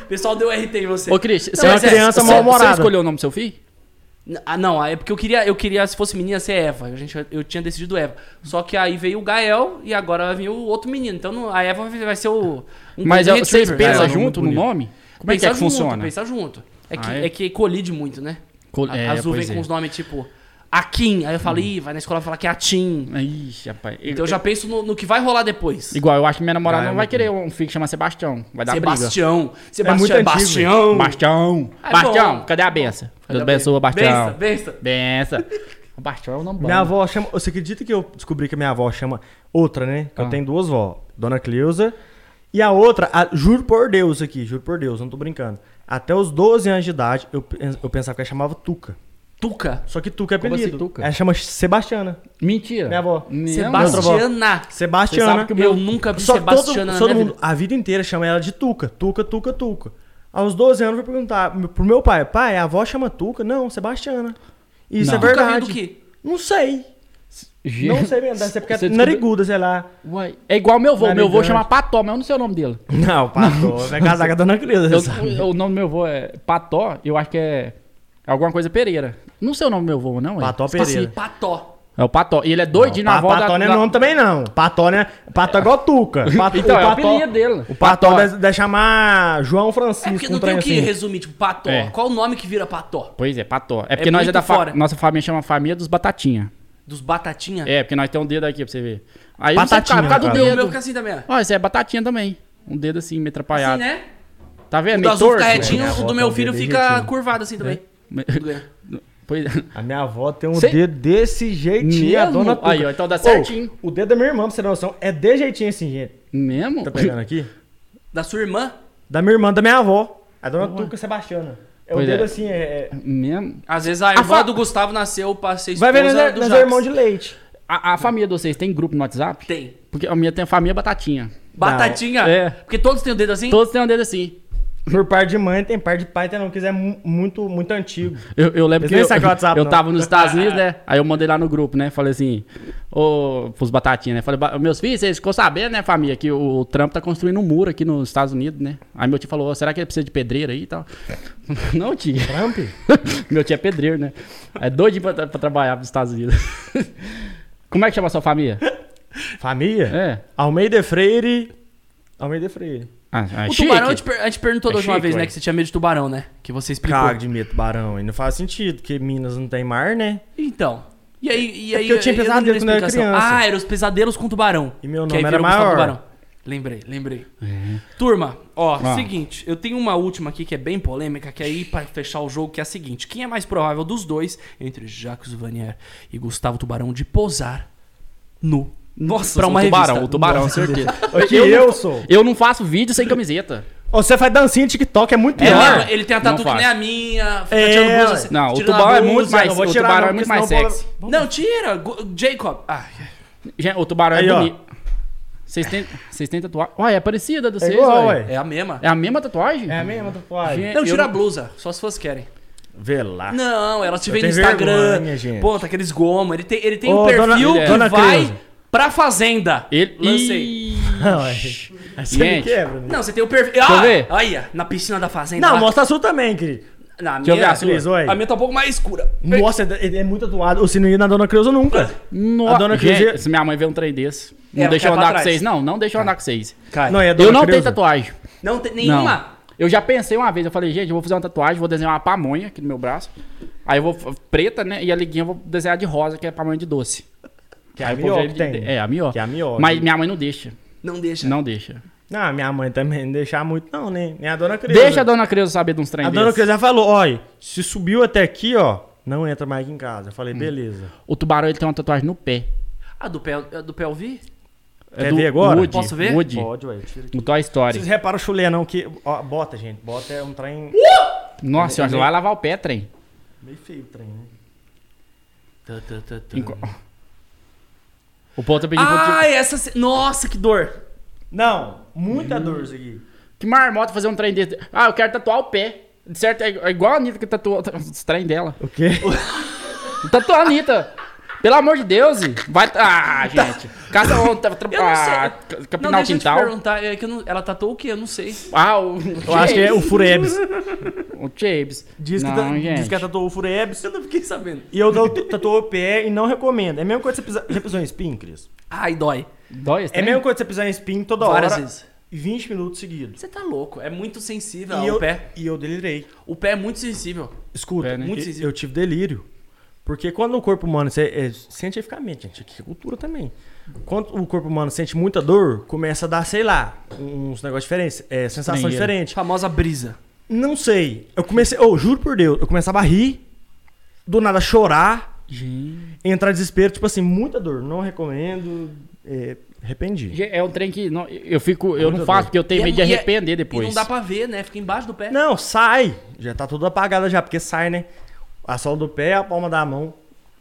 Speaker 1: O pessoal deu RT em você.
Speaker 3: Ô, Cris,
Speaker 1: é uma
Speaker 2: criança
Speaker 3: você-
Speaker 2: mal-humorada.
Speaker 3: Você escolheu o nome do seu filho?
Speaker 1: N- Ah, não, ah, é porque eu queria, eu queria, se fosse menina, ser Eva. A gente, eu tinha decidido Eva. Só que aí veio o Gael e agora vai vir o outro menino. Então não- a Eva vai- vai ser o. Um
Speaker 3: Mas
Speaker 1: golden
Speaker 3: eu- vocês
Speaker 1: retriever.
Speaker 3: pensam
Speaker 1: É,
Speaker 3: junto no nome? Como é que,
Speaker 1: pensar
Speaker 3: é que
Speaker 1: junto,
Speaker 3: funciona?
Speaker 1: Pensar junto. É que,
Speaker 3: Ah, é?
Speaker 1: é que colide muito, né?
Speaker 3: Col-
Speaker 1: A-
Speaker 3: é,
Speaker 1: Azul vem
Speaker 3: pois é. Hum.
Speaker 1: com uns nomes tipo Akin. Aí eu falo, ih, vai na escola falar que é Atin.
Speaker 3: Ixi, rapaz.
Speaker 1: Então eu já penso no, no que vai rolar depois.
Speaker 3: Igual, eu acho que minha namorada
Speaker 2: Ah,
Speaker 3: não vai querer um filho que chama Sebastião. Vai dar briga.
Speaker 1: Sebastião.
Speaker 2: É muito
Speaker 1: Sebastião.
Speaker 2: antigo.
Speaker 1: Bastião.
Speaker 3: Bastião.
Speaker 1: Ah, é
Speaker 3: Bastião,
Speaker 1: bom.
Speaker 3: cadê a benção? Deus
Speaker 1: Cadê
Speaker 3: abençoe,
Speaker 1: a
Speaker 3: Bastião.
Speaker 1: Bença, bença.
Speaker 3: Benção. O Bastião é o nome bom.
Speaker 2: Minha avó chama. Você acredita que eu descobri que a minha avó chama outra, né? Que eu
Speaker 3: Ah.
Speaker 2: tenho duas vó, Dona Cleusa. E a outra, a- juro por Deus aqui, juro por Deus, não tô brincando. Até os 12 anos de idade, eu, pe- eu pensava que ela chamava Tuca.
Speaker 1: Tuca.
Speaker 2: Só que Tuca é
Speaker 3: Como
Speaker 2: apelido.
Speaker 3: assim, Tuca?
Speaker 2: Ela chama Sebastiana.
Speaker 3: Mentira.
Speaker 2: Minha avó.
Speaker 3: Minha avó.
Speaker 1: Sebastiana.
Speaker 3: Você
Speaker 2: Sebastiana.
Speaker 3: sabe que o
Speaker 1: Eu nunca vi
Speaker 2: Só
Speaker 1: Sebastiana
Speaker 2: todo,
Speaker 1: na
Speaker 2: todo
Speaker 1: minha
Speaker 2: mundo, a vida inteira chama ela de Tuca. Tuca, Tuca, Tuca. Aos 12 anos eu fui perguntar pro meu pai, pai, a avó chama Tuca? Não, Sebastiana. Isso
Speaker 3: Não.
Speaker 2: é
Speaker 1: Tuca veio
Speaker 2: verdade.
Speaker 1: do Tipo quê?
Speaker 2: Não sei.
Speaker 3: Ge-
Speaker 2: Não sei mesmo, deve ser porque é
Speaker 3: Você descobriu-
Speaker 2: nariguda, sei lá.
Speaker 3: Uai, É igual meu avô. Meu avô
Speaker 2: Narigante.
Speaker 3: chama Pató, mas eu não sei o nome dele.
Speaker 2: Não, né? Pato, vai casar com a dona Cleusa, você tá sabe.
Speaker 3: Eu- o, o nome do meu avô é Pató, eu acho que é alguma coisa Pereira. Não sei o nome do meu avô, não. é?
Speaker 2: Pató
Speaker 3: Esqueci.
Speaker 2: Pereira.
Speaker 1: assim, Pató.
Speaker 3: É o Pató. E ele é doidinho na
Speaker 2: Pa-
Speaker 3: avó da-
Speaker 2: Pató não é
Speaker 3: da-
Speaker 2: nome também, não. Pató, né? Pató é igual Tuca. Pato,
Speaker 3: Então,
Speaker 2: o
Speaker 3: é o é-
Speaker 2: Pató,
Speaker 3: apelido dele.
Speaker 2: O Pató deve, deve chamar João Francisco.
Speaker 1: É porque
Speaker 2: um
Speaker 1: não tem
Speaker 2: trem
Speaker 1: o que
Speaker 2: assim.
Speaker 1: resumir, tipo, Pató.
Speaker 3: É.
Speaker 1: Qual o nome que vira Pató?
Speaker 3: Pois é, pató. É porque nós é
Speaker 1: muito
Speaker 3: da fa-
Speaker 1: fora.
Speaker 3: nossa família chama família dos batatinha.
Speaker 1: Dos Batatinha?
Speaker 3: É, porque nós temos um dedo aqui pra você ver. Aí você por
Speaker 2: Batatinha, no
Speaker 3: causa
Speaker 1: O
Speaker 3: do
Speaker 1: meu
Speaker 3: dedo.
Speaker 1: fica assim também. ó.
Speaker 3: Ó, esse é batatinha também. Um dedo assim, meio
Speaker 1: Assim,
Speaker 3: atrapalhado.
Speaker 1: né?
Speaker 3: Tá vendo?
Speaker 1: O do
Speaker 3: Meio
Speaker 1: azul fica
Speaker 3: torto.
Speaker 1: retinho,
Speaker 2: Minha
Speaker 1: o
Speaker 2: avó
Speaker 1: do meu
Speaker 2: né? tem
Speaker 1: filho
Speaker 2: dedo
Speaker 1: fica
Speaker 2: jeitinho.
Speaker 1: curvado assim também.
Speaker 2: É.
Speaker 3: Pois é.
Speaker 2: A minha avó tem um
Speaker 3: Cê-
Speaker 2: dedo desse jeitinho, a
Speaker 3: Mesmo?
Speaker 2: dona Tuca.
Speaker 3: Aí, ó, então dá certinho.
Speaker 2: Ô, o dedo da minha irmã, pra você ter noção, é de jeitinho assim, gente.
Speaker 3: Mesmo?
Speaker 2: Tá pegando aqui?
Speaker 1: Da sua irmã,
Speaker 2: Da minha irmã, da minha avó. A dona Tuca Sebastiana. É
Speaker 3: Pois
Speaker 2: o dedo
Speaker 3: é.
Speaker 2: assim, é... é-
Speaker 3: Mesmo?
Speaker 1: às vezes a
Speaker 3: A
Speaker 1: irmã
Speaker 3: fa-
Speaker 1: do Gustavo nasceu pra ser
Speaker 2: Ah, Vai
Speaker 1: esposa
Speaker 2: ver, nós é,
Speaker 3: né,
Speaker 1: do
Speaker 2: nós é
Speaker 1: Jax.
Speaker 2: irmão de leite.
Speaker 3: A, a família de vocês tem grupo no WhatsApp?
Speaker 1: Tem.
Speaker 3: Porque a minha tem a família batatinha.
Speaker 1: Batatinha?
Speaker 3: É.
Speaker 1: Porque todos têm o dedo assim?
Speaker 3: Todos têm um dedo assim.
Speaker 2: Por par de mãe, tem par de pai, tem não. Quiser mu- muito, muito antigo.
Speaker 3: Eu, eu lembro
Speaker 2: Eles
Speaker 3: que
Speaker 2: nem
Speaker 3: eu,
Speaker 2: sacam o WhatsApp,
Speaker 3: eu
Speaker 2: não.
Speaker 3: tava nos Estados Unidos, né? Aí eu mandei lá no grupo, né? Falei assim, ô, pros batatinhas, né? Falei, "Ba- meus filhos, vocês ficou sabendo, né, família, que o, o Trump tá construindo um muro aqui nos Estados Unidos, né? Aí meu tio falou, "Ô, será que ele precisa de pedreiro aí e tal? Não, tio.
Speaker 2: Trump?
Speaker 3: meu tio é pedreiro, né? É doido pra, tra- pra trabalhar pros Estados Unidos. Como é que chama a sua família?
Speaker 2: Família?
Speaker 3: É.
Speaker 2: Almeida Freire. Almeida Freire.
Speaker 3: Ah,
Speaker 2: É
Speaker 3: ah,
Speaker 1: O
Speaker 3: chique.
Speaker 1: tubarão, a gente, per- a gente perguntou da
Speaker 3: É
Speaker 1: última
Speaker 3: chique,
Speaker 1: vez, né?
Speaker 3: ué.
Speaker 1: Que você tinha medo de tubarão, né? Que você explicou.
Speaker 2: Cago de medo, barão. E não faz sentido, porque Minas não tem mar, né?
Speaker 1: Então. E aí, e
Speaker 2: É
Speaker 1: aí
Speaker 2: porque eu tinha
Speaker 1: não
Speaker 2: pesadelo
Speaker 1: dei
Speaker 2: quando eu era
Speaker 1: explicação.
Speaker 2: criança.
Speaker 1: Ah, eram os pesadelos com tubarão.
Speaker 2: E meu
Speaker 1: Que
Speaker 2: nome
Speaker 1: aí
Speaker 2: era
Speaker 1: virou Gustavo
Speaker 2: maior. Uhum.
Speaker 1: Lembrei, lembrei. Turma, ó,
Speaker 3: Ah.
Speaker 1: seguinte, eu tenho uma última aqui que é bem polêmica, que aí pra fechar o jogo, que é a seguinte: quem é mais provável dos dois, entre Jacques Vanier e Gustavo Tubarão, de posar nu Nossa,
Speaker 3: pra
Speaker 1: sou
Speaker 3: uma
Speaker 1: um
Speaker 3: revista.
Speaker 1: tubarão, um tubarão,
Speaker 3: Nossa,
Speaker 1: certeza.
Speaker 2: O que
Speaker 3: Eu
Speaker 2: eu,
Speaker 3: não-
Speaker 2: sou.
Speaker 3: Eu não faço vídeo sem camiseta.
Speaker 2: Ô, Você faz dancinha de TikTok, é muito
Speaker 1: É,
Speaker 2: pior.
Speaker 1: mano, ele tem a
Speaker 3: Não
Speaker 1: tatu que
Speaker 3: faz.
Speaker 1: nem a minha, fica
Speaker 2: É,
Speaker 1: tirando blusa
Speaker 2: ué.
Speaker 1: assim,
Speaker 3: Não, o
Speaker 1: tirando a
Speaker 3: tubarão é
Speaker 1: blusa.
Speaker 3: muito mais-
Speaker 2: Não vou
Speaker 3: o
Speaker 2: tirar,
Speaker 3: tubarão
Speaker 2: não,
Speaker 3: é muito
Speaker 2: porque
Speaker 3: mais
Speaker 2: senão
Speaker 3: sexy.
Speaker 2: bola-
Speaker 1: Não, tira, Go- Jacob. Ai,
Speaker 3: Gente, o tubarão
Speaker 2: Aí,
Speaker 3: é
Speaker 2: ó.
Speaker 3: bonito. Vocês têm, vocês têm tatuagem? Ué, é parecida do
Speaker 2: É
Speaker 3: vocês,
Speaker 2: igual,
Speaker 3: ué.
Speaker 2: ué.
Speaker 1: é a mesma?
Speaker 3: É a mesma tatuagem?
Speaker 2: É a mesma tatuagem.
Speaker 3: Gente,
Speaker 1: Não,
Speaker 3: eu
Speaker 1: tira a blusa, só se vocês querem.
Speaker 2: Vê lá.
Speaker 1: Não, ela te vê no
Speaker 2: tenho
Speaker 1: Instagram.
Speaker 2: vergonha, gente.
Speaker 1: Pô, tá aqueles goma. Ele tem, ele tem um
Speaker 2: Ô, dona- é
Speaker 1: perfil que
Speaker 2: dona
Speaker 1: vai
Speaker 2: Creuza.
Speaker 1: pra fazenda.
Speaker 3: Ele...
Speaker 1: Lancei.
Speaker 3: Ih,
Speaker 2: Não, é. Aí você me
Speaker 3: Gente.
Speaker 2: quebra, né?
Speaker 1: Não, você tem o perfil.
Speaker 3: eu
Speaker 1: Ah,
Speaker 3: ver.
Speaker 1: olha, na piscina da fazenda.
Speaker 2: Não,
Speaker 1: lá.
Speaker 2: mostra a sua também, querido.
Speaker 1: Na
Speaker 3: Deixa eu
Speaker 1: minha,
Speaker 3: ver a sua.
Speaker 2: Creuza, olha.
Speaker 1: a minha tá um pouco mais escura.
Speaker 2: Nossa, é, é muito atuado. Ou se não ia na Dona Creuza nunca.
Speaker 3: no...
Speaker 2: A dona
Speaker 3: Gente,
Speaker 2: Creuza-
Speaker 3: se minha mãe vê um trem desse, não
Speaker 1: Ela
Speaker 3: deixa
Speaker 1: cai
Speaker 3: eu
Speaker 1: É, pra
Speaker 3: andar com
Speaker 1: trás.
Speaker 3: vocês. Não, não deixa eu andar com vocês.
Speaker 1: Cara,
Speaker 2: Não,
Speaker 1: não,
Speaker 2: Tá. é a Dona
Speaker 3: Eu não tenho
Speaker 2: Creuza?
Speaker 3: tatuagem.
Speaker 1: tem
Speaker 3: Não.
Speaker 1: nenhuma.
Speaker 3: Eu já pensei uma vez, eu falei, gente, eu vou fazer uma tatuagem, vou desenhar uma pamonha aqui no meu braço. Aí eu vou f- preta, né? E a liguinha eu vou desenhar de rosa, que é pamonha de doce.
Speaker 2: Que é a
Speaker 3: Aí o
Speaker 2: melhor
Speaker 3: povo
Speaker 2: que
Speaker 3: já-
Speaker 2: tem.
Speaker 3: É, a melhor.
Speaker 2: Que é a melhor.
Speaker 3: Mas minha mãe não deixa.
Speaker 1: Não deixa.
Speaker 3: Não deixa.
Speaker 2: Não, minha mãe também não deixar muito, não, né? Nem a Dona Creuza.
Speaker 3: Deixa a dona Creuza saber de uns trem
Speaker 2: A Dona
Speaker 3: desses.
Speaker 2: Creuza já falou, olha, se subiu até aqui, ó, não entra mais aqui em casa. Eu falei, beleza.
Speaker 3: O tubarão, ele tem uma tatuagem no pé.
Speaker 1: Ah, do, pé, é do pé eu vi?
Speaker 2: Quer ver agora?
Speaker 3: Woody,
Speaker 1: Posso ver?
Speaker 3: Woody,
Speaker 2: É Pode, ué. Tira aqui.
Speaker 3: no Toy Story.
Speaker 2: Vocês reparam o chulé, não, que... Ó, bota, gente. Bota é um trem...
Speaker 3: Nossa senhora, você vai lavar o pé, trem.
Speaker 2: Meio feio o trem, né?
Speaker 1: Tã, tã, tã, tã.
Speaker 3: Enco- O povo tá pedindo pra eu te-
Speaker 1: Ah. Ai, essa. se- Nossa, que dor.
Speaker 2: Não, muita dor isso aqui.
Speaker 3: Que marmota fazer um trem desse. Ah, eu quero tatuar o pé. De certo, é é igual a Anitta que tatuou os trem dela.
Speaker 2: O quê?
Speaker 3: Tatuou a Anitta. Pelo amor de Deus, vai. Ah, gente. tá- Caça ontem,
Speaker 1: Tá. Eu não sei. não,
Speaker 3: capital
Speaker 1: deixa eu te
Speaker 3: ah, quintal.
Speaker 1: perguntar. É que eu não- ela tatuou o quê? Eu não sei.
Speaker 3: Ah, o.
Speaker 2: Eu acho que é o Furebs.
Speaker 3: O Chapes.
Speaker 2: Diz que,
Speaker 3: não,
Speaker 2: ta-
Speaker 3: gente.
Speaker 2: diz que é ela tatuou o Furebs.
Speaker 1: Eu não fiquei sabendo.
Speaker 2: E eu dou- tatuou o pé e não recomendo. É a mesma coisa que você pisar... Já pisou em espinho, Cris?
Speaker 1: Ai, dói.
Speaker 3: Dói esse
Speaker 2: É a
Speaker 3: trem?
Speaker 2: mesma coisa que você pisar em espinho toda hora.
Speaker 1: Várias vezes.
Speaker 2: e 20 minutos seguidos.
Speaker 1: Você tá louco. É muito sensível
Speaker 2: e
Speaker 1: ao
Speaker 2: eu,
Speaker 1: pé.
Speaker 2: E eu delirei.
Speaker 1: O pé é muito sensível.
Speaker 2: Escuta,
Speaker 3: Pé, né?
Speaker 2: muito
Speaker 1: E-
Speaker 2: sensível. É, eu tive delírio. Porque quando o corpo humano, você- é, cientificamente, gente, aqui é cultura também. Quando o corpo humano sente muita dor, começa a dar, sei lá, uns negócios diferentes, é, sensação
Speaker 3: Ninguém.
Speaker 2: diferente.
Speaker 1: Famosa brisa.
Speaker 2: Não sei. Eu comecei, oh, juro por Deus, eu começava a rir, do nada chorar,
Speaker 3: Gente.
Speaker 2: entrar em desespero, tipo assim, muita dor. Não recomendo, é, arrependi.
Speaker 3: Gente, É um trem que. Não, eu fico. Eu não
Speaker 2: Muito
Speaker 3: faço porque eu tenho
Speaker 1: E é-
Speaker 3: medo de
Speaker 1: e é-
Speaker 3: arrepender
Speaker 1: E não
Speaker 3: depois.
Speaker 1: dá pra ver, né? Fica embaixo do pé.
Speaker 2: Não, sai. Já tá tudo apagada já, porque sai, né? A sola do pé, a palma da mão.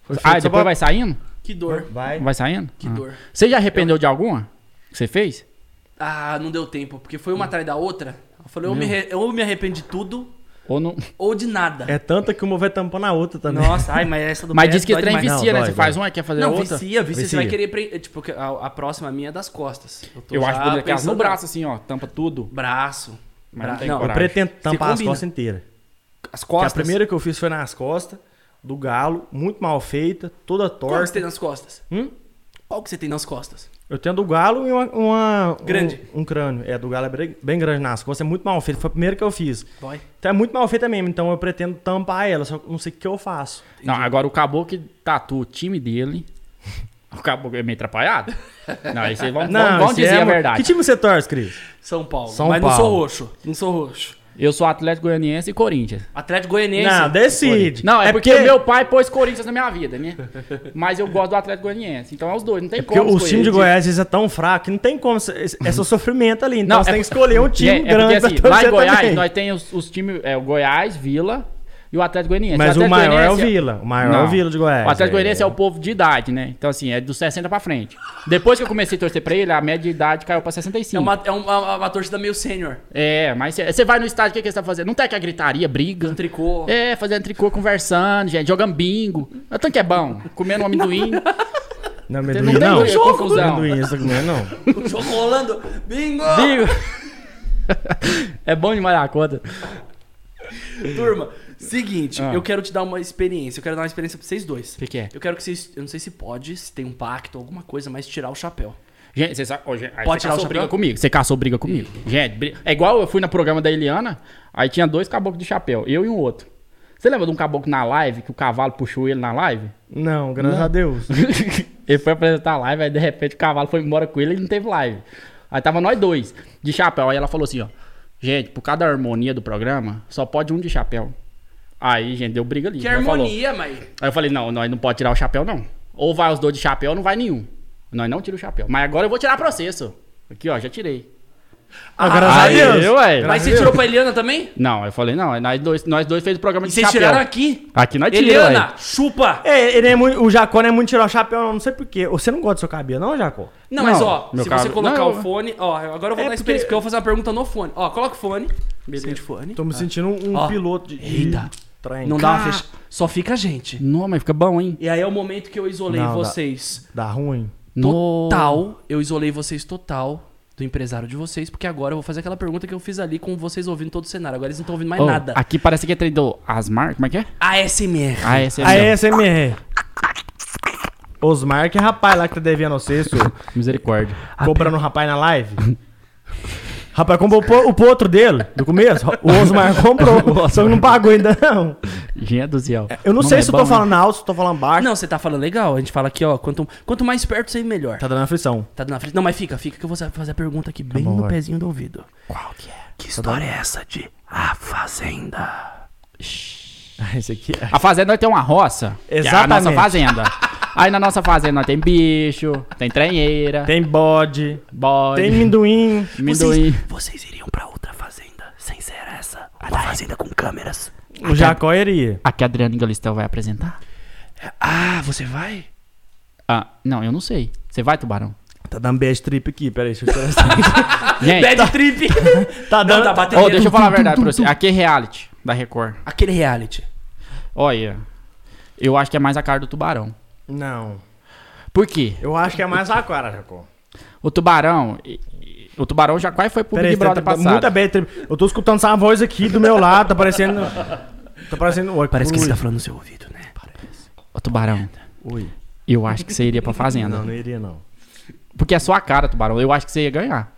Speaker 2: Foi feito
Speaker 3: Ah,
Speaker 2: só
Speaker 3: depois
Speaker 2: pra-
Speaker 3: vai saindo?
Speaker 1: Que dor.
Speaker 2: Vai.
Speaker 3: Vai saindo?
Speaker 1: Que
Speaker 3: Ah.
Speaker 1: dor.
Speaker 3: Você já arrependeu de alguma que você fez?
Speaker 1: Ah, não deu tempo, porque foi uma atrás da outra. Eu falei, ou me, re- ou me arrependo de tudo,
Speaker 3: Ou não?
Speaker 1: ou de nada.
Speaker 2: É tanta que uma vai tampando a outra também.
Speaker 1: Nossa, ai, mas essa do
Speaker 3: Mas
Speaker 1: pé
Speaker 3: diz que
Speaker 1: dói
Speaker 3: trem
Speaker 1: demais.
Speaker 2: não,
Speaker 3: vicia, né?
Speaker 2: dói,
Speaker 3: você faz
Speaker 2: dói.
Speaker 3: uma e quer fazer
Speaker 1: Não,
Speaker 3: outra.
Speaker 1: vicia, vicia, Você
Speaker 2: Vicia.
Speaker 1: vai querer... Pre... Tipo, porque a, a próxima minha é das costas. tô
Speaker 3: Eu
Speaker 1: já
Speaker 3: acho que eu
Speaker 1: pensando-
Speaker 3: no braço, assim, ó. Tampa tudo.
Speaker 1: Braço.
Speaker 3: Mas não
Speaker 1: Bra-
Speaker 3: tem
Speaker 1: não,
Speaker 2: Eu
Speaker 3: coragem.
Speaker 2: pretendo tampar as
Speaker 1: combina.
Speaker 2: costas inteiras. Porque
Speaker 1: as costas.
Speaker 2: a primeira que eu fiz foi nas costas, do galo, muito mal feita, toda
Speaker 1: Qual que você
Speaker 2: torta.
Speaker 1: tem nas costas?
Speaker 2: Hum?
Speaker 1: Qual que você tem nas costas?
Speaker 2: Eu tenho a do galo e uma. uma-
Speaker 1: Grande.
Speaker 2: Um, um crânio. É, a do galo é bem- bem grande nas costas, é muito mal feita. Foi a primeira que eu fiz.
Speaker 1: Dói.
Speaker 2: Então é muito mal feita mesmo, então eu pretendo tampar ela, só que não sei o que eu faço.
Speaker 3: Não, agora o caboclo que tá tatua o time dele. O caboclo é meio atrapalhado. Não, aí vocês vão, vão, vão
Speaker 2: esse
Speaker 3: dizer
Speaker 2: é
Speaker 3: Então, a
Speaker 2: uma-
Speaker 3: verdade.
Speaker 2: Que time você torce, Cris?
Speaker 1: São Paulo.
Speaker 2: São
Speaker 1: mas não sou
Speaker 2: Paulo.
Speaker 1: roxo. Não sou roxo.
Speaker 3: Eu sou Atlético Goianiense e Corinthians.
Speaker 1: Atlético Goianiense.
Speaker 2: Não, decide.
Speaker 3: Não, é, porque o meu pai pôs Corinthians na minha vida, né? Mas eu gosto do Atlético Goianiense. Então é os dois, não tem
Speaker 2: Porque
Speaker 3: como.
Speaker 2: os times de
Speaker 3: escolher. Tipo,
Speaker 2: Goiás eles é tão fraco que não tem como. É só sofrimento ali. Então
Speaker 3: Não,
Speaker 2: você
Speaker 3: é
Speaker 2: tem que
Speaker 3: por-
Speaker 2: escolher um time
Speaker 3: é, é
Speaker 2: grande.
Speaker 3: porque, assim,
Speaker 2: pra
Speaker 3: lá em
Speaker 2: torcer
Speaker 3: Goiás,
Speaker 2: também.
Speaker 3: nós temos os, os times. É o Goiás, Vila e o Atlético Goianiense.
Speaker 2: Mas o
Speaker 3: Atlético
Speaker 2: maior é o
Speaker 3: Goianiense-
Speaker 2: Vila. O maior é
Speaker 3: Não.
Speaker 2: o Vila de Goiás.
Speaker 3: O Atlético Goianiense é o povo de idade, né? Então, assim, é dos 60 pra frente. Depois que eu comecei a torcer pra ele, a média de idade caiu pra 65.
Speaker 1: É uma, é uma, uma torcida meio sênior.
Speaker 3: É, mas você vai no estádio, o que, que você tá fazendo? Não tem aquela gritaria, briga.
Speaker 1: Um tricô.
Speaker 3: É, fazendo tricô, conversando, gente, jogando bingo. O tanque é bom. Comendo um amendoim.
Speaker 2: Não,
Speaker 3: não
Speaker 2: amendoim
Speaker 3: tem
Speaker 2: não.
Speaker 3: um jogo, confusão.
Speaker 2: Amendoim, isso não é não.
Speaker 1: O jogo rolando. Bingo!
Speaker 3: bingo. é bom demais a conta.
Speaker 1: Turma, seguinte,
Speaker 3: Ah.
Speaker 1: eu quero te dar uma experiência. Eu quero dar uma experiência pra vocês dois.
Speaker 3: O que, que é?
Speaker 1: Eu quero que vocês. Eu não sei se pode, se tem um pacto, alguma coisa, mas tirar o chapéu.
Speaker 3: Gente, você sabe. Ô, gente, aí
Speaker 1: Pode
Speaker 3: você
Speaker 1: tirar o
Speaker 3: caçou
Speaker 1: chapéu?
Speaker 3: briga comigo. Você caçou briga comigo. Gente, bri- é igual eu fui no programa da Eliana, aí tinha dois caboclos de chapéu, eu e um outro. Você lembra de um caboclo na live, que o cavalo puxou ele na live?
Speaker 2: Não, graças a Deus.
Speaker 3: ele foi apresentar a live, aí de repente o cavalo foi embora com ele e não teve live. Aí tava nós dois, de chapéu. Aí ela falou assim, ó. Gente, por causa da harmonia do programa, só pode um de chapéu. Aí, gente, deu briga ali.
Speaker 1: Que
Speaker 3: Ela falou.
Speaker 1: harmonia, mãe.
Speaker 3: Aí eu falei, não, nós não pode tirar o chapéu, não. Ou vai os dois de chapéu, ou não vai nenhum. Nós não tira o chapéu. Mas agora eu vou tirar processo. Aqui, ó, já tirei.
Speaker 2: Ah, graças a
Speaker 3: aí,
Speaker 2: Deus.
Speaker 3: eu, ué.
Speaker 2: Graças
Speaker 1: Mas
Speaker 2: a
Speaker 1: você
Speaker 2: Deus.
Speaker 1: tirou pra Eliana também?
Speaker 3: Não, eu falei, não, é nós dois, nós dois fez o programa
Speaker 1: E
Speaker 3: de
Speaker 1: vocês
Speaker 3: chapéu.
Speaker 1: tiraram aqui?
Speaker 3: Aqui nós tira,
Speaker 1: Eliana,
Speaker 3: ué.
Speaker 1: chupa!
Speaker 2: É, ele é muito, o Jacó não é muito tirar o chapéu, não, não sei porquê. Você não gosta do seu cabelo, não, Jacó?
Speaker 1: Não, mas
Speaker 3: Não,
Speaker 1: ó,
Speaker 3: meu
Speaker 1: se você
Speaker 3: cabelo-
Speaker 1: colocar
Speaker 3: não,
Speaker 1: o
Speaker 3: eu-
Speaker 1: fone. Ó, agora eu vou
Speaker 2: É
Speaker 1: dar experiência,
Speaker 2: porque-
Speaker 1: porque eu vou fazer uma pergunta no fone. Ó, coloca o fone. Beleza. fone.
Speaker 2: Tô me sentindo um
Speaker 1: Ó.
Speaker 2: piloto de, de
Speaker 1: Eita.
Speaker 2: trem.
Speaker 1: Não dá uma
Speaker 2: Cá.
Speaker 1: fecha. Só fica a gente.
Speaker 3: Não, mas fica bom, hein?
Speaker 1: E aí é o momento que eu isolei
Speaker 2: Não, dá.
Speaker 1: vocês
Speaker 2: Dá ruim.
Speaker 3: No-
Speaker 1: total. Eu isolei vocês total do empresário de vocês, porque agora eu vou fazer aquela pergunta que eu fiz ali com vocês ouvindo todo o cenário. Agora eles não estão ouvindo mais
Speaker 3: Oh,
Speaker 1: nada.
Speaker 3: Aqui parece que é trem do Asmar, como é que é?
Speaker 1: ASMR.
Speaker 3: Ah, esse é
Speaker 2: A
Speaker 3: meu.
Speaker 2: SMR. Osmar, que rapaz lá que tá devendo você, senhor.
Speaker 3: Misericórdia.
Speaker 2: Cobrando o rapaz na live. Rapaz, comprou o po- o potro dele, do começo. O Osmar comprou, só que não pagou ainda não.
Speaker 3: Gente do céu.
Speaker 2: Eu não, sei
Speaker 3: é
Speaker 2: se eu
Speaker 3: bom,
Speaker 2: tô
Speaker 3: né?
Speaker 2: falando alto, se eu tô falando baixo.
Speaker 1: Não, você tá falando legal. A gente fala aqui, ó. Quanto, quanto mais perto, você melhor.
Speaker 2: Tá dando aflição.
Speaker 1: Tá dando na frente. Não, mas fica, fica que eu vou fazer a pergunta aqui bem
Speaker 2: bom,
Speaker 1: no
Speaker 2: vai.
Speaker 1: pezinho do ouvido.
Speaker 2: Qual que é?
Speaker 1: Que história é essa de A Fazenda?
Speaker 2: Esse aqui é...
Speaker 3: A fazenda nós tem uma roça. que É a nossa
Speaker 2: Exatamente.
Speaker 3: fazenda. Aí na nossa fazenda nós tem bicho, tem tranheira, tem
Speaker 2: Tem bode,
Speaker 3: bode,
Speaker 2: tem amendoim.
Speaker 3: amendoim.
Speaker 1: Vocês, vocês iriam pra outra fazenda sem ser essa? Uma fazenda com câmeras.
Speaker 2: O Jacó iria.
Speaker 3: Aqui a Adriana Galistão vai apresentar?
Speaker 1: Ah, você vai?
Speaker 3: Ah, não, eu não sei. Você vai, Tubarão?
Speaker 2: Tá dando bad trip aqui, peraí, deixa eu tirar
Speaker 3: Gente,
Speaker 1: Bad trip!
Speaker 2: Tá
Speaker 1: Não,
Speaker 2: dando...
Speaker 1: da
Speaker 3: ô,
Speaker 1: bateria.
Speaker 3: deixa eu falar a verdade pra você. Aqui é reality da Record.
Speaker 1: Aquele reality.
Speaker 3: Olha, eu acho que é mais a cara do Tubarão.
Speaker 2: Não,
Speaker 3: Por quê?
Speaker 2: eu acho que é mais a cara, Jacó.
Speaker 3: O Tubarão... e- e- O Tubarão já quase foi pro
Speaker 2: Peraí,
Speaker 3: Big
Speaker 2: tá,
Speaker 3: Brother
Speaker 2: tá,
Speaker 3: passado.
Speaker 2: muita bad trip. Eu tô escutando essa voz aqui do meu lado, tá parecendo... Tá parecendo... Oi,
Speaker 1: Parece que
Speaker 2: ui.
Speaker 1: você tá falando no seu ouvido, né?
Speaker 3: Ô, Tubarão,
Speaker 2: Ui.
Speaker 3: eu acho que você iria pra Fazenda.
Speaker 2: Não, né? não iria não.
Speaker 3: Porque é sua cara, Tubarão. Eu acho que você ia ganhar.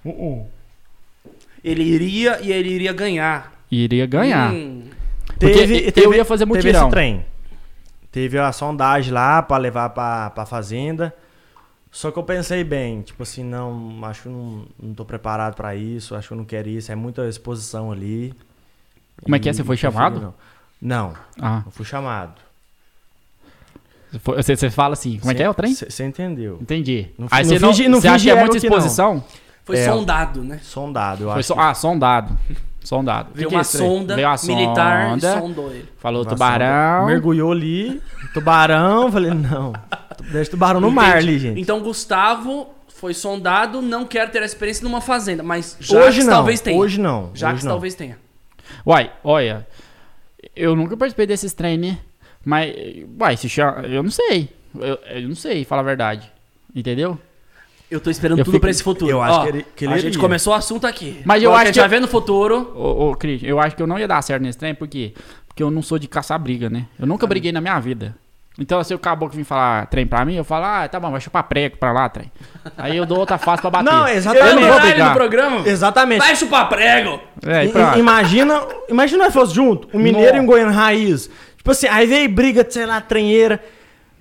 Speaker 1: Ele iria e ele iria ganhar.
Speaker 3: Iria ganhar.
Speaker 1: Hum.
Speaker 3: Porque eu ia fazer
Speaker 2: Teve
Speaker 3: mutirão.
Speaker 2: esse trem. Teve a sondagem lá pra levar pra, pra fazenda. Só que eu pensei bem, tipo assim, não, acho que não, não tô preparado pra isso, acho que eu não quero isso, é muita exposição ali.
Speaker 3: Como é que é? Você foi
Speaker 2: E prefiro
Speaker 3: chamado?
Speaker 2: Não. não,
Speaker 3: Ah,
Speaker 2: não fui chamado.
Speaker 3: foi- você, você fala assim, como é que é o trem?
Speaker 2: Você entendeu.
Speaker 3: Entendi.
Speaker 2: Não
Speaker 3: Aí
Speaker 2: fi-
Speaker 3: você
Speaker 2: não
Speaker 3: não,
Speaker 2: finge- não
Speaker 3: você acha
Speaker 2: finge
Speaker 3: que é
Speaker 2: ego
Speaker 3: muita
Speaker 2: que não.
Speaker 3: explosição?
Speaker 1: Foi
Speaker 2: É.
Speaker 1: sondado, né?
Speaker 2: Sondado, eu
Speaker 3: Foi
Speaker 2: acho.
Speaker 3: so- Ah, sondado. Sondado.
Speaker 1: Veio
Speaker 3: Que que é
Speaker 1: uma
Speaker 3: esse trem?
Speaker 1: sonda
Speaker 3: Veio uma
Speaker 1: militar um
Speaker 3: sonda,
Speaker 1: e sondou ele.
Speaker 3: Falou
Speaker 2: que-
Speaker 3: tubarão.
Speaker 2: Mergulhou ali, tubarão, falei, não, deixa o tubarão no mar
Speaker 1: Entendi.
Speaker 2: ali, gente.
Speaker 1: Então, Gustavo foi sondado, não quer ter a experiência numa fazenda, mas Jax
Speaker 2: hoje não,
Speaker 1: talvez tenha.
Speaker 2: hoje não,
Speaker 1: Jax
Speaker 2: hoje não.
Speaker 1: talvez tenha.
Speaker 3: Uai, olha. Eu nunca participei desses trem, né? Mas, uai, se chama. Eu não sei. Eu, eu não sei, fala a verdade. Entendeu?
Speaker 1: Eu tô esperando
Speaker 3: Eu
Speaker 1: tudo
Speaker 3: fico-
Speaker 1: pra esse futuro.
Speaker 2: eu acho
Speaker 1: Ó,
Speaker 2: que ele- que ele
Speaker 1: A gente
Speaker 2: iria.
Speaker 1: começou o assunto aqui.
Speaker 3: Mas eu
Speaker 1: Agora
Speaker 3: acho
Speaker 1: a gente
Speaker 3: que
Speaker 1: vai
Speaker 3: eu-
Speaker 1: ver no futuro.
Speaker 3: Ô, ô Cris, eu acho que eu não ia dar certo nesse trem, por quê? Porque eu não sou de caçar briga, né? Eu nunca briguei na minha vida. Então, se o caboclo vir falar trem pra mim, eu falo, ah, tá bom, vai chupar prego pra lá, trem. Aí eu dou outra face pra bater.
Speaker 2: Não,
Speaker 1: Eu
Speaker 2: exatamente.
Speaker 1: ia
Speaker 3: Eu não vou
Speaker 1: lembrar ele no
Speaker 3: brigar.
Speaker 1: programa.
Speaker 2: Exatamente.
Speaker 1: Vai chupar prego.
Speaker 3: É, e
Speaker 2: I-
Speaker 3: pronto.
Speaker 2: imagina, imagina nós fosse junto, um mineiro e um goiano raiz. Tipo assim, aí veio briga, sei lá, trenheira.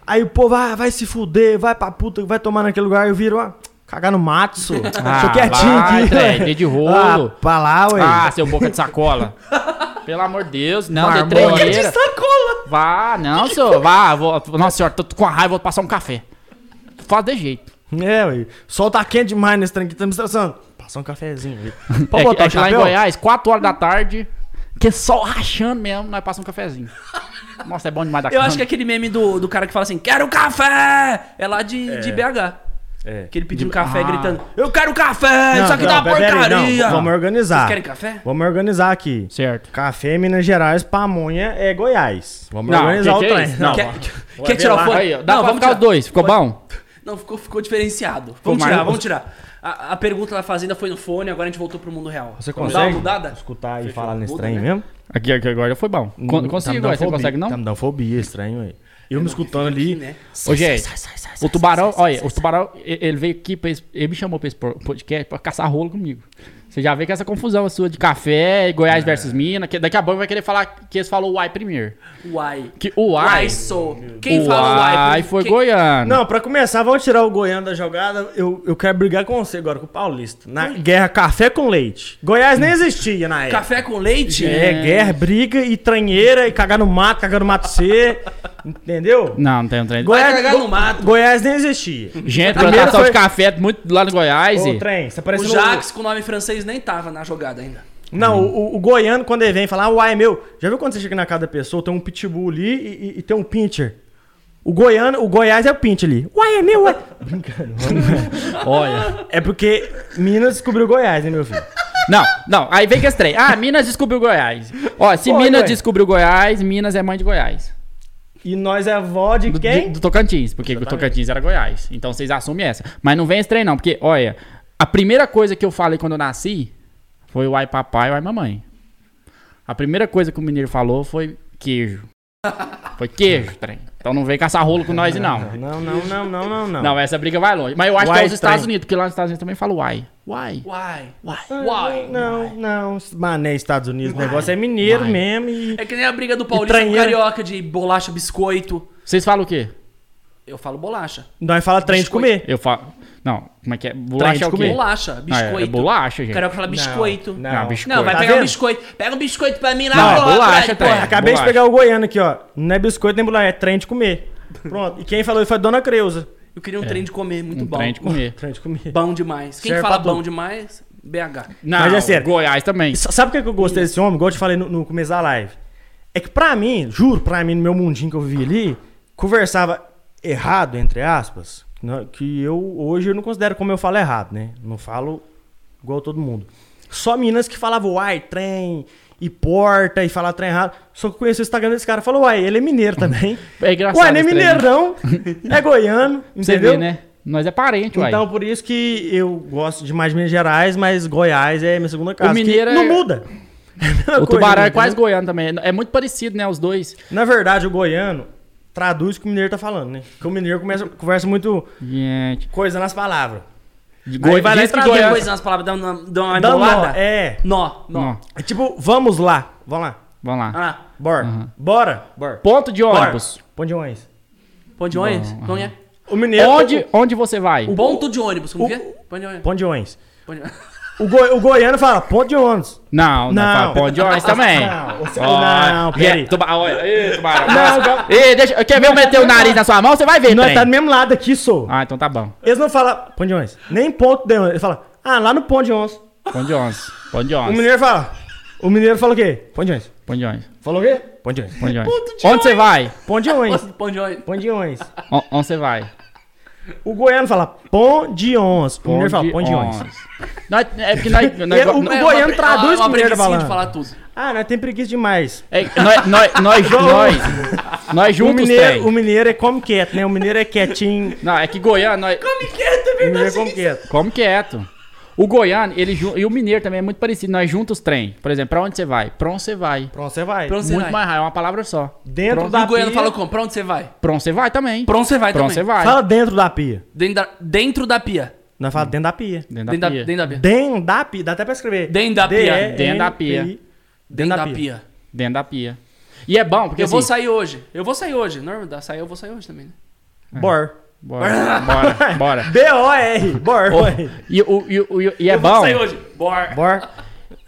Speaker 2: Aí o povo ah, vai se fuder, vai pra puta, vai tomar naquele lugar. Eu viro, ah, cagar no mato, sou.
Speaker 3: Ah,
Speaker 2: Tô quietinho
Speaker 3: vai,
Speaker 2: aqui.
Speaker 3: trem,
Speaker 2: ué.
Speaker 3: dê de rolo.
Speaker 2: Ah, pra lá, ué.
Speaker 3: Ah, seu boca de sacola. Pelo amor de Deus, não, de
Speaker 2: Marmota.
Speaker 3: treinheira. Vá, não, senhor, vá. Vou, nossa senhora, tô com a raiva, vou passar um café. Faz de jeito.
Speaker 2: É, ué. O sol tá quente demais nesse trem aqui, tá me estressando. Passar um cafezinho. ué. Pode
Speaker 3: É que-
Speaker 2: botar
Speaker 3: é
Speaker 2: o
Speaker 3: que lá em
Speaker 2: chapéu?
Speaker 3: Goiás, 4 horas da tarde, que sol rachando mesmo, nós passamos um cafezinho. Nossa, é bom demais da
Speaker 1: Eu acho que é aquele meme do, do cara que fala assim, quero café! É lá de, de BH.
Speaker 2: É.
Speaker 1: Que ele pediu café
Speaker 3: Ah.
Speaker 1: gritando, eu quero café!
Speaker 2: Não,
Speaker 1: isso aqui
Speaker 2: não,
Speaker 1: dá uma
Speaker 2: pera- pera aí,
Speaker 1: porcaria!
Speaker 2: não, vamos organizar.
Speaker 1: Vocês querem café?
Speaker 2: Vamos organizar aqui.
Speaker 3: Certo.
Speaker 2: Café em Minas Gerais, pamonha é Goiás. Vamos
Speaker 3: Não,
Speaker 2: organizar
Speaker 3: que
Speaker 2: o
Speaker 3: que é
Speaker 2: trem.
Speaker 3: isso? Não.
Speaker 1: Quer,
Speaker 2: Vai
Speaker 1: quer
Speaker 2: ver
Speaker 1: tirar o
Speaker 2: lá.
Speaker 1: fone?
Speaker 3: Aí, ó, dá pra ficar os
Speaker 1: tirar.
Speaker 3: dois, ficou bom?
Speaker 1: Não, ficou, ficou diferenciado. Vamos
Speaker 3: mais-
Speaker 1: tirar, vamos tirar. A, a pergunta da Fazenda foi no fone, agora a gente voltou pro mundo real.
Speaker 2: Você
Speaker 1: Vamos dar
Speaker 2: consegue
Speaker 1: uma mudada?
Speaker 2: escutar e
Speaker 1: Fechou.
Speaker 2: falar nesse
Speaker 1: Muda,
Speaker 2: trem
Speaker 1: né?
Speaker 2: mesmo?
Speaker 3: Aqui, aqui agora foi bom. Con
Speaker 2: Tá me
Speaker 3: consigo,
Speaker 2: dando
Speaker 3: ué, você
Speaker 2: fobia.
Speaker 3: consegue não?
Speaker 2: Tá me dando fobia, estranho, aí. Eu me escutando ali.
Speaker 1: Aqui, né?
Speaker 3: Ô, gente, o tubarão, olha, o tubarão, e- ele veio aqui, pra esse- ele me chamou pra esse pro- podcast pra caçar rolo comigo. Você já vê que é essa confusão sua de café,
Speaker 2: É.
Speaker 3: Goiás versus Minas, que daqui a pouco vai querer falar que eles falam uai primeiro.
Speaker 1: Uai.
Speaker 3: Que o uai.
Speaker 1: Uai, sou. Quem fala uai?
Speaker 3: Uai foi
Speaker 1: quem...
Speaker 3: goiano.
Speaker 2: Não, pra começar, vamos tirar o Goiano da jogada. Eu, eu quero brigar com você agora, com o Paulista. Na guerra café com leite. Goiás nem existia na época.
Speaker 1: Café com leite?
Speaker 2: É, guerra, briga e tranheira e cagar no mato, cagar no mato C. entendeu?
Speaker 3: Não, não tem um trem.
Speaker 1: Vai cagar
Speaker 2: Go-
Speaker 1: no mato.
Speaker 2: Goiás nem existia.
Speaker 3: Gente,
Speaker 2: Primeiro
Speaker 3: plantação
Speaker 2: foi-
Speaker 3: de café muito lá no Goiás.
Speaker 2: Ô,
Speaker 3: e-
Speaker 2: trem, você
Speaker 1: O
Speaker 2: tá apareceu no-
Speaker 1: Jax com nome francês nem tava na jogada ainda.
Speaker 2: Não, o, o goiano, quando ele vem "Ah, falar, uai, é meu, já viu quando você chega na casa da pessoa, tem um pitbull ali e, e- e tem um pincher? O goiano, o Goiás é o pincher ali. Uai, é meu, uai. Brincando.
Speaker 3: Olha.
Speaker 2: É porque Minas descobriu Goiás, né, meu filho?
Speaker 3: Não, não. Aí vem que esse trem. Ah, Minas descobriu Goiás. Ó, se
Speaker 2: Foi,
Speaker 3: Minas
Speaker 2: ué.
Speaker 3: descobriu Goiás, Minas é mãe de Goiás.
Speaker 2: E nós é avó de
Speaker 3: Do,
Speaker 2: quem?
Speaker 3: de- do Tocantins, porque o Tocantins era Goiás. Então vocês assumem essa. Mas não vem esse trem, não, porque, olha, a primeira coisa que eu falei quando eu nasci foi o ai papai e o ai mamãe. A primeira coisa que o mineiro falou foi queijo. Foi queijo, trem. Então não vem caçar rolo com nós, não.
Speaker 2: Não, não, não, não, não, não.
Speaker 3: Não, essa briga vai longe. Mas eu acho
Speaker 2: Uai,
Speaker 3: que é os Estados
Speaker 2: trem.
Speaker 3: Unidos, porque lá nos Estados Unidos também fala uai. Uai.
Speaker 1: Uai.
Speaker 3: Uai.
Speaker 1: Uai.
Speaker 2: Não, não. Mané, Estados Unidos, o negócio é mineiro
Speaker 3: Uai.
Speaker 2: mesmo e...
Speaker 1: É que nem a briga do Paulista com
Speaker 2: tranheira.
Speaker 1: carioca de bolacha, biscoito.
Speaker 3: Vocês falam o quê?
Speaker 1: Eu falo bolacha.
Speaker 2: Nós fala trem de comer.
Speaker 3: Eu falo. Não, como é que é? Bolacha é o quê?
Speaker 2: de comer.
Speaker 1: Bolacha, biscoito.
Speaker 3: Ah, é, é bolacha, gente.
Speaker 1: Carioca fala biscoito.
Speaker 2: Não,
Speaker 3: Não,
Speaker 2: não.
Speaker 3: bicho.
Speaker 1: Não, vai
Speaker 2: Tá
Speaker 1: pegar um
Speaker 2: vendo?
Speaker 1: biscoito. Pega um biscoito pra mim lá
Speaker 3: Não, é
Speaker 1: porra,
Speaker 3: bolacha,
Speaker 1: porra.
Speaker 3: trem.
Speaker 2: Acabei
Speaker 3: Bolacha.
Speaker 2: de pegar o goiano aqui, ó. Não é biscoito nem bolacha, é trem de comer. Pronto. E quem falou isso foi Dona Creuza.
Speaker 1: Eu queria um trem de comer, muito
Speaker 3: Um
Speaker 1: bom.
Speaker 3: trem de comer.
Speaker 2: Trem de comer.
Speaker 1: Bom demais. Quem
Speaker 2: Serve
Speaker 1: fala
Speaker 2: pra tudo.
Speaker 1: bom demais? BH.
Speaker 3: Não,
Speaker 2: Mas é sério.
Speaker 3: Goiás também.
Speaker 2: S- Sabe por que que eu gostei desse homem? Igual eu te falei no, no começo da live. É que pra mim, juro, pra mim, no meu mundinho que eu vi ali, conversava errado, entre aspas, né, que eu hoje eu não considero como eu falo errado, né? Não falo igual todo mundo. Só meninas que falavam uai, trem e porta e falar trem errado. Só que eu conheci o Instagram desse cara e falou, uai, ele é mineiro também.
Speaker 3: É engraçado.
Speaker 2: uai, não é
Speaker 3: esse trem,
Speaker 2: mineiro
Speaker 3: né?
Speaker 2: não. É goiano,
Speaker 3: Você
Speaker 2: entendeu?
Speaker 3: vê, né? Nós é parente, uai.
Speaker 2: Então, por isso que eu gosto de mais Minas Gerais, mas Goiás é minha segunda casa. que
Speaker 3: mineiro é-
Speaker 2: Não muda. É a mesma
Speaker 3: o
Speaker 2: coisa,
Speaker 3: tubarão é
Speaker 2: entendeu?
Speaker 3: quase goiano também. É muito parecido, né? Os dois.
Speaker 2: Na verdade, o goiano traduz o que o mineiro tá falando, né? Porque o mineiro começa, conversa muito
Speaker 3: Gente.
Speaker 2: coisa nas palavras.
Speaker 3: De Goi...
Speaker 2: vai lá
Speaker 3: diz
Speaker 2: e
Speaker 3: que
Speaker 2: traduz
Speaker 1: Tem
Speaker 3: Goiás-
Speaker 1: coisa nas palavras, dá uma, dá uma
Speaker 2: Dá nó,
Speaker 1: embolada?
Speaker 2: É.
Speaker 1: Nó, nó.
Speaker 3: Não,
Speaker 2: É tipo, vamos lá. Vamos lá.
Speaker 3: vamos lá.
Speaker 1: Ah,
Speaker 2: Bora. Bora. Bora.
Speaker 3: Ponto de
Speaker 2: Bora.
Speaker 3: ônibus.
Speaker 2: Pão de ônibus.
Speaker 1: pão de ônibus? Pão de ônibus.
Speaker 2: O mineiro...
Speaker 3: Onde, onde você vai?
Speaker 1: O Ponto de ônibus, como que é? Pão de
Speaker 2: O,
Speaker 1: ônibus.
Speaker 2: pão de ônibus.
Speaker 1: Pão de ônibus.
Speaker 2: O, goi- o goiano fala, pão de ônibus.
Speaker 3: Não, não,
Speaker 2: Não.
Speaker 3: fala ponto de ônibus também.
Speaker 2: Não, você-
Speaker 3: Ó,
Speaker 2: não,
Speaker 3: é,
Speaker 2: peraí.
Speaker 3: tuba- olha, Ei, tubarão.
Speaker 2: Não,
Speaker 3: Nossa. Ei, deixa. Quer ver eu meter o nariz na sua mão? Você vai ver,
Speaker 2: Nós
Speaker 3: trem.
Speaker 2: tá do mesmo lado aqui, sou.
Speaker 3: Ah, então tá bom.
Speaker 2: Eles não falam pão de ônibus. Nem ponto de ônibus. Eles falam, ah, lá no pão de ônibus.
Speaker 3: Ponto de ônibus. Ponto de
Speaker 2: O
Speaker 3: ônibus.
Speaker 2: mineiro fala. O mineiro fala o quê? Pão de ônibus.
Speaker 3: Ponto de ônibus.
Speaker 2: Falou o quê? Pão de ônibus.
Speaker 3: Ponto de
Speaker 1: Ponto
Speaker 3: ônibus.
Speaker 1: de
Speaker 3: Onde você vai?
Speaker 2: Pão de ônibus.
Speaker 1: Pão de ônibus.
Speaker 2: Pão de ônibus.
Speaker 3: O- Onde você vai?
Speaker 2: O goiano fala pão de ônibus. O mineiro fala pão de ônibus.
Speaker 3: Nós- É porque nós. nós-
Speaker 2: É, o-
Speaker 3: nós-
Speaker 1: É,
Speaker 2: goiano
Speaker 1: uma-
Speaker 2: traduz
Speaker 1: uma, uma
Speaker 2: primeiro,
Speaker 1: preguicinha assim de
Speaker 2: Balão.
Speaker 1: falar tudo.
Speaker 2: Ah, nós tem preguiça demais.
Speaker 3: É, nós, nós, nós, nós, nós
Speaker 2: O
Speaker 3: juntos
Speaker 2: mineiro,
Speaker 3: tem.
Speaker 2: o mineiro é como quieto, né? O mineiro é quietinho.
Speaker 3: Não, é que Goiânia, nós...
Speaker 1: Come quieto, é
Speaker 2: O mineiro é
Speaker 1: verdade.
Speaker 2: como quieto.
Speaker 3: Como quieto. O Goiânia, ele ju- e o mineiro também é muito parecido. Nós juntos trem. Por exemplo, pra onde você vai? Pra onde você vai.
Speaker 2: Pronto, você vai.
Speaker 1: Pra onde você
Speaker 3: muito
Speaker 1: vai?
Speaker 3: mais raiva, é uma palavra só.
Speaker 2: Dentro
Speaker 3: Pronto.
Speaker 2: da
Speaker 1: O goiano
Speaker 2: pia.
Speaker 1: falou como? Pra onde você vai?
Speaker 3: Pra onde você vai também.
Speaker 1: Pra onde você vai
Speaker 3: Pra onde
Speaker 1: também?
Speaker 3: você vai.
Speaker 2: Fala dentro da pia.
Speaker 1: Dentro da, dentro da pia.
Speaker 2: Nós fala dentro da pia.
Speaker 3: Dentro
Speaker 1: Dentro da,
Speaker 3: da pia.
Speaker 1: dentro da pia.
Speaker 2: Dentro da pia. Dá até pra escrever.
Speaker 1: Dentro da
Speaker 2: D-E-N-T-I.
Speaker 1: pia.
Speaker 3: Dentro da pia.
Speaker 1: Dentro da
Speaker 2: da
Speaker 1: pia.
Speaker 3: Dentro da pia. E é bom, porque
Speaker 1: Eu vou
Speaker 3: assim,
Speaker 1: sair hoje. Eu vou sair hoje. Normal, dá sair, eu vou sair hoje também. né?
Speaker 2: Bor.
Speaker 3: Bora, bora, bora.
Speaker 2: B-O-R. Bor.
Speaker 3: Ô, e, o- e o- e o- e é
Speaker 1: eu vou
Speaker 3: bom...
Speaker 1: sair hoje. Bora.
Speaker 2: Bor.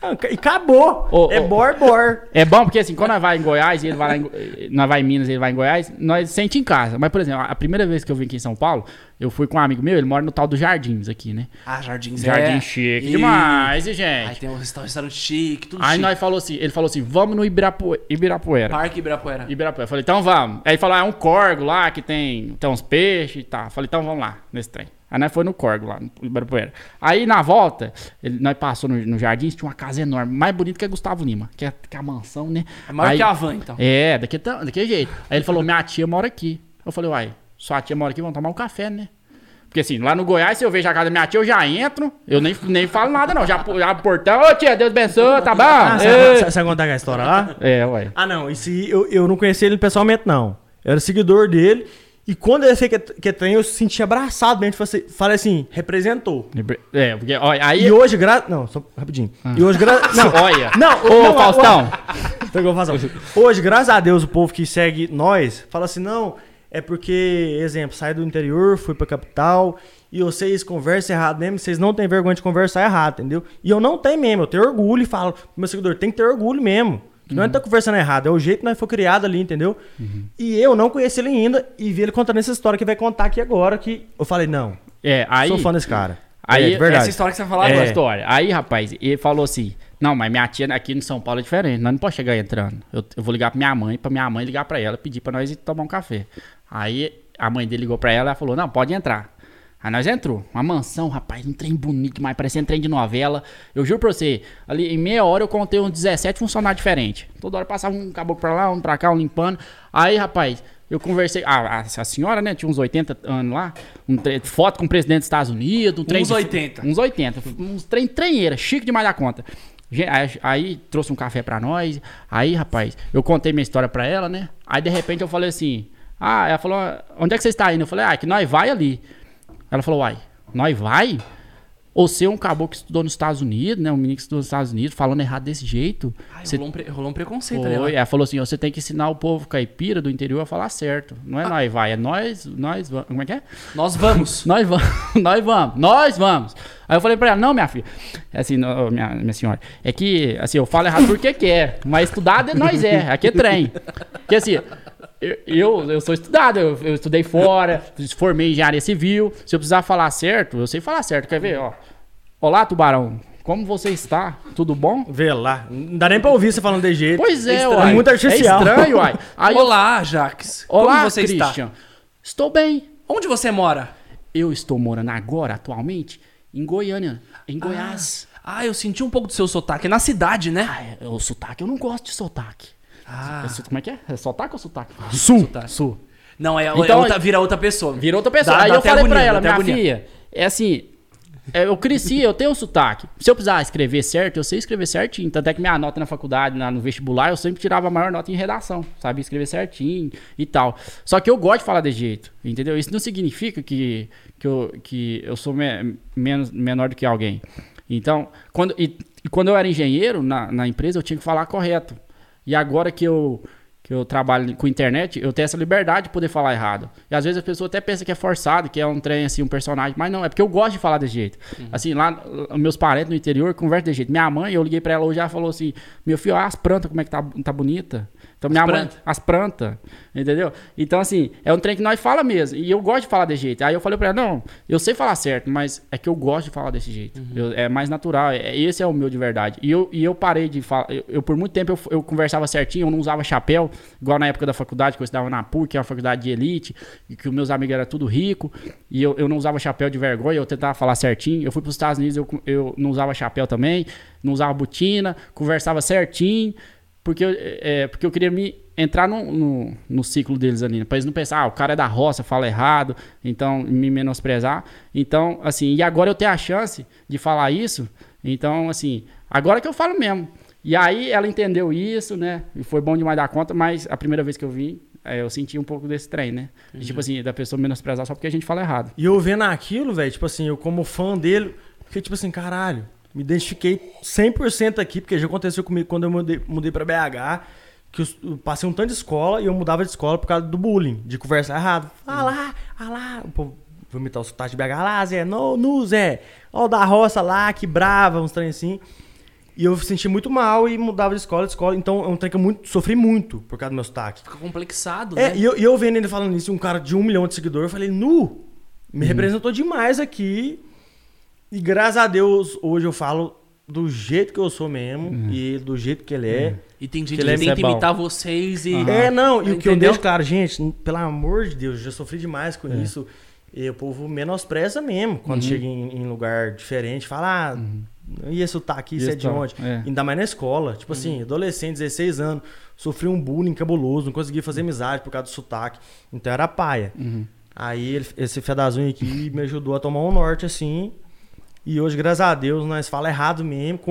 Speaker 2: Ah, E acabou.
Speaker 3: Ô,
Speaker 2: é
Speaker 3: ô.
Speaker 2: bor, bor.
Speaker 3: É bom porque assim, quando nós vai em Goiás e ele vai lá em, Go- eh, nós vai em Minas e ele vai em Goiás, nós sente em casa. Mas, por exemplo, a primeira vez que eu vim aqui em São Paulo, eu fui com um amigo meu, ele mora no tal dos Jardins aqui, né?
Speaker 1: Ah, jardim Zé.
Speaker 3: Jardim chique
Speaker 1: Ih.
Speaker 3: demais, e,
Speaker 1: Aí
Speaker 3: gente.
Speaker 1: tem um resta- restaurante chique, tudo
Speaker 3: Aí
Speaker 1: chique.
Speaker 3: nós falou assim, ele falou assim, vamos no Ibirapu- Ibirapuera.
Speaker 1: Parque Ibirapuera.
Speaker 3: Ibirapuera. Eu falei, então vamos. Aí ele falou, ah, é um corgo lá que tem, tem uns peixes e tal. Eu falei, então vamos lá, nesse trem. Aí nós foi no corgo lá, no Ibirapuera. Aí na volta, ele- nós passou no, no jardim, tinha uma casa enorme, mais bonita que a Gustavo Lima, que é, que é a mansão, né?
Speaker 1: É maior
Speaker 3: Aí-
Speaker 1: que a van, então.
Speaker 3: é, daquele, ta- daquele jeito. Aí ele falou: minha tia mora aqui. Eu falei, uai, sua tia mora aqui, vamos tomar um café, né? Porque assim, lá no Goiás, se eu vejo a casa da minha tia, eu já entro. Eu nem, nem falo nada, não. Já pu- já abro o portão, ô tia, Deus abençoe, tá bom?
Speaker 2: Ah,
Speaker 3: Ei.
Speaker 2: você vai contar a história lá?
Speaker 3: É, uai.
Speaker 2: Ah, não. Esse, eu, eu não conheci ele pessoalmente, não. Eu era seguidor dele. E quando eu sei que é, que é trem, eu senti abraçado mesmo. Tipo assim, falei assim, representou.
Speaker 3: É, porque, olha, aí.
Speaker 2: E hoje, gra... Não, só rapidinho. E hoje, gra... Não,
Speaker 3: Olha.
Speaker 2: Não,
Speaker 3: Ô,
Speaker 2: não,
Speaker 3: Faustão.
Speaker 2: Então, igual eu faço. Hoje, graças a Deus, o povo que segue nós fala assim: não, é porque, exemplo, saí do interior, fui pra capital e vocês conversam errado mesmo, vocês não têm vergonha de conversar errado, entendeu? E eu não tenho mesmo, eu tenho orgulho e falo pro meu seguidor: tem que ter orgulho mesmo. Que
Speaker 3: Uhum.
Speaker 2: nós não tá conversando errado, é o jeito que nós foi criado ali, entendeu? E eu não conheci ele ainda e vi ele contando essa história que vai contar aqui agora. Que eu falei: não,
Speaker 3: É, aí.
Speaker 2: sou fã desse cara.
Speaker 3: aí-
Speaker 2: é, de verdade.
Speaker 1: Essa história que você vai falar
Speaker 3: Olha a
Speaker 1: agora.
Speaker 3: história. Aí, rapaz, ele falou assim: Não, mas minha tia aqui em São Paulo é diferente, nós não podemos chegar entrando. Eu, eu vou ligar pra minha mãe, pra minha mãe ligar pra ela, pedir pra nós ir tomar um café. Aí a mãe dele ligou pra ela ela falou: Não, pode entrar. Aí nós entrou, uma mansão, rapaz, um trem bonito demais, parecia um trem de novela. Eu juro pra você, ali em meia hora eu contei uns 17 funcionários diferentes. Toda hora passava um caboclo pra lá, um pra cá, um limpando. Aí, rapaz, eu conversei, a, a- a senhora, né, tinha uns 80 anos lá, um tre- foto com o presidente dos Estados Unidos, um trem
Speaker 1: Uns
Speaker 3: de-
Speaker 1: 80.
Speaker 3: Uns 80. Uns trem trenheira, chique demais da conta. Gen- aí- Aí trouxe um café pra nós. Aí, rapaz, eu contei minha história pra ela, né? Aí de repente eu falei assim: Ah, ela falou, onde é que você está indo? Eu falei, ah, que nós vai ali. Ela falou, uai, nós vai? Você é um caboclo que estudou nos Estados Unidos, né? Um menino que estudou nos Estados Unidos, falando errado desse jeito.
Speaker 1: Ai,
Speaker 3: Você
Speaker 1: rolou, um pre- rolou um preconceito ali.
Speaker 3: foi,
Speaker 1: né?
Speaker 3: ela falou assim: ó, você tem que ensinar o povo caipira do interior a falar certo. Não é nós vai, é nós, nós vamos. Como é que é?
Speaker 1: Nós vamos.
Speaker 3: Nós vamos, nós vamos, nós vamos. Aí eu falei pra ela, não, minha filha, assim, não, minha, minha senhora, é que, assim, eu falo errado porque quer, mas estudado é nós é, aqui é trem. Porque, assim, eu, eu, eu sou estudado, eu, eu estudei fora, formei em engenharia civil, se eu precisar falar certo, eu sei falar certo, quer ver, ó. Olá, tubarão, como você está? Tudo bom?
Speaker 2: Vê lá. Não dá nem pra ouvir você falando de jeito.
Speaker 3: Pois é,
Speaker 2: Estranho,
Speaker 3: uai.
Speaker 2: muito artificial.
Speaker 3: É estranho, uai. Aí eu-
Speaker 1: Olá, Jax.
Speaker 3: Olá,
Speaker 1: Como você está?
Speaker 3: Christian. Estou bem.
Speaker 1: Onde você mora?
Speaker 3: Eu estou morando agora, atualmente, em Goiânia, em Goiás.
Speaker 1: Ah, eu senti um pouco do seu sotaque. É na cidade, né?
Speaker 3: Ah, é- é o sotaque, eu não gosto de sotaque.
Speaker 1: Ah,
Speaker 3: É so- como é que é? É sotaque ou sotaque?
Speaker 1: sotaque. Não, é, é
Speaker 3: Então,
Speaker 1: outra- vira outra pessoa.
Speaker 3: Virou outra pessoa.
Speaker 1: Dá-
Speaker 3: Aí
Speaker 1: dá
Speaker 3: eu
Speaker 1: até
Speaker 3: falei pra
Speaker 1: agonia, dá
Speaker 3: ela, minha
Speaker 1: até agonia.
Speaker 3: filha, é assim, é, eu cresci, eu tenho sotaque. Se eu precisar escrever certo, eu sei escrever certinho. Tanto é que minha nota na faculdade, na- no vestibular, eu sempre tirava a maior nota em redação. Sabia escrever certinho e tal. Só que eu gosto de falar desse jeito, entendeu? Isso não significa que, que, eu, que eu sou me- menos, menor do que alguém. Então, quando, e, e quando eu era engenheiro na, na empresa, eu tinha que falar correto. E agora que eu, que eu trabalho com internet, eu tenho essa liberdade de poder falar errado. E às vezes a pessoa até pensa que é forçado, que é um trem, assim, um personagem. Mas não, é porque eu gosto de falar desse jeito. Assim, lá, lá, meus parentes no interior conversam desse jeito. Minha mãe, eu liguei pra ela hoje, ela falou assim: Meu filho, olha as plantas, como é que tá, tá bonita. Então, minha mãe,
Speaker 1: plantas.
Speaker 3: as plantas, entendeu? Então, assim, é um trem que nós fala mesmo. E eu gosto de falar desse jeito. Aí eu falei pra ela: Não, eu sei falar certo, mas é que eu gosto de falar desse jeito. Eu- é mais natural. é- esse é o meu de verdade. E eu, e eu parei de falar. Eu, eu, por muito tempo, eu, eu conversava certinho, eu não usava chapéu, igual na época da faculdade, que eu estudava na PUC, que é uma faculdade de elite, e que os meus amigos eram tudo rico, e eu, eu não usava chapéu de vergonha, eu tentava falar certinho. Eu fui para os Estados Unidos, eu, eu não usava chapéu também, não usava botina, conversava certinho, porque eu, é, porque eu queria me entrar no, no, no ciclo deles ali, né? pra eles não pensar, ah, o cara é da roça, fala errado, então me menosprezar. Então, assim, e agora eu tenho a chance de falar isso, então, assim, agora que eu falo mesmo. E aí ela entendeu isso, né? E foi bom demais da conta, mas a primeira vez que eu vim, é, eu senti um pouco desse trem, né? De, tipo assim, da pessoa menosprezar só porque a gente fala errado.
Speaker 2: E eu vendo aquilo, velho, tipo assim, eu como fã dele, porque tipo assim, caralho, me identifiquei 100% aqui, porque já aconteceu comigo quando eu mudei, mudei pra BH, que eu, eu passei um tanto de escola e eu mudava de escola por causa do bullying, de conversar errado. Ah lá, ah lá, o povo vou imitar o sotaque de BH, lá Zé, no, no Zé, ó o da roça lá, que brava, uns trem assim. E eu senti muito mal e mudava de escola, de escola, então é um trem que eu muito, sofri muito por causa do meu sotaque.
Speaker 1: Fica complexado,
Speaker 2: É,
Speaker 1: né?
Speaker 2: e eu, e eu vendo ele falando isso, um cara de um milhão de seguidores, eu falei, nu, me representou demais aqui. E graças a Deus, hoje eu falo do jeito que eu sou mesmo e do jeito que ele é.
Speaker 1: E tem gente
Speaker 2: Aquele
Speaker 1: que
Speaker 2: é-
Speaker 1: tenta
Speaker 3: é bom.
Speaker 1: imitar vocês e.
Speaker 2: É, não, e o que eu
Speaker 1: Entendeu?
Speaker 2: deixo claro, gente, pelo amor de Deus, eu já sofri demais
Speaker 3: É.
Speaker 2: com isso. E o povo menospreza mesmo quando
Speaker 3: Uhum.
Speaker 2: chega em, em lugar diferente, fala, ah, e esse sotaque, isso
Speaker 3: E
Speaker 2: é
Speaker 3: esse
Speaker 2: de
Speaker 3: tá-
Speaker 2: onde?
Speaker 3: é. Uhum.
Speaker 2: Ainda mais na escola. Tipo assim, adolescente, 16 anos, sofri um bullying cabuloso, não consegui fazer amizade por causa do sotaque. Então era
Speaker 3: Uhum.
Speaker 2: paia. Aí ele- esse fiadazunho aqui me ajudou a tomar um norte, assim. E hoje, graças a Deus, nós fala errado mesmo, com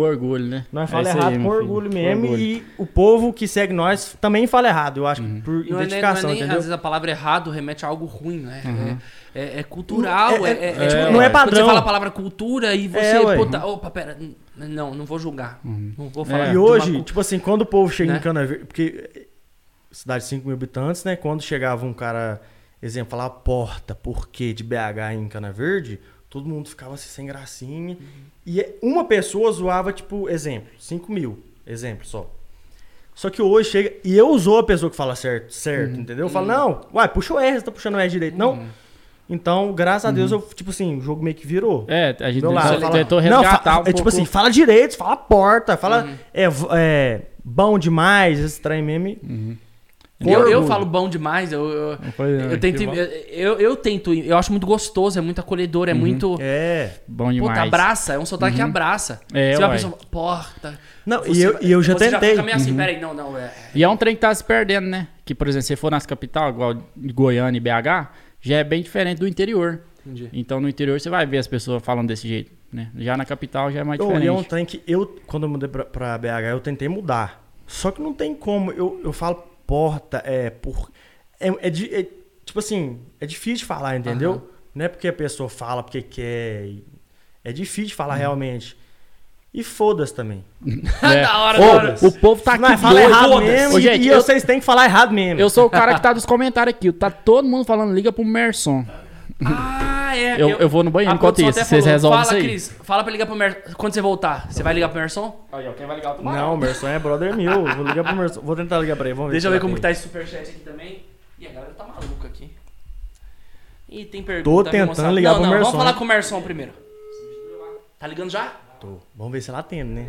Speaker 3: O orgulho, né?
Speaker 2: Nós
Speaker 3: É
Speaker 2: fala
Speaker 3: isso aí,
Speaker 2: errado
Speaker 3: meu
Speaker 2: com
Speaker 3: filho,
Speaker 2: orgulho
Speaker 3: com
Speaker 2: mesmo.
Speaker 3: orgulho. Uhum.
Speaker 2: E o povo que segue nós também fala errado, eu acho, por
Speaker 1: Não é nem, não é
Speaker 2: identificação,
Speaker 1: nem- às
Speaker 2: entendeu?
Speaker 1: vezes a palavra errado remete a algo ruim, né? É, é- é cultural,
Speaker 2: É-
Speaker 1: é,
Speaker 2: é-
Speaker 1: é- é-
Speaker 2: tipo,
Speaker 1: é-
Speaker 2: não é
Speaker 1: Quando
Speaker 2: padrão.
Speaker 1: você fala a palavra cultura e você,
Speaker 2: É, ué.
Speaker 1: puta, opa, pera, n- não, não vou julgar. Não vou falar.
Speaker 3: É,
Speaker 2: e
Speaker 1: de uma
Speaker 2: hoje,
Speaker 1: cu-
Speaker 2: tipo assim, quando o povo chega
Speaker 1: Né?
Speaker 2: em Cana Verde, porque eh, cidade de 5 mil habitantes, né? Quando chegava um cara, exemplo, falava porta, por quê, de BH em Cana Verde, todo mundo ficava assim, sem gracinha.
Speaker 1: Uhum.
Speaker 2: E é- uma pessoa zoava, tipo, exemplo, 5 mil, exemplo só. Só que hoje chega. E eu usou a pessoa que fala certo, certo,
Speaker 1: Uhum.
Speaker 2: entendeu? Eu falo, não, uai, puxa o R, você tá puxando o R direito, não? Então, graças a
Speaker 1: Uhum.
Speaker 2: Deus, eu, tipo assim, o jogo meio que virou.
Speaker 3: É, a gente
Speaker 2: Meu lado,
Speaker 3: tentou,
Speaker 2: fala-
Speaker 3: tentou
Speaker 2: Não,
Speaker 3: resgatar
Speaker 2: fa-
Speaker 3: um
Speaker 2: é,
Speaker 3: pouco. Uhum.
Speaker 2: Tipo assim, fala direito, fala porta, fala é, v- é, bom demais, esse trem meme.
Speaker 3: Uhum.
Speaker 1: Eu- Eu,
Speaker 2: orgulho.
Speaker 1: falo bom demais, eu, eu,
Speaker 3: Não foi, não.
Speaker 1: eu tento.
Speaker 3: Que bom.
Speaker 1: Eu, eu- eu tento, eu acho muito gostoso, é muito acolhedor, é muito.
Speaker 2: É.
Speaker 3: Bom demais.
Speaker 1: Puta, abraça, é um sotaque que abraça.
Speaker 3: É,
Speaker 1: você vai
Speaker 3: uai.
Speaker 1: pensar, porta.
Speaker 2: Não,
Speaker 1: Você
Speaker 2: e eu,
Speaker 1: vai-
Speaker 2: e eu já
Speaker 1: você
Speaker 2: tentei.
Speaker 1: fica meio assim, peraí, não, não, é.
Speaker 3: E é um trem que tá se perdendo, né? Que, por exemplo, se você for nas capital, igual de Goiânia e BH, já é bem diferente do interior.
Speaker 1: Entendi.
Speaker 3: Então no interior você vai ver as pessoas falando desse jeito, né? Já na capital já é mais
Speaker 2: Ô, e é um
Speaker 3: diferente.
Speaker 2: trem que eu, quando eu mudei pra, pra BH, eu tentei mudar. Só que não tem como. Eu, eu falo porta, é por. É, é di- é, tipo assim, é difícil de falar, entendeu?
Speaker 1: Aham.
Speaker 2: Não é porque a pessoa fala porque quer. e- É difícil de falar
Speaker 3: Uhum.
Speaker 2: realmente. E foda-se também.
Speaker 1: tá
Speaker 3: É.
Speaker 1: da hora, da hora.
Speaker 3: Ô, o povo tá
Speaker 2: Não,
Speaker 3: aqui
Speaker 2: fala
Speaker 3: doido.
Speaker 2: errado
Speaker 3: Foda-se.
Speaker 2: mesmo.
Speaker 3: Ô,
Speaker 2: e-
Speaker 3: gente,
Speaker 2: e
Speaker 3: eu,
Speaker 2: vocês têm que falar errado mesmo.
Speaker 3: eu sou o cara que tá dos comentários aqui. Tá todo mundo falando, liga pro Merson.
Speaker 1: Ah, é.
Speaker 3: Eu- eu vou no banheiro
Speaker 1: A
Speaker 3: enquanto
Speaker 1: produção
Speaker 3: isso,
Speaker 1: até
Speaker 3: vocês
Speaker 1: falou,
Speaker 3: resolvem
Speaker 1: fala,
Speaker 3: isso aí.
Speaker 1: Cris, fala pra ligar pro Merson. Quando você voltar, você vai ligar pro Merson?
Speaker 3: Aí, ó, quem vai ligar o
Speaker 2: Não, o Merson é brother meu. Vou ligar pro Merson. Vou tentar ligar pra ele. Vamos ver
Speaker 1: Deixa eu
Speaker 2: se
Speaker 1: ver
Speaker 2: já
Speaker 1: como que
Speaker 2: tem.
Speaker 1: tá esse superchat aqui também. Ih, a galera tá maluca aqui. Ih, tem pergunta. viu,
Speaker 2: tentando
Speaker 1: moçada?
Speaker 2: ligar
Speaker 1: não,
Speaker 2: pro
Speaker 1: não,
Speaker 2: Merson.
Speaker 1: Vamos falar com o Merson né? primeiro. Tá ligando já?
Speaker 2: Tô. Vamos ver se ela atende, né?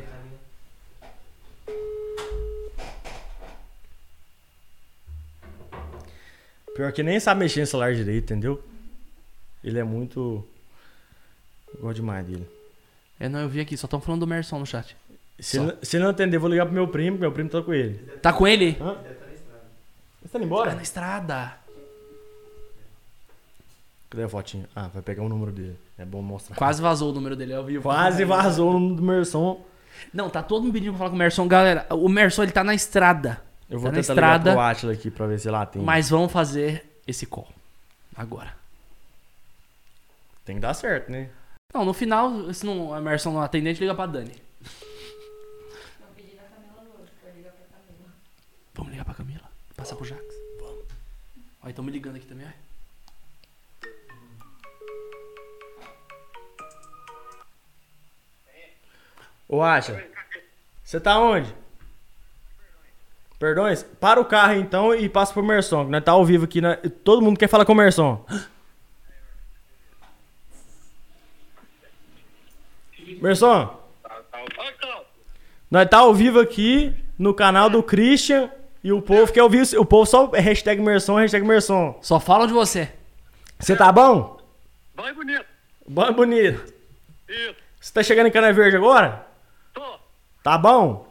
Speaker 2: Pior que nem sabe mexer no celular direito, entendeu? Ele é muito. Eu Gosto demais dele.
Speaker 1: É, não, eu vi aqui, só tão falando do Merson no chat.
Speaker 2: Se
Speaker 1: Só.
Speaker 2: ele, se ele não atender, eu vou ligar pro meu primo, que meu primo tá com ele.
Speaker 1: Tá com ele?
Speaker 2: Hã? Você
Speaker 1: Tá
Speaker 2: tá indo embora?
Speaker 1: na estrada.
Speaker 2: Cadê a fotinha? Ah, vai pegar o número dele. É bom mostrar.
Speaker 1: Quase vazou o número dele, eu vi.
Speaker 2: Quase vazou o número do Merson.
Speaker 1: Não, tá todo mundo pedindo pra falar com o Merson. Galera, o Merson, ele tá na estrada.
Speaker 2: Eu vou
Speaker 1: Tá na
Speaker 2: tentar ligar
Speaker 1: estrada.
Speaker 2: pro Atila aqui pra ver se ela atende.
Speaker 1: Mas vamos fazer esse call. Agora.
Speaker 2: Tem que dar certo, né?
Speaker 1: Não, no final, se não, a Merson não atender, a gente liga pra Dani. Vamos ligar pra Camila? Passar pro Jax? Vamos. Ó, estão me ligando aqui também, ó.
Speaker 2: Ô, Acha, você tá onde? Perdões? Para o carro então e passa pro Merson, que nós tá ao vivo aqui. né? Todo mundo quer falar com o Merson. Merson, nós tá ao vivo aqui no canal do Christian e o povo quer ouvir. O povo só é hashtag Merson, hashtag Merson.
Speaker 1: Só falam de você.
Speaker 2: Você tá bom?
Speaker 5: Vai bonito.
Speaker 2: Bom, e bonito.
Speaker 5: Isso.
Speaker 2: Você tá chegando em Cana Verde agora?
Speaker 5: Tô.
Speaker 2: Tá bom?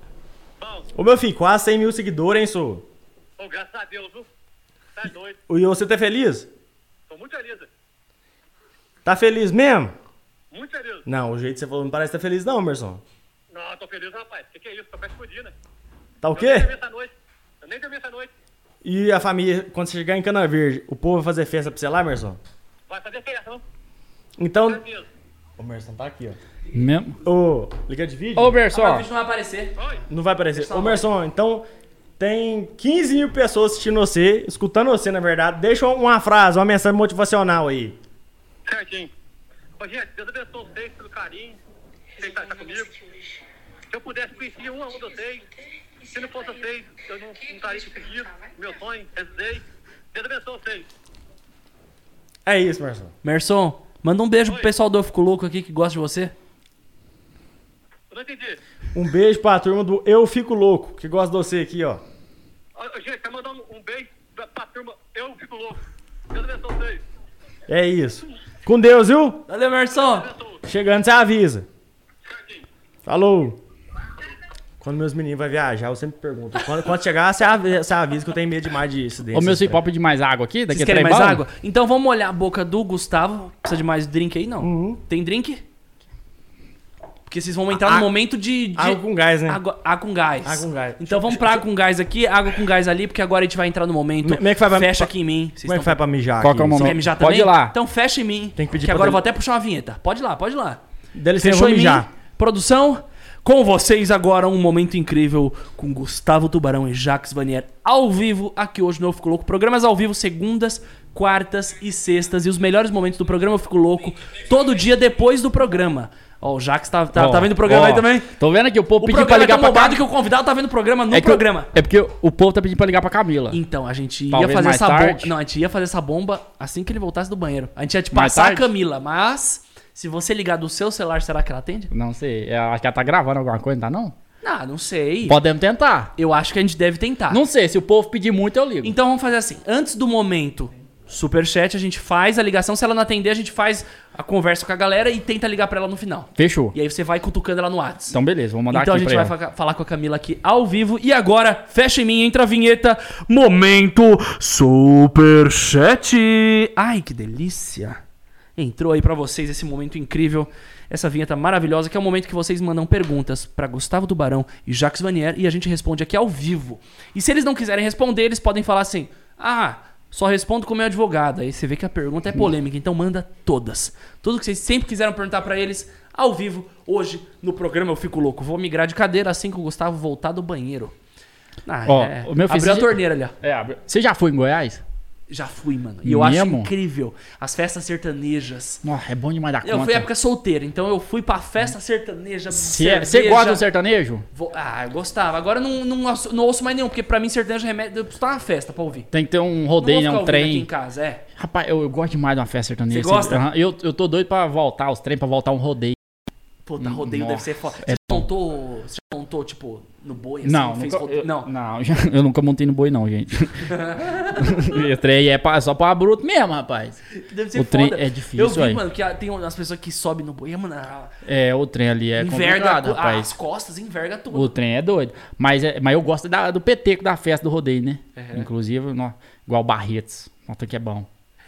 Speaker 5: Bom.
Speaker 2: Ô meu filho, quase 100 mil seguidores, hein, senhor?
Speaker 5: Ô, graças a Deus, viu? Tá doido.
Speaker 2: E você tá feliz?
Speaker 5: Tô muito feliz.
Speaker 2: Tá feliz mesmo?
Speaker 5: Muito feliz.
Speaker 2: Não, o jeito que você falou não parece que tá feliz não, Merson.
Speaker 5: Não, tô feliz, rapaz. O que, que é isso? Tô quase explodindo.
Speaker 2: Tá o
Speaker 5: Eu nem dormi
Speaker 2: quê?
Speaker 5: essa noite. Eu nem dormi essa noite.
Speaker 2: E a família, quando você chegar em Cana Verde, o povo vai fazer festa pra você lá, Merson?
Speaker 5: Vai fazer festa, não?
Speaker 2: Então...
Speaker 5: Tá mesmo.
Speaker 2: O Merson tá aqui, ó.
Speaker 3: Mesmo.
Speaker 2: Ô, liga de vídeo?
Speaker 3: Ô, Merson,
Speaker 1: Só. O
Speaker 3: ó,
Speaker 1: vídeo não vai aparecer.
Speaker 5: Oi.
Speaker 2: Não vai aparecer. Ô, Merson, então tem 15 mil pessoas assistindo você, escutando você, na verdade. Deixa uma frase, uma mensagem motivacional aí.
Speaker 5: Certinho. Ô, gente, Deus abençoe vocês pelo carinho. Vocês tá, tá comigo. Se eu pudesse conhecer um a um de vocês, se não fosse vocês, eu não, não estaria conseguindo. Meu sonho, realizei. Deus abençoe vocês.
Speaker 2: É isso, Merson.
Speaker 1: Merson, manda um beijo
Speaker 5: Oi.
Speaker 1: pro pessoal do Eu Fico Louco aqui que gosta de você.
Speaker 5: Eu não entendi.
Speaker 2: Um beijo pra turma do Eu Fico Louco, que gosta de você aqui, ó.
Speaker 5: Ô, Gente, tá mandando um beijo pra, pra turma. Eu fico louco. Deus abençoe vocês.
Speaker 2: É isso. Com Deus, viu?
Speaker 1: Valeu, Merson.
Speaker 5: Abençoe.
Speaker 2: Chegando, você avisa.
Speaker 5: Certinho.
Speaker 2: Falou! Quando meus meninos vão viajar, eu sempre pergunto. Quando, quando chegar, você avisa, você avisa que eu tenho medo demais de acidente.
Speaker 3: ô meu filho, pode pedir mais água aqui? Daqui é
Speaker 1: Vocês
Speaker 3: a
Speaker 1: querem
Speaker 3: três
Speaker 1: mais
Speaker 3: bala?
Speaker 1: água? Então vamos olhar a boca do Gustavo. Precisa de mais drink aí, não? Tem drink? Porque vocês vão entrar no
Speaker 2: A-
Speaker 1: momento de. de-
Speaker 2: Água com gás, né?
Speaker 1: Água, água com gás.
Speaker 2: Água com gás.
Speaker 1: Então vamos pra água com gás aqui, água com gás ali, porque agora a gente vai entrar no momento.
Speaker 2: Como é que faz pra-
Speaker 1: Fecha aqui em mim. Vocês
Speaker 2: Como é que
Speaker 1: estão-
Speaker 2: faz pra mijar
Speaker 3: Qual
Speaker 2: aqui?
Speaker 3: que é o
Speaker 2: Você
Speaker 1: Você
Speaker 3: momento?
Speaker 1: quer mijar
Speaker 3: Pode
Speaker 1: também?
Speaker 3: ir lá.
Speaker 1: Então fecha em mim.
Speaker 2: Tem que pedir
Speaker 1: Que
Speaker 2: pra
Speaker 1: agora eu
Speaker 2: ele-
Speaker 1: vou até puxar uma vinheta. Pode ir lá, pode ir lá.
Speaker 2: Dá licença, eu
Speaker 1: Fechou
Speaker 2: vou
Speaker 1: em
Speaker 2: mijar.
Speaker 1: mim? Produção, com vocês agora um momento incrível com Gustavo Tubarão e Jax Vanier ao vivo aqui hoje no Eu Fico Louco. Programas ao vivo segundas, quartas e sextas. E os melhores momentos do programa Eu Fico Louco todo dia depois do programa. Ó, o Jax tá, tá,
Speaker 3: Ó,
Speaker 1: tá vendo o programa
Speaker 3: ó.
Speaker 1: aí também?
Speaker 3: Tô vendo aqui, o povo
Speaker 1: O
Speaker 3: pediu pra
Speaker 1: programa é
Speaker 3: ligar
Speaker 1: tão
Speaker 3: pra
Speaker 1: bombado
Speaker 3: Camila.
Speaker 1: que o convidado tá vendo o programa no
Speaker 3: É, que o-
Speaker 1: programa.
Speaker 3: é porque o povo tá pedindo pra ligar pra Camila.
Speaker 1: Então, a gente ia
Speaker 3: Talvez
Speaker 1: fazer
Speaker 3: mais
Speaker 1: essa bomba.
Speaker 3: tarde.
Speaker 1: Não, a gente ia fazer essa bomba assim que ele voltasse do banheiro. A gente ia te
Speaker 3: Mais
Speaker 1: passar a
Speaker 3: tarde?
Speaker 1: Camila, mas se você ligar do seu celular, será que ela atende?
Speaker 3: Não sei, eu acho que ela tá gravando alguma coisa, tá não?
Speaker 1: Ah, não sei.
Speaker 3: Podemos tentar.
Speaker 1: Eu acho que a gente deve tentar.
Speaker 3: Não sei, se o povo pedir muito, eu ligo.
Speaker 1: Então vamos fazer assim. Antes do momento superchat, a gente faz a ligação. Se ela não atender, a gente faz a conversa com a galera e tenta ligar pra ela no final.
Speaker 3: Fechou.
Speaker 1: E aí você vai cutucando ela no WhatsApp.
Speaker 3: Então beleza, vou mandar
Speaker 1: Então a
Speaker 3: aqui
Speaker 1: gente
Speaker 3: pra
Speaker 1: vai
Speaker 3: ela.
Speaker 1: fa- falar com a Camila aqui ao vivo. E agora, fecha em mim, entra a vinheta. Momento Superchat. Ai, que delícia. Entrou aí pra vocês esse momento incrível. Essa vinheta maravilhosa, que é o momento que vocês mandam perguntas pra Gustavo Tubarão e Jacques Vanier e a gente responde aqui ao vivo. E se eles não quiserem responder, eles podem falar assim: Ah, só respondo com meu advogado. Aí você vê que a pergunta é polêmica, então manda todas. Tudo que vocês sempre quiseram perguntar pra eles, ao vivo, hoje, no programa Eu Fico Louco. Vou migrar de cadeira assim que o Gustavo voltar do banheiro. Ah,
Speaker 3: Ó,
Speaker 1: é.
Speaker 3: o meu filho-
Speaker 1: Abriu a torneira ali, ó.
Speaker 3: É, abre- você já foi em Goiás?
Speaker 1: Já fui, mano. E eu acho
Speaker 3: Mesmo?
Speaker 1: incrível. As festas sertanejas.
Speaker 3: Nossa, é bom demais da
Speaker 1: Eu
Speaker 3: conta.
Speaker 1: fui época solteira, então eu fui pra festa sertaneja.
Speaker 3: é, Você você
Speaker 1: cerveja.
Speaker 3: gosta do sertanejo?
Speaker 1: Vou- Ah, eu gostava. Agora eu não, não, ouço- não ouço mais nenhum, porque pra mim sertanejo é remédio. Eu preciso estar na festa pra ouvir.
Speaker 3: Tem que ter um
Speaker 1: Não vou
Speaker 3: rodeio,
Speaker 1: ficar
Speaker 3: né, um
Speaker 1: ouvindo aqui em
Speaker 3: trem.
Speaker 1: casa, é.
Speaker 3: Rapaz, eu, eu gosto demais de uma festa sertaneja. assim.
Speaker 1: Você gosta?
Speaker 3: Aham, Eu, eu tô doido pra voltar os trem, pra voltar um rodeio.
Speaker 1: Puta, tá, rodeio
Speaker 3: Nossa,
Speaker 1: deve ser foda. Você
Speaker 3: é
Speaker 1: já montou, você já montou, tipo, no boi, assim,
Speaker 3: Não,
Speaker 1: fez
Speaker 3: nunca,
Speaker 1: rodeio?
Speaker 3: eu,
Speaker 1: Não.
Speaker 3: não, eu nunca montei no boi, não, gente. o trem é pra- só pra bruto mesmo, rapaz.
Speaker 1: Deve ser
Speaker 3: O trem
Speaker 1: foda.
Speaker 3: é difícil,
Speaker 1: Eu vi,
Speaker 3: aí.
Speaker 1: mano, que a- tem umas pessoas que sobem no boi, mano, a-
Speaker 3: É, o trem ali é
Speaker 1: enverga
Speaker 3: complicado,
Speaker 1: tu-
Speaker 3: rapaz.
Speaker 1: as costas, enverga tudo.
Speaker 3: O trem é doido. Mas, é- mas eu gosto da- do peteco da festa do rodeio, né?
Speaker 1: É.
Speaker 3: Inclusive, nó, igual Barretos. Nota que é bom.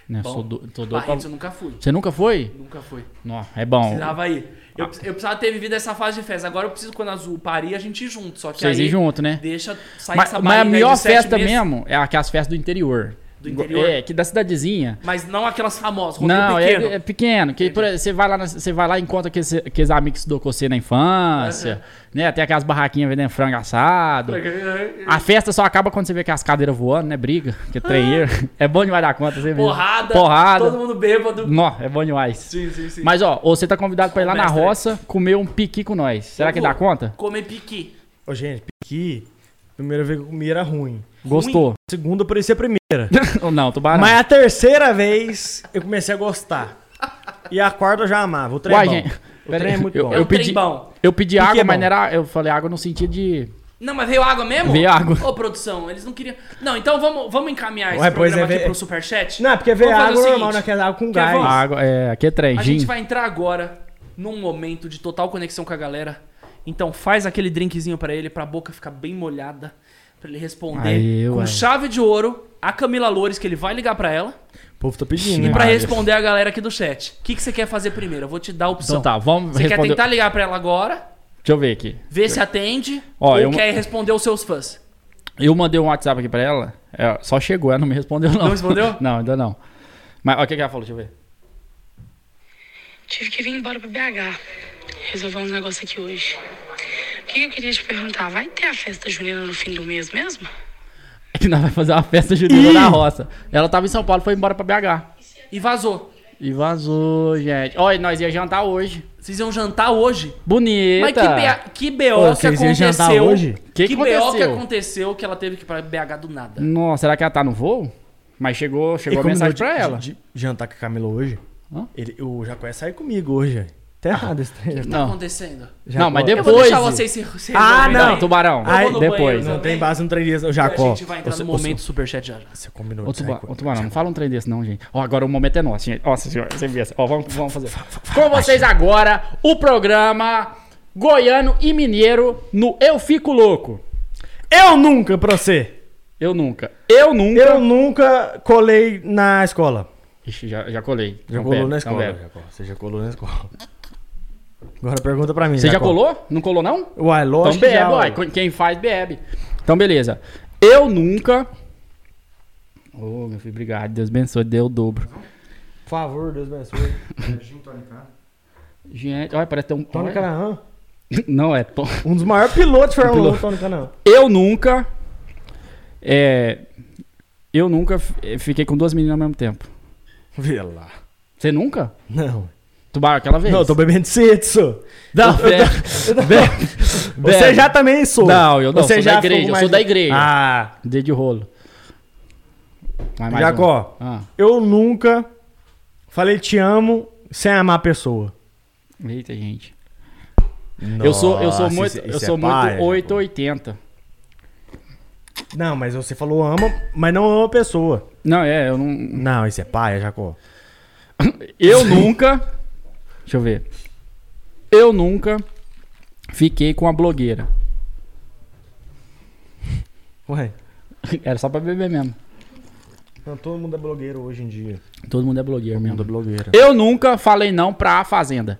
Speaker 3: Né?
Speaker 1: Bom.
Speaker 3: Sou do, tô doido pra...
Speaker 1: Barretos é um- eu nunca fui.
Speaker 3: Você nunca foi?
Speaker 1: Nunca fui.
Speaker 3: Nó, é bom.
Speaker 1: Precisava ir. Eu,
Speaker 3: Ah.
Speaker 1: eu precisava ter vivido essa fase de festa. Agora eu preciso, quando a Azul parir, a gente ir junto. Só que
Speaker 3: Vocês
Speaker 1: aí
Speaker 3: ir junto, né?
Speaker 1: deixa sair
Speaker 3: Mas,
Speaker 1: essa
Speaker 3: mas a
Speaker 1: barriga aí de
Speaker 3: melhor
Speaker 1: sete
Speaker 3: festa
Speaker 1: meses.
Speaker 3: mesmo é aquelas festas do interior.
Speaker 1: Do interior?
Speaker 3: É, que da cidadezinha.
Speaker 1: Mas não aquelas famosas, rodeio
Speaker 3: Não,
Speaker 1: pequeno.
Speaker 3: É, é pequeno. Que, por exemplo, você vai lá, na- você vai lá e encontra aqueles, aqueles amigos que estudou com você na infância. Né? Tem aquelas barraquinhas vendendo frango assado. A festa só acaba quando você vê que as cadeiras voando, né? Briga, que treino. é bom demais dar conta, você vê.
Speaker 1: Ah. Porrada,
Speaker 3: Porrada.
Speaker 1: todo mundo bêbado.
Speaker 3: Nó, é bom demais.
Speaker 1: Sim, sim, sim.
Speaker 3: Mas ó, você tá convidado pra ir lá na
Speaker 1: Mestre.
Speaker 3: roça comer um piqui com nós. Será
Speaker 1: Eu
Speaker 3: que
Speaker 1: vou
Speaker 3: dá conta?
Speaker 1: Comer piqui.
Speaker 2: Ô, gente, piqui, primeira vez que eu comi era ruim.
Speaker 3: Gostou?
Speaker 2: Segunda, parecia a primeira.
Speaker 3: Ou não, tubarão.
Speaker 2: Mas a terceira vez, eu comecei a gostar. E a quarta eu já amava. O trem é
Speaker 3: Uai,
Speaker 2: bom.
Speaker 3: gente.
Speaker 2: O
Speaker 3: pera
Speaker 2: trem
Speaker 3: aí,
Speaker 2: é muito
Speaker 3: eu-
Speaker 2: bom.
Speaker 3: eu-
Speaker 1: É um trem
Speaker 3: pedi-
Speaker 1: bom.
Speaker 3: Eu pedi
Speaker 2: Piqui
Speaker 3: água,
Speaker 2: é
Speaker 3: mas
Speaker 2: bom.
Speaker 3: não era. Eu falei água no sentido de.
Speaker 1: Não, mas veio água mesmo?
Speaker 3: Veio água.
Speaker 1: Ô, produção, eles não queriam. Não, então vamos, vamos encaminhar esse
Speaker 2: Ué, pois
Speaker 1: programa
Speaker 2: é,
Speaker 1: aqui
Speaker 2: vê-
Speaker 1: pro superchat.
Speaker 2: Não, porque ver
Speaker 1: Vamos fazer
Speaker 2: água
Speaker 1: o
Speaker 2: normal, né,
Speaker 1: seguinte.
Speaker 2: naquela água com
Speaker 1: Quer
Speaker 2: gás.
Speaker 1: vamos?
Speaker 3: Água, é, aqui é trem,
Speaker 1: A
Speaker 3: gin.
Speaker 1: gente vai entrar agora num momento de total conexão com a galera. Então faz aquele drinkzinho pra ele, pra boca ficar bem molhada, pra ele responder
Speaker 3: Aí,
Speaker 1: com
Speaker 3: ué.
Speaker 1: chave de ouro a Camila Loures, que ele vai ligar pra ela,
Speaker 2: O povo tá pedindo,
Speaker 3: E
Speaker 2: né?
Speaker 1: pra
Speaker 3: Maria.
Speaker 1: responder a galera aqui do chat. O que, que você quer fazer primeiro? Eu vou te dar a opção.
Speaker 3: Então tá, vamos
Speaker 1: Você quer
Speaker 3: responder.
Speaker 1: tentar ligar pra ela agora,
Speaker 3: Deixa eu ver aqui.
Speaker 1: ver se atende,
Speaker 3: Ó,
Speaker 1: ou
Speaker 3: eu-
Speaker 1: quer responder os seus fãs?
Speaker 3: Eu mandei um WhatsApp aqui pra ela. é, só chegou, ela não me respondeu, não.
Speaker 1: Não respondeu?
Speaker 3: não, ainda não. Mas ó, o que, que ela falou? Deixa eu ver.
Speaker 6: Tive que vir embora pra BH. Resolver uns negócios aqui hoje. O que eu queria te perguntar? Vai ter a festa junina no fim do mês mesmo?
Speaker 3: É que nós vai fazer uma festa junina na roça. Ela tava em São Paulo, foi embora pra BH.
Speaker 1: E vazou.
Speaker 3: E vazou, gente. Olha, nós ia jantar hoje.
Speaker 1: Vocês iam jantar hoje?
Speaker 3: Bonita.
Speaker 1: Mas que, BA, que BO
Speaker 2: Pô,
Speaker 1: que
Speaker 2: vocês iam jantar
Speaker 1: aconteceu?
Speaker 2: hoje?
Speaker 1: Que,
Speaker 3: Que
Speaker 1: BO que
Speaker 3: aconteceu?
Speaker 1: aconteceu que ela teve que ir pra BH do nada?
Speaker 3: Nossa, será que ela tá no voo? Mas chegou,
Speaker 2: Ele
Speaker 3: chegou a
Speaker 2: combinou
Speaker 3: mensagem
Speaker 2: de-
Speaker 3: pra
Speaker 2: de-
Speaker 3: ela.
Speaker 2: de jantar com a Camila hoje.
Speaker 3: Hã? Ah.
Speaker 2: Ele, o Jacó ia sair comigo hoje. velho. Tá errado esse trem.
Speaker 1: Tá
Speaker 3: não,
Speaker 1: acontecendo?
Speaker 3: não, mas
Speaker 1: Eu vou
Speaker 3: depois.
Speaker 1: deixar vocês se, se
Speaker 2: Ah,
Speaker 1: resolverem
Speaker 3: Não,
Speaker 1: aí.
Speaker 3: tubarão.
Speaker 2: Aí-
Speaker 1: Eu vou no
Speaker 3: depois.
Speaker 1: banheiro, né?
Speaker 2: Não tem base no trem disso. O Jacó.
Speaker 1: a gente vai entrar
Speaker 2: você-
Speaker 1: no momento superchat já já.
Speaker 2: Você combinou
Speaker 3: Ô,
Speaker 2: de sair
Speaker 3: tuba,
Speaker 2: com-
Speaker 3: ô, Tubarão, não fala um trem desse, não, gente. Ó, agora o momento é nosso, gente. Nossa senhora, você vê assim. Ó, vamos, vamos fazer. Com vocês agora, o programa Goiano e Mineiro no Eu Fico Louco.
Speaker 2: Eu nunca, pra você.
Speaker 3: Eu nunca. Eu nunca.
Speaker 2: Eu nunca colei na escola.
Speaker 3: Ixi, já, já colei.
Speaker 2: Já
Speaker 3: Então,
Speaker 2: colou
Speaker 3: pera,
Speaker 2: na
Speaker 3: então,
Speaker 2: escola. né?
Speaker 3: pera.
Speaker 2: Jacó. Você já colou na escola. Agora pergunta pra mim.
Speaker 3: Você já
Speaker 2: Jacó.
Speaker 3: colou? Não colou, não?
Speaker 2: Uai,
Speaker 3: Então
Speaker 2: lógico que
Speaker 3: bebe,
Speaker 2: já,
Speaker 3: uai.
Speaker 2: uai.
Speaker 3: Quem faz, bebe. Então, beleza. Eu nunca. Ô, meu filho, obrigado. Deus abençoe, deu o dobro.
Speaker 2: Por favor, Deus abençoe.
Speaker 3: Gente, olha, parece ter um.
Speaker 2: Tony
Speaker 3: olha.
Speaker 2: Canaan.
Speaker 3: Não, é. pão.
Speaker 2: Um dos maiores pilotos de Fórmula 1,
Speaker 3: Piloto.
Speaker 2: Tony Canaan.
Speaker 3: Eu nunca. É. Eu nunca f- eh, fiquei com duas meninas ao mesmo tempo.
Speaker 2: Vê lá. Você
Speaker 3: Você nunca?
Speaker 2: Não.
Speaker 3: Tubar, aquela vez?
Speaker 2: Não, eu tô bebendo cedo, sou.
Speaker 3: Não, é. velho.
Speaker 2: Você já também sou.
Speaker 3: Não, eu não.
Speaker 2: Você
Speaker 3: sou
Speaker 2: já
Speaker 3: da igreja.
Speaker 2: ficou
Speaker 3: Eu
Speaker 2: mais-
Speaker 3: sou da igreja.
Speaker 2: Ah,
Speaker 3: Dedo de rolo. Vai, mais
Speaker 2: Jacó.
Speaker 3: um. Ah.
Speaker 2: Eu nunca falei te amo sem amar a pessoa.
Speaker 3: Eita, gente. eu sou, eu sou
Speaker 2: Nossa,
Speaker 3: muito,
Speaker 2: isso-
Speaker 3: eu
Speaker 2: isso
Speaker 3: sou
Speaker 2: é paia,
Speaker 3: muito
Speaker 2: Jacó.
Speaker 3: 880.
Speaker 2: Não, mas você falou ama, mas não ama a pessoa.
Speaker 3: Não, é, eu não.
Speaker 2: Não, isso é paia, Jacó.
Speaker 3: Eu nunca. Deixa eu ver. Eu nunca fiquei com a blogueira.
Speaker 2: Ué,
Speaker 3: Era só pra beber mesmo.
Speaker 2: não, todo mundo é blogueiro hoje em dia.
Speaker 3: Todo mundo é blogueiro mesmo.
Speaker 2: blogueiro.
Speaker 3: Eu nunca falei não pra a Fazenda.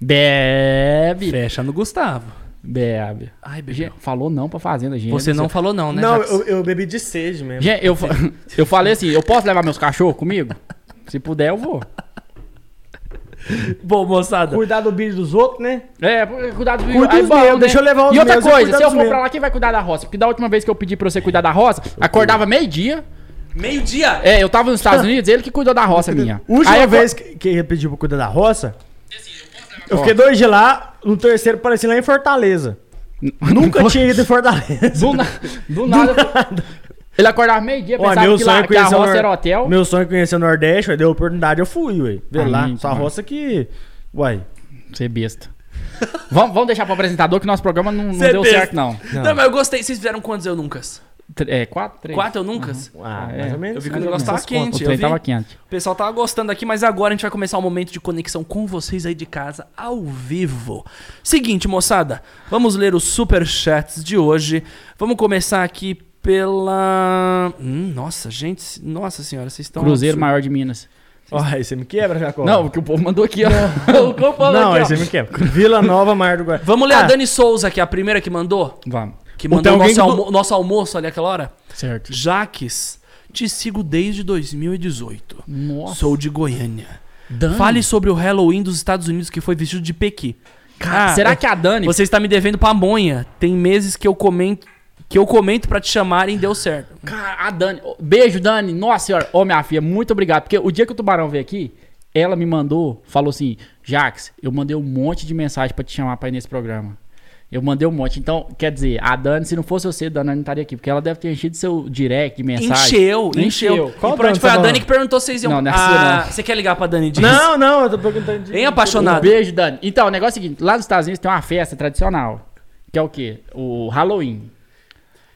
Speaker 3: Bebe.
Speaker 1: Fecha no Gustavo.
Speaker 3: Bebe.
Speaker 1: Ai,
Speaker 3: Gente,
Speaker 1: bebê.
Speaker 3: Falou não pra Fazenda, gente.
Speaker 1: Você não falou não, né?
Speaker 2: Não,
Speaker 1: já que-
Speaker 2: eu, eu bebi de sede mesmo.
Speaker 3: Gente, eu, fa- eu falei assim, eu posso levar meus cachorros comigo? Se puder, eu vou.
Speaker 1: Bom, moçada.
Speaker 2: Cuidar do bicho dos outros, né?
Speaker 3: É, cu- cuidado do
Speaker 2: Cuida
Speaker 3: aí
Speaker 2: dos
Speaker 3: bom,
Speaker 2: meus, deixa eu levar os
Speaker 3: E outra
Speaker 2: meus, eu
Speaker 3: coisa,
Speaker 2: cuidar
Speaker 3: se eu
Speaker 2: dos
Speaker 3: for pra
Speaker 2: meus.
Speaker 3: lá, quem vai cuidar da roça? Porque da última vez que eu pedi pra você cuidar da roça, acordava meio-dia.
Speaker 1: Meio-dia!
Speaker 3: É, eu tava nos Estados Unidos, ele que cuidou da roça minha.
Speaker 2: Última
Speaker 3: Aí eu-
Speaker 2: vez que, que ele pediu pra cuidar da roça, eu fiquei dois dias lá, no terceiro pareci lá em Fortaleza. Nunca tinha ido em Fortaleza.
Speaker 3: Do, na- do nada. Ele acordava meio-dia,
Speaker 2: Ó,
Speaker 3: pensava que, lá, que a
Speaker 2: é o
Speaker 3: roça
Speaker 2: Nor-
Speaker 3: era hotel.
Speaker 2: Meu sonho é conhecer o Nordeste, ué, deu oportunidade, eu fui, ué. Vê
Speaker 3: Ah,
Speaker 2: lá,
Speaker 3: muito,
Speaker 2: só
Speaker 3: mano.
Speaker 2: roça que... Uai,
Speaker 3: Você é besta. vamos, vamos deixar pro apresentador que nosso programa não, não
Speaker 1: Cê é
Speaker 3: deu
Speaker 1: besta.
Speaker 3: certo, não.
Speaker 1: Não. mas eu gostei. Vocês fizeram quantos eu nunca?
Speaker 3: Tr- É, quatro, três.
Speaker 1: Quatro eu nunca?
Speaker 2: ah,
Speaker 3: é,
Speaker 2: mais ou menos.
Speaker 1: Eu vi que o
Speaker 2: mais ou
Speaker 1: negócio
Speaker 2: menos.
Speaker 1: tava quente.
Speaker 3: O
Speaker 1: eu
Speaker 3: trem
Speaker 1: vi.
Speaker 3: tava quente.
Speaker 1: O pessoal tava gostando aqui, mas agora a gente vai começar um momento de conexão com vocês aí de casa, ao vivo. Seguinte, moçada, vamos ler os superchats de hoje. Vamos começar aqui pela. Hum, nossa, gente. Nossa senhora, vocês estão.
Speaker 3: Cruzeiro
Speaker 1: absurdo.
Speaker 3: maior de Minas.
Speaker 2: Ó, aí você me quebra, Jacó.
Speaker 3: Não, o que o povo mandou aqui, ó. o que eu falo
Speaker 2: Não, aí
Speaker 3: aqui,
Speaker 2: você me quebra. Vila Nova, Mar do Guará.
Speaker 1: Vamos ler a
Speaker 2: Ah,
Speaker 1: Dani Souza, que é a primeira que mandou.
Speaker 3: ó. Vamos.
Speaker 1: Que
Speaker 2: Ou
Speaker 1: mandou
Speaker 2: tem
Speaker 1: o
Speaker 2: alguém
Speaker 1: nosso,
Speaker 2: que
Speaker 1: almo- nosso almoço ali aquela hora.
Speaker 3: Certo.
Speaker 1: Jaques, te sigo desde 2018.
Speaker 3: Nossa. Hum.
Speaker 1: Sou de Goiânia.
Speaker 3: Dani.
Speaker 1: Fale sobre o Halloween dos Estados Unidos que foi vestido de Pequi.
Speaker 3: Cara,
Speaker 1: Ah,
Speaker 2: é.
Speaker 3: será que a Dani.
Speaker 1: Você está me devendo pamonha. Tem meses que eu comento que eu comento para te chamarem, deu certo.
Speaker 3: Cara, a Dani. Ô, Beijo, Dani. Nossa senhora. Ô, minha filha, muito obrigado. Porque o dia que o Tubarão veio aqui, ela me mandou, falou assim: Jax, eu mandei um monte de mensagem pra te chamar pra ir nesse programa. Eu mandei um monte. Então, quer dizer, a Dani, se não fosse você, a Dani não estaria aqui. Porque ela deve ter enchido seu direct de mensagem.
Speaker 1: Encheu, encheu.
Speaker 3: Encheu.
Speaker 1: E
Speaker 2: Qual
Speaker 1: pronto,
Speaker 2: Dani
Speaker 1: foi
Speaker 2: tá
Speaker 1: a Dani
Speaker 2: falando?
Speaker 1: que perguntou se vocês iam.
Speaker 3: Não, não é
Speaker 1: ah,
Speaker 3: sua, não.
Speaker 1: Você quer ligar pra Dani disso?
Speaker 2: Não, não, eu tô perguntando de...
Speaker 1: Hein,
Speaker 3: Um
Speaker 1: apaixonado?
Speaker 3: beijo, Dani. Então, o negócio é o seguinte: lá nos Estados Unidos tem uma festa tradicional. Que é o quê? O Halloween.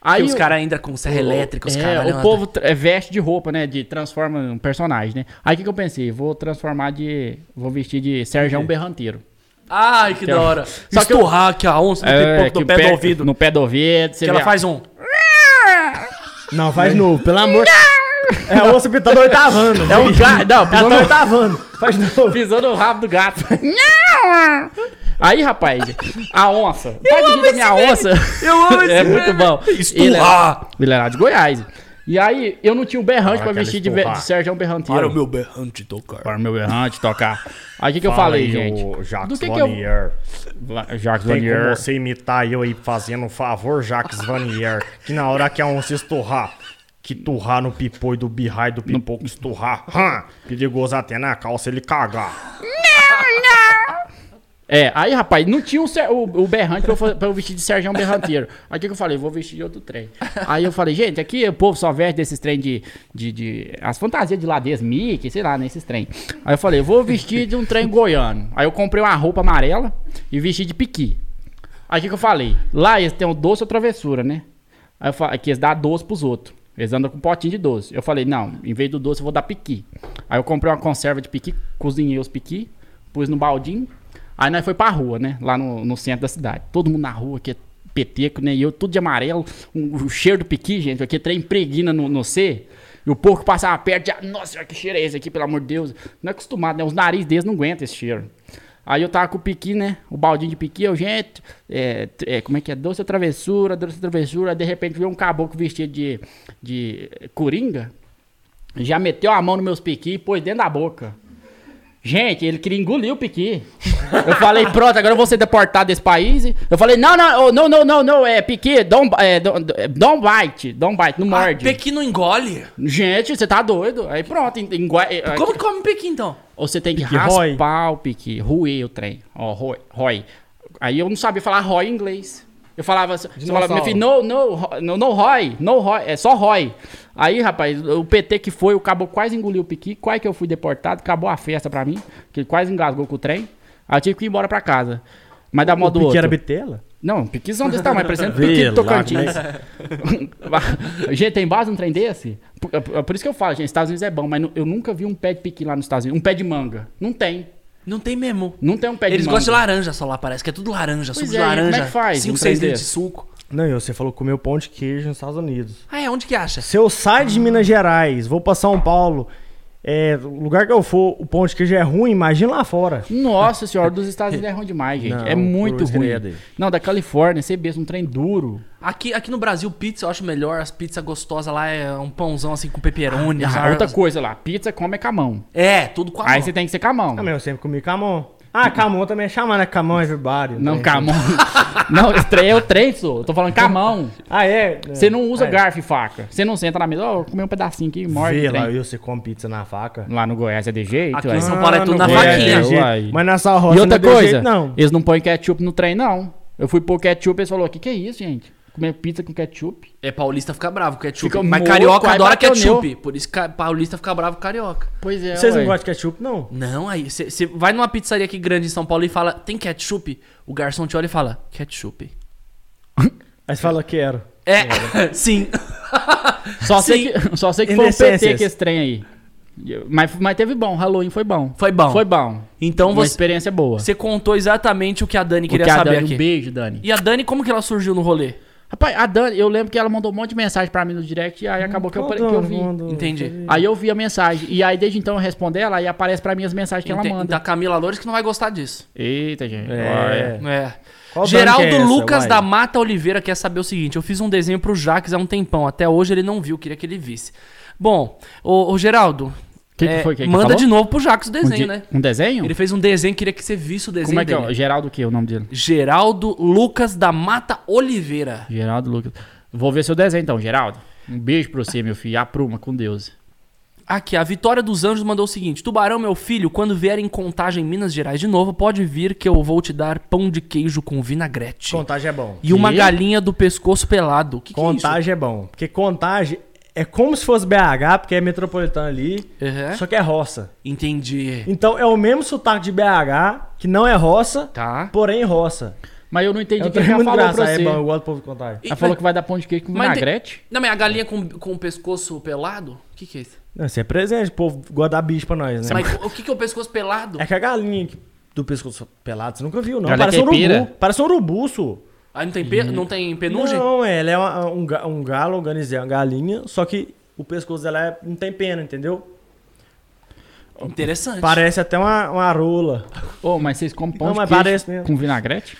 Speaker 1: Aí
Speaker 3: Aí
Speaker 1: os
Speaker 3: o-
Speaker 1: caras ainda com serra elétrica, os né,
Speaker 3: é,
Speaker 1: caras.
Speaker 3: O povo tra- é, veste de roupa, né? De transforma um personagem, né? Aí o que, que eu pensei? Vou transformar de. Vou vestir de Serjão Berranteiro.
Speaker 1: Ai, que da hora. Só
Speaker 3: Só que eu-
Speaker 1: Esturrar aqui a onça do pipoco
Speaker 3: É, que
Speaker 1: do pé
Speaker 3: pe-
Speaker 1: do ouvido.
Speaker 3: No pé do ouvido. Você
Speaker 1: Que
Speaker 3: vê
Speaker 1: ela
Speaker 3: a-
Speaker 1: faz um.
Speaker 2: Não, faz de novo, pelo amor... É o osso que tá do oitavando.
Speaker 3: É um gato. Não,
Speaker 2: Ela
Speaker 3: pisou
Speaker 2: tá
Speaker 3: no,
Speaker 2: oitavando. Faz de novo.
Speaker 3: pisou no rabo do gato. Aí, rapaz, a onça. Vai de da minha onça.
Speaker 1: Eu amo esse
Speaker 3: É muito
Speaker 1: meme.
Speaker 3: bom. Ele era,
Speaker 1: Esturrar.
Speaker 3: ele era de Goiás. E aí, eu não tinha o berrante pra
Speaker 2: aquela
Speaker 3: vestir de,
Speaker 2: esturrar.
Speaker 3: de Serjão Berranteiro.
Speaker 1: Para o meu berrante tocar.
Speaker 3: para o meu errante tocar. Aí o que, que eu falei, gente? Do que que eu... Va- Jacques Vanier.
Speaker 2: imitar eu aí fazendo um favor, Jacques Vanier? Que na hora que a onça esturrar, que turrar no pipoi do birrai do pipoco esturrar, hã, perigoso até na calça ele cagar.
Speaker 3: É, aí, rapaz, não tinha o, Ser- o, o berrante pra eu, fa- pra eu vestir de Serjão Berranteiro. Aí o que, que eu falei? Vou vestir de outro trem. Aí eu falei, gente, aqui o povo só veste desses trem de, de, de- As fantasias de ladez Mickey, sei lá, nesses trem. Aí eu falei, vou vestir de um trem goiano. Aí eu comprei uma roupa amarela e vesti de piqui. Aí o que, que eu falei? Lá eles têm o doce ou travessura, né? Aí eu falei, que eles dão doce pros outros. Eles andam com um potinho de doce. Eu falei, não, em vez do doce eu vou dar piqui. Aí eu comprei uma conserva de piqui, cozinhei os piqui, pus no baldinho. Aí nós foi pra rua, né? Lá no, no centro da cidade. Todo mundo na rua, que é peteco, né? E eu tudo de amarelo, um- o cheiro do piqui, gente, aqui trem impregna no, no C. E o porco passava perto, já, nossa, que cheiro é esse aqui, pelo amor de Deus. Não é acostumado, né? Os narizes deles não aguentam esse cheiro. Aí eu tava com o piqui, né? O baldinho de piqui, eu, gente, é, é, como é que é? Doce ou travessura, doce ou travessura. Aí, de repente veio um caboclo vestido de, de coringa, já meteu a mão nos meus piqui e pôs dentro da boca. Gente, ele queria engolir o piqui. Eu falei, pronto, agora eu vou ser deportado desse país. Eu falei, não, não, oh, não, não, não, não, é piqui, don't, é, don't, don't bite, don't bite, não
Speaker 1: Ah,
Speaker 3: morde.
Speaker 1: Pequi não engole?
Speaker 3: Gente, você tá doido. Aí pronto, é, engua...
Speaker 1: Como que come pequi, então?
Speaker 3: Ou você tem que
Speaker 2: Pique,
Speaker 3: raspar o pique, roer o trem. Ó, roe- roe. Aí eu não sabia falar roe em inglês. Eu falava, assim, você falava, meu filho, no, no, ro- no, no roy, no roy, é só roy. Aí, rapaz, o PT que foi, o cabo quase engoliu o piqui, quase que eu fui deportado, acabou a festa pra mim, que ele quase engasgou com o trem. Aí eu tive que ir embora pra casa. Mas da moda
Speaker 2: o
Speaker 3: outro.
Speaker 2: que era bitela?
Speaker 3: Não, um piquizão desse tamanho, parecendo um piqui
Speaker 2: Vê né?
Speaker 3: do Tocantins. gente, tem base num trem desse? Por, é por isso que eu falo, gente, Estados Unidos é bom, mas nu- eu nunca vi um pé de piqui lá nos Estados Unidos. Um pé de manga. Não tem.
Speaker 1: Não tem mesmo.
Speaker 3: Não tem um pé
Speaker 1: Eles
Speaker 3: de manga.
Speaker 1: gostam de laranja só lá, parece que é tudo laranja,
Speaker 3: Pois
Speaker 1: suco
Speaker 3: é,
Speaker 1: de
Speaker 3: e
Speaker 1: laranja.
Speaker 3: como é que faz um
Speaker 1: 5, 6
Speaker 3: trem
Speaker 1: litros
Speaker 3: desse?
Speaker 1: de suco.
Speaker 2: Não, e você falou comer o pão de queijo nos Estados Unidos.
Speaker 1: Ah, é? Onde que acha?
Speaker 2: Se eu saio de Minas Gerais, vou pra São Paulo, é, o lugar que eu for, o pão de queijo é ruim, imagina lá fora.
Speaker 3: Nossa senhora, dos Estados Unidos é ruim demais, gente.
Speaker 2: Não,
Speaker 3: é muito
Speaker 2: cruz
Speaker 3: ruim.
Speaker 2: credo.
Speaker 3: Não, da Califórnia, você mesmo, um trem duro.
Speaker 1: Aqui, aqui no Brasil, pizza eu acho melhor. As pizzas gostosas lá é um pãozão assim com pepperoni.
Speaker 3: Ah,
Speaker 1: as-
Speaker 3: outra coisa lá, pizza come com a mão.
Speaker 1: É, tudo com a
Speaker 3: Aí
Speaker 1: mão.
Speaker 3: você tem que ser com a mão.
Speaker 2: Ah, mas eu sempre comi camon. Ah, camon também é chamado, né? Camon everybody.
Speaker 3: Não,
Speaker 2: né?
Speaker 3: com a mão. não, esse trem é o trem, só. Eu tô falando com a mão.
Speaker 2: Ah, é?
Speaker 3: Você não usa
Speaker 2: Ah, é.
Speaker 3: garfo e faca. Você não senta na mesa, ó, vou comer um pedacinho aqui e morde. né?
Speaker 2: Vê
Speaker 3: o trem.
Speaker 2: lá, e você come pizza na faca.
Speaker 3: Lá no Goiás é de jeito.
Speaker 1: Aqui
Speaker 3: ué.
Speaker 1: em São Paulo é tudo na
Speaker 2: não é,
Speaker 1: faquinha.
Speaker 2: é jeito.
Speaker 3: Uai.
Speaker 2: Mas na sal rosa
Speaker 3: E outra
Speaker 2: não deu
Speaker 3: coisa,
Speaker 2: jeito, não.
Speaker 3: eles não põem ketchup no trem, não. Eu fui pôr ketchup e eles falaram, o que, que é isso, gente? Comer pizza com ketchup?
Speaker 1: É, paulista fica bravo com ketchup.
Speaker 3: Fica
Speaker 1: mas
Speaker 3: morto,
Speaker 1: carioca
Speaker 3: aí
Speaker 1: adora
Speaker 3: bateu
Speaker 1: ketchup. Por isso que paulista fica bravo com carioca.
Speaker 3: Pois é,
Speaker 2: Vocês não gostam de ketchup, não?
Speaker 1: Não, aí você vai numa pizzaria aqui grande em São Paulo e fala, tem ketchup? O garçom te olha e fala, ketchup.
Speaker 2: Aí você fala, quero.
Speaker 1: É, sim.
Speaker 3: Só sei,
Speaker 1: Sim.
Speaker 3: que, só sei que foi um PT
Speaker 2: Indecências.
Speaker 3: que esse trem aí. E eu- Mas, mas teve bom, Halloween foi bom.
Speaker 1: Foi bom.
Speaker 3: Foi bom.
Speaker 1: Então
Speaker 3: Uma
Speaker 1: você,
Speaker 3: experiência boa.
Speaker 1: você contou exatamente o que a Dani queria
Speaker 3: Porque a
Speaker 1: saber
Speaker 3: Dani,
Speaker 1: aqui.
Speaker 3: um beijo, Dani.
Speaker 1: E a Dani, como que ela surgiu no rolê?
Speaker 3: Rapaz, a Dani, eu lembro que ela mandou um monte de mensagem pra mim no direct e aí acabou que eu, que eu vi.
Speaker 1: Entendi.
Speaker 3: Aí eu vi a mensagem. E aí desde então eu respondo ela e aparece pra mim as mensagens que
Speaker 1: Ente- tá.
Speaker 3: ela manda.
Speaker 1: Da Camila Loures que não vai gostar disso.
Speaker 3: Eita, gente. Olha.
Speaker 2: É.
Speaker 1: É.
Speaker 2: Qual Dani
Speaker 1: Geraldo
Speaker 2: que é essa,
Speaker 1: Lucas
Speaker 2: uai?
Speaker 1: da Mata Oliveira quer saber o seguinte: eu fiz um desenho pro Jaques há um tempão, até hoje ele não viu, queria que ele visse. Bom, o, Geraldo,
Speaker 3: Que que
Speaker 1: é,
Speaker 3: foi que- que
Speaker 1: manda
Speaker 3: falou?
Speaker 1: de novo pro Jaques o
Speaker 3: Um
Speaker 1: desenho,
Speaker 3: de-
Speaker 1: né?
Speaker 3: Um desenho?
Speaker 1: Ele fez um desenho, queria que você visse o desenho
Speaker 3: Como é que é?
Speaker 1: dele.
Speaker 3: o- Geraldo o quê? O nome dele?
Speaker 1: Geraldo Lucas da Mata Oliveira.
Speaker 3: Geraldo Lucas. Vou ver seu desenho então, Geraldo. Um beijo pra você, meu filho. Apruma com Deus.
Speaker 1: Aqui, a Vitória dos Anjos mandou o seguinte: Tubarão, meu filho, quando vier em contagem Minas Gerais de novo, pode vir que eu vou te dar pão de queijo com vinagrete.
Speaker 2: Contagem é bom.
Speaker 1: E uma
Speaker 3: Quê?
Speaker 1: galinha do pescoço pelado. O que, que é isso?
Speaker 2: Contagem é, bom. Porque contagem é como se fosse BH, porque é metropolitano ali,
Speaker 1: Uhum.
Speaker 2: só que é roça.
Speaker 1: Entendi.
Speaker 2: Então é o mesmo sotaque de BH, que não é roça,
Speaker 1: Tá.
Speaker 2: porém roça.
Speaker 3: Mas eu não entendi
Speaker 2: É
Speaker 3: o
Speaker 2: um
Speaker 3: que
Speaker 2: trem
Speaker 3: ela
Speaker 2: muito
Speaker 3: falou pra
Speaker 2: engraçado,
Speaker 3: você.
Speaker 2: é bom, eu gosto do povo de contagem.
Speaker 1: E-
Speaker 3: Ela falou que vai dar pão de queijo com
Speaker 1: Mas tem-
Speaker 3: vinagrete.
Speaker 1: Não, mas a galinha com, com o pescoço pelado? O que, que é isso?
Speaker 2: Não, Você é presente, o povo gosta da bicho pra nós, né?
Speaker 1: Mas o que, que é o pescoço pelado?
Speaker 2: É que a galinha que- do pescoço pelado, você nunca viu, não.
Speaker 3: Galinha
Speaker 2: Parece um
Speaker 3: caipira.
Speaker 2: urubu. Parece um urubu, su.
Speaker 1: Ah, não tem, pe... não tem penugem?
Speaker 2: Não, ela é uma- um, ga- um galo, um ganizel, uma galinha, só que o pescoço dela é- não tem pena, entendeu?
Speaker 1: Interessante.
Speaker 2: Parece até uma, uma rola.
Speaker 3: Oh, mas vocês comem pão
Speaker 2: Não,
Speaker 3: de
Speaker 2: mas
Speaker 3: queijo
Speaker 2: parece mesmo.
Speaker 3: com vinagrete?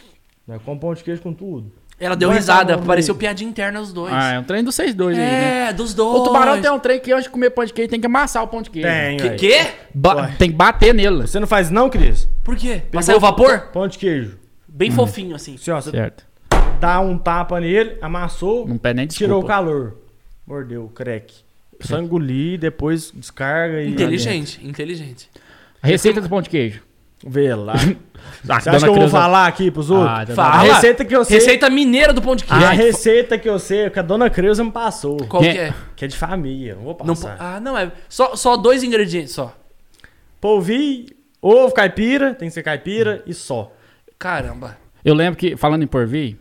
Speaker 2: Né? Com pão de queijo com tudo.
Speaker 1: Ela deu
Speaker 2: Não é
Speaker 1: risada,
Speaker 2: não, não.
Speaker 1: pareceu piadinha interna os dois.
Speaker 3: Ah, é um trem dos seis dois aí, né?
Speaker 1: é, dos dois.
Speaker 3: O tubarão tem um trem que antes de comer pão de queijo tem que amassar o pão de queijo.
Speaker 2: Tem,
Speaker 1: Que,
Speaker 2: ué.
Speaker 1: quê?
Speaker 3: Ba- tem que bater nele.
Speaker 2: Você não faz não, Cris?
Speaker 1: Por quê? Pra sair o vapor?
Speaker 2: Pão de queijo.
Speaker 3: Hum.
Speaker 1: Bem fofinho, assim.
Speaker 2: Assim, ó, você
Speaker 3: Certo.
Speaker 2: dá um tapa nele, amassou,
Speaker 3: Não pede nem desculpa.
Speaker 2: tirou o calor. Mordeu, o creque. Só engolir, depois descarga e...
Speaker 1: Inteligente, inteligente.
Speaker 3: Receita do pão de queijo.
Speaker 2: Vê lá.
Speaker 3: Ah,
Speaker 2: Você acha que eu vou
Speaker 3: Creuza-
Speaker 2: falar aqui pros outros?
Speaker 3: Ah, tá
Speaker 1: Fala.
Speaker 2: A receita que eu sei...
Speaker 1: Receita mineira do pão de
Speaker 2: A
Speaker 1: queijo.
Speaker 2: receita que eu sei, que a dona Creuza me passou.
Speaker 1: Qual que é?
Speaker 3: Ah, É.
Speaker 2: Que é de família, não vou
Speaker 1: Não po-
Speaker 2: passar.
Speaker 1: ah, não, é só, só dois ingredientes só.
Speaker 2: Polvilho, ovo caipira, tem que ser caipira e só.
Speaker 1: Caramba.
Speaker 3: Eu lembro que, falando em porvir,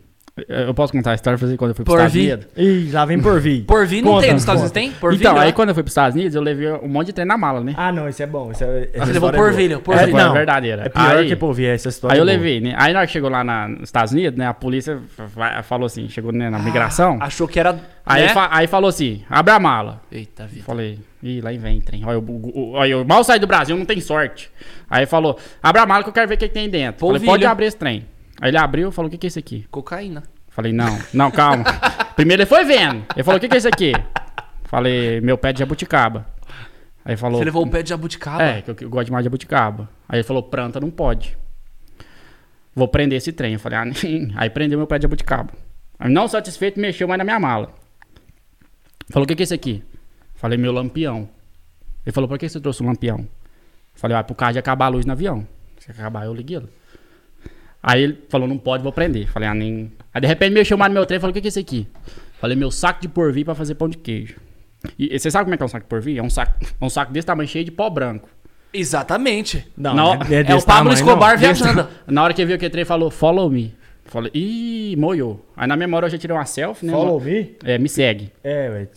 Speaker 3: Eu posso contar a história pra você quando eu fui pros
Speaker 1: Por
Speaker 3: Estados
Speaker 1: vir?
Speaker 3: Unidos?
Speaker 2: Ih, lá vem por vir.
Speaker 1: Por vir não
Speaker 3: Conta,
Speaker 1: tem, nos Estados
Speaker 2: conta.
Speaker 1: Unidos tem? Por vir,
Speaker 3: então,
Speaker 1: não é?
Speaker 3: aí quando eu fui pros Estados Unidos, eu levei um monte de trem na mala, né?
Speaker 2: Ah, não, isso é bom. Isso é, essa
Speaker 1: Você levou
Speaker 2: história é boa.
Speaker 1: porvilho,
Speaker 3: Essa
Speaker 2: É,
Speaker 1: porvilho.
Speaker 3: história
Speaker 2: não,
Speaker 3: é verdadeira.
Speaker 2: É pior
Speaker 3: Aí-
Speaker 2: que por vir, essa história
Speaker 3: Aí eu
Speaker 2: é boa.
Speaker 3: levei, né? Aí na hora que chegou lá na- nos Estados Unidos, né? A polícia fa- fa- falou assim, chegou né, na migração.
Speaker 2: Ah,
Speaker 1: Ah, Achou que era.
Speaker 3: aí,
Speaker 1: né?
Speaker 3: fa- aí falou assim, abre a mala.
Speaker 1: Eita vida.
Speaker 3: Falei, ih, lá vem trem. Olha, eu, bu- o- olha, eu mal saí do Brasil, não tem sorte. Aí falou, abre a mala que eu quero ver o que, que tem dentro. Falei,
Speaker 1: Polvilho.
Speaker 3: pode abrir esse trem. Aí ele abriu, falou, o que, que é isso aqui?
Speaker 1: Cocaína.
Speaker 3: Falei, não, não, calma. Primeiro ele foi vendo. Ele falou, o que, que é isso aqui? Falei, meu pé de jabuticaba. Aí ele falou,
Speaker 1: Você levou o pé de jabuticaba.
Speaker 3: é, que eu, que eu gosto demais de jabuticaba. Aí ele falou, planta não pode. Vou prender esse trem. Eu falei, ah, nem. Aí prendeu meu pé de jabuticaba. Aí, não satisfeito, mexeu mais na minha mala. Falou, o que, que é isso aqui? Falei, meu lampião. Ele falou, por que você trouxe um lampião? Falei, ah, por causa de acabar a luz no avião. Se acabar, eu liguei ele. Aí ele falou, não pode, vou prender. Falei, ah, nem. Aí de repente mexeu mais no meu trem e falou, o que, que é isso aqui? Falei, meu saco de porvir pra fazer pão de queijo. E e você sabe como é que é um saco de porvir? É um saco, é um saco desse tamanho cheio de pó branco.
Speaker 1: Exatamente.
Speaker 2: Não,
Speaker 3: Não,
Speaker 2: não, é,
Speaker 1: É, o Pablo
Speaker 2: desse tamanho, não.
Speaker 1: Escobar
Speaker 3: Desse-
Speaker 1: viajando.
Speaker 3: Na hora que eu vi o que trem, falou, follow me. Falei, ih, moiou. Aí na mesma hora eu já tirei uma selfie, né?
Speaker 2: Follow me?
Speaker 3: É, me segue.
Speaker 2: É, velho.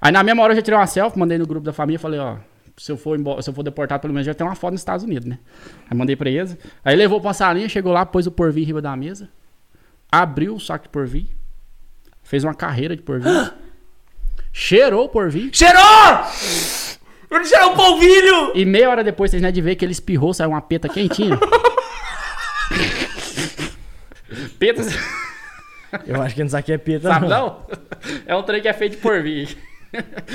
Speaker 3: Aí na mesma hora eu já tirei uma selfie, mandei no grupo da família, falei, ó, se eu for, embora, se eu for deportado, pelo menos já tem uma foto nos Estados Unidos, né? Aí mandei pra eles. Aí levou pra salinha, chegou lá, pôs o porvir em cima da mesa, abriu o saco de porvir, fez uma carreira de porvir, cheirou o porvir,
Speaker 1: Cheirou! Ele cheirou o é um polvilho!
Speaker 3: e meia hora depois vocês não é de ver que ele espirrou, saiu uma peta quentinha. peta...
Speaker 2: Eu acho que não aqui é pita,
Speaker 3: Sabe não? É um trem que é feito de porvir.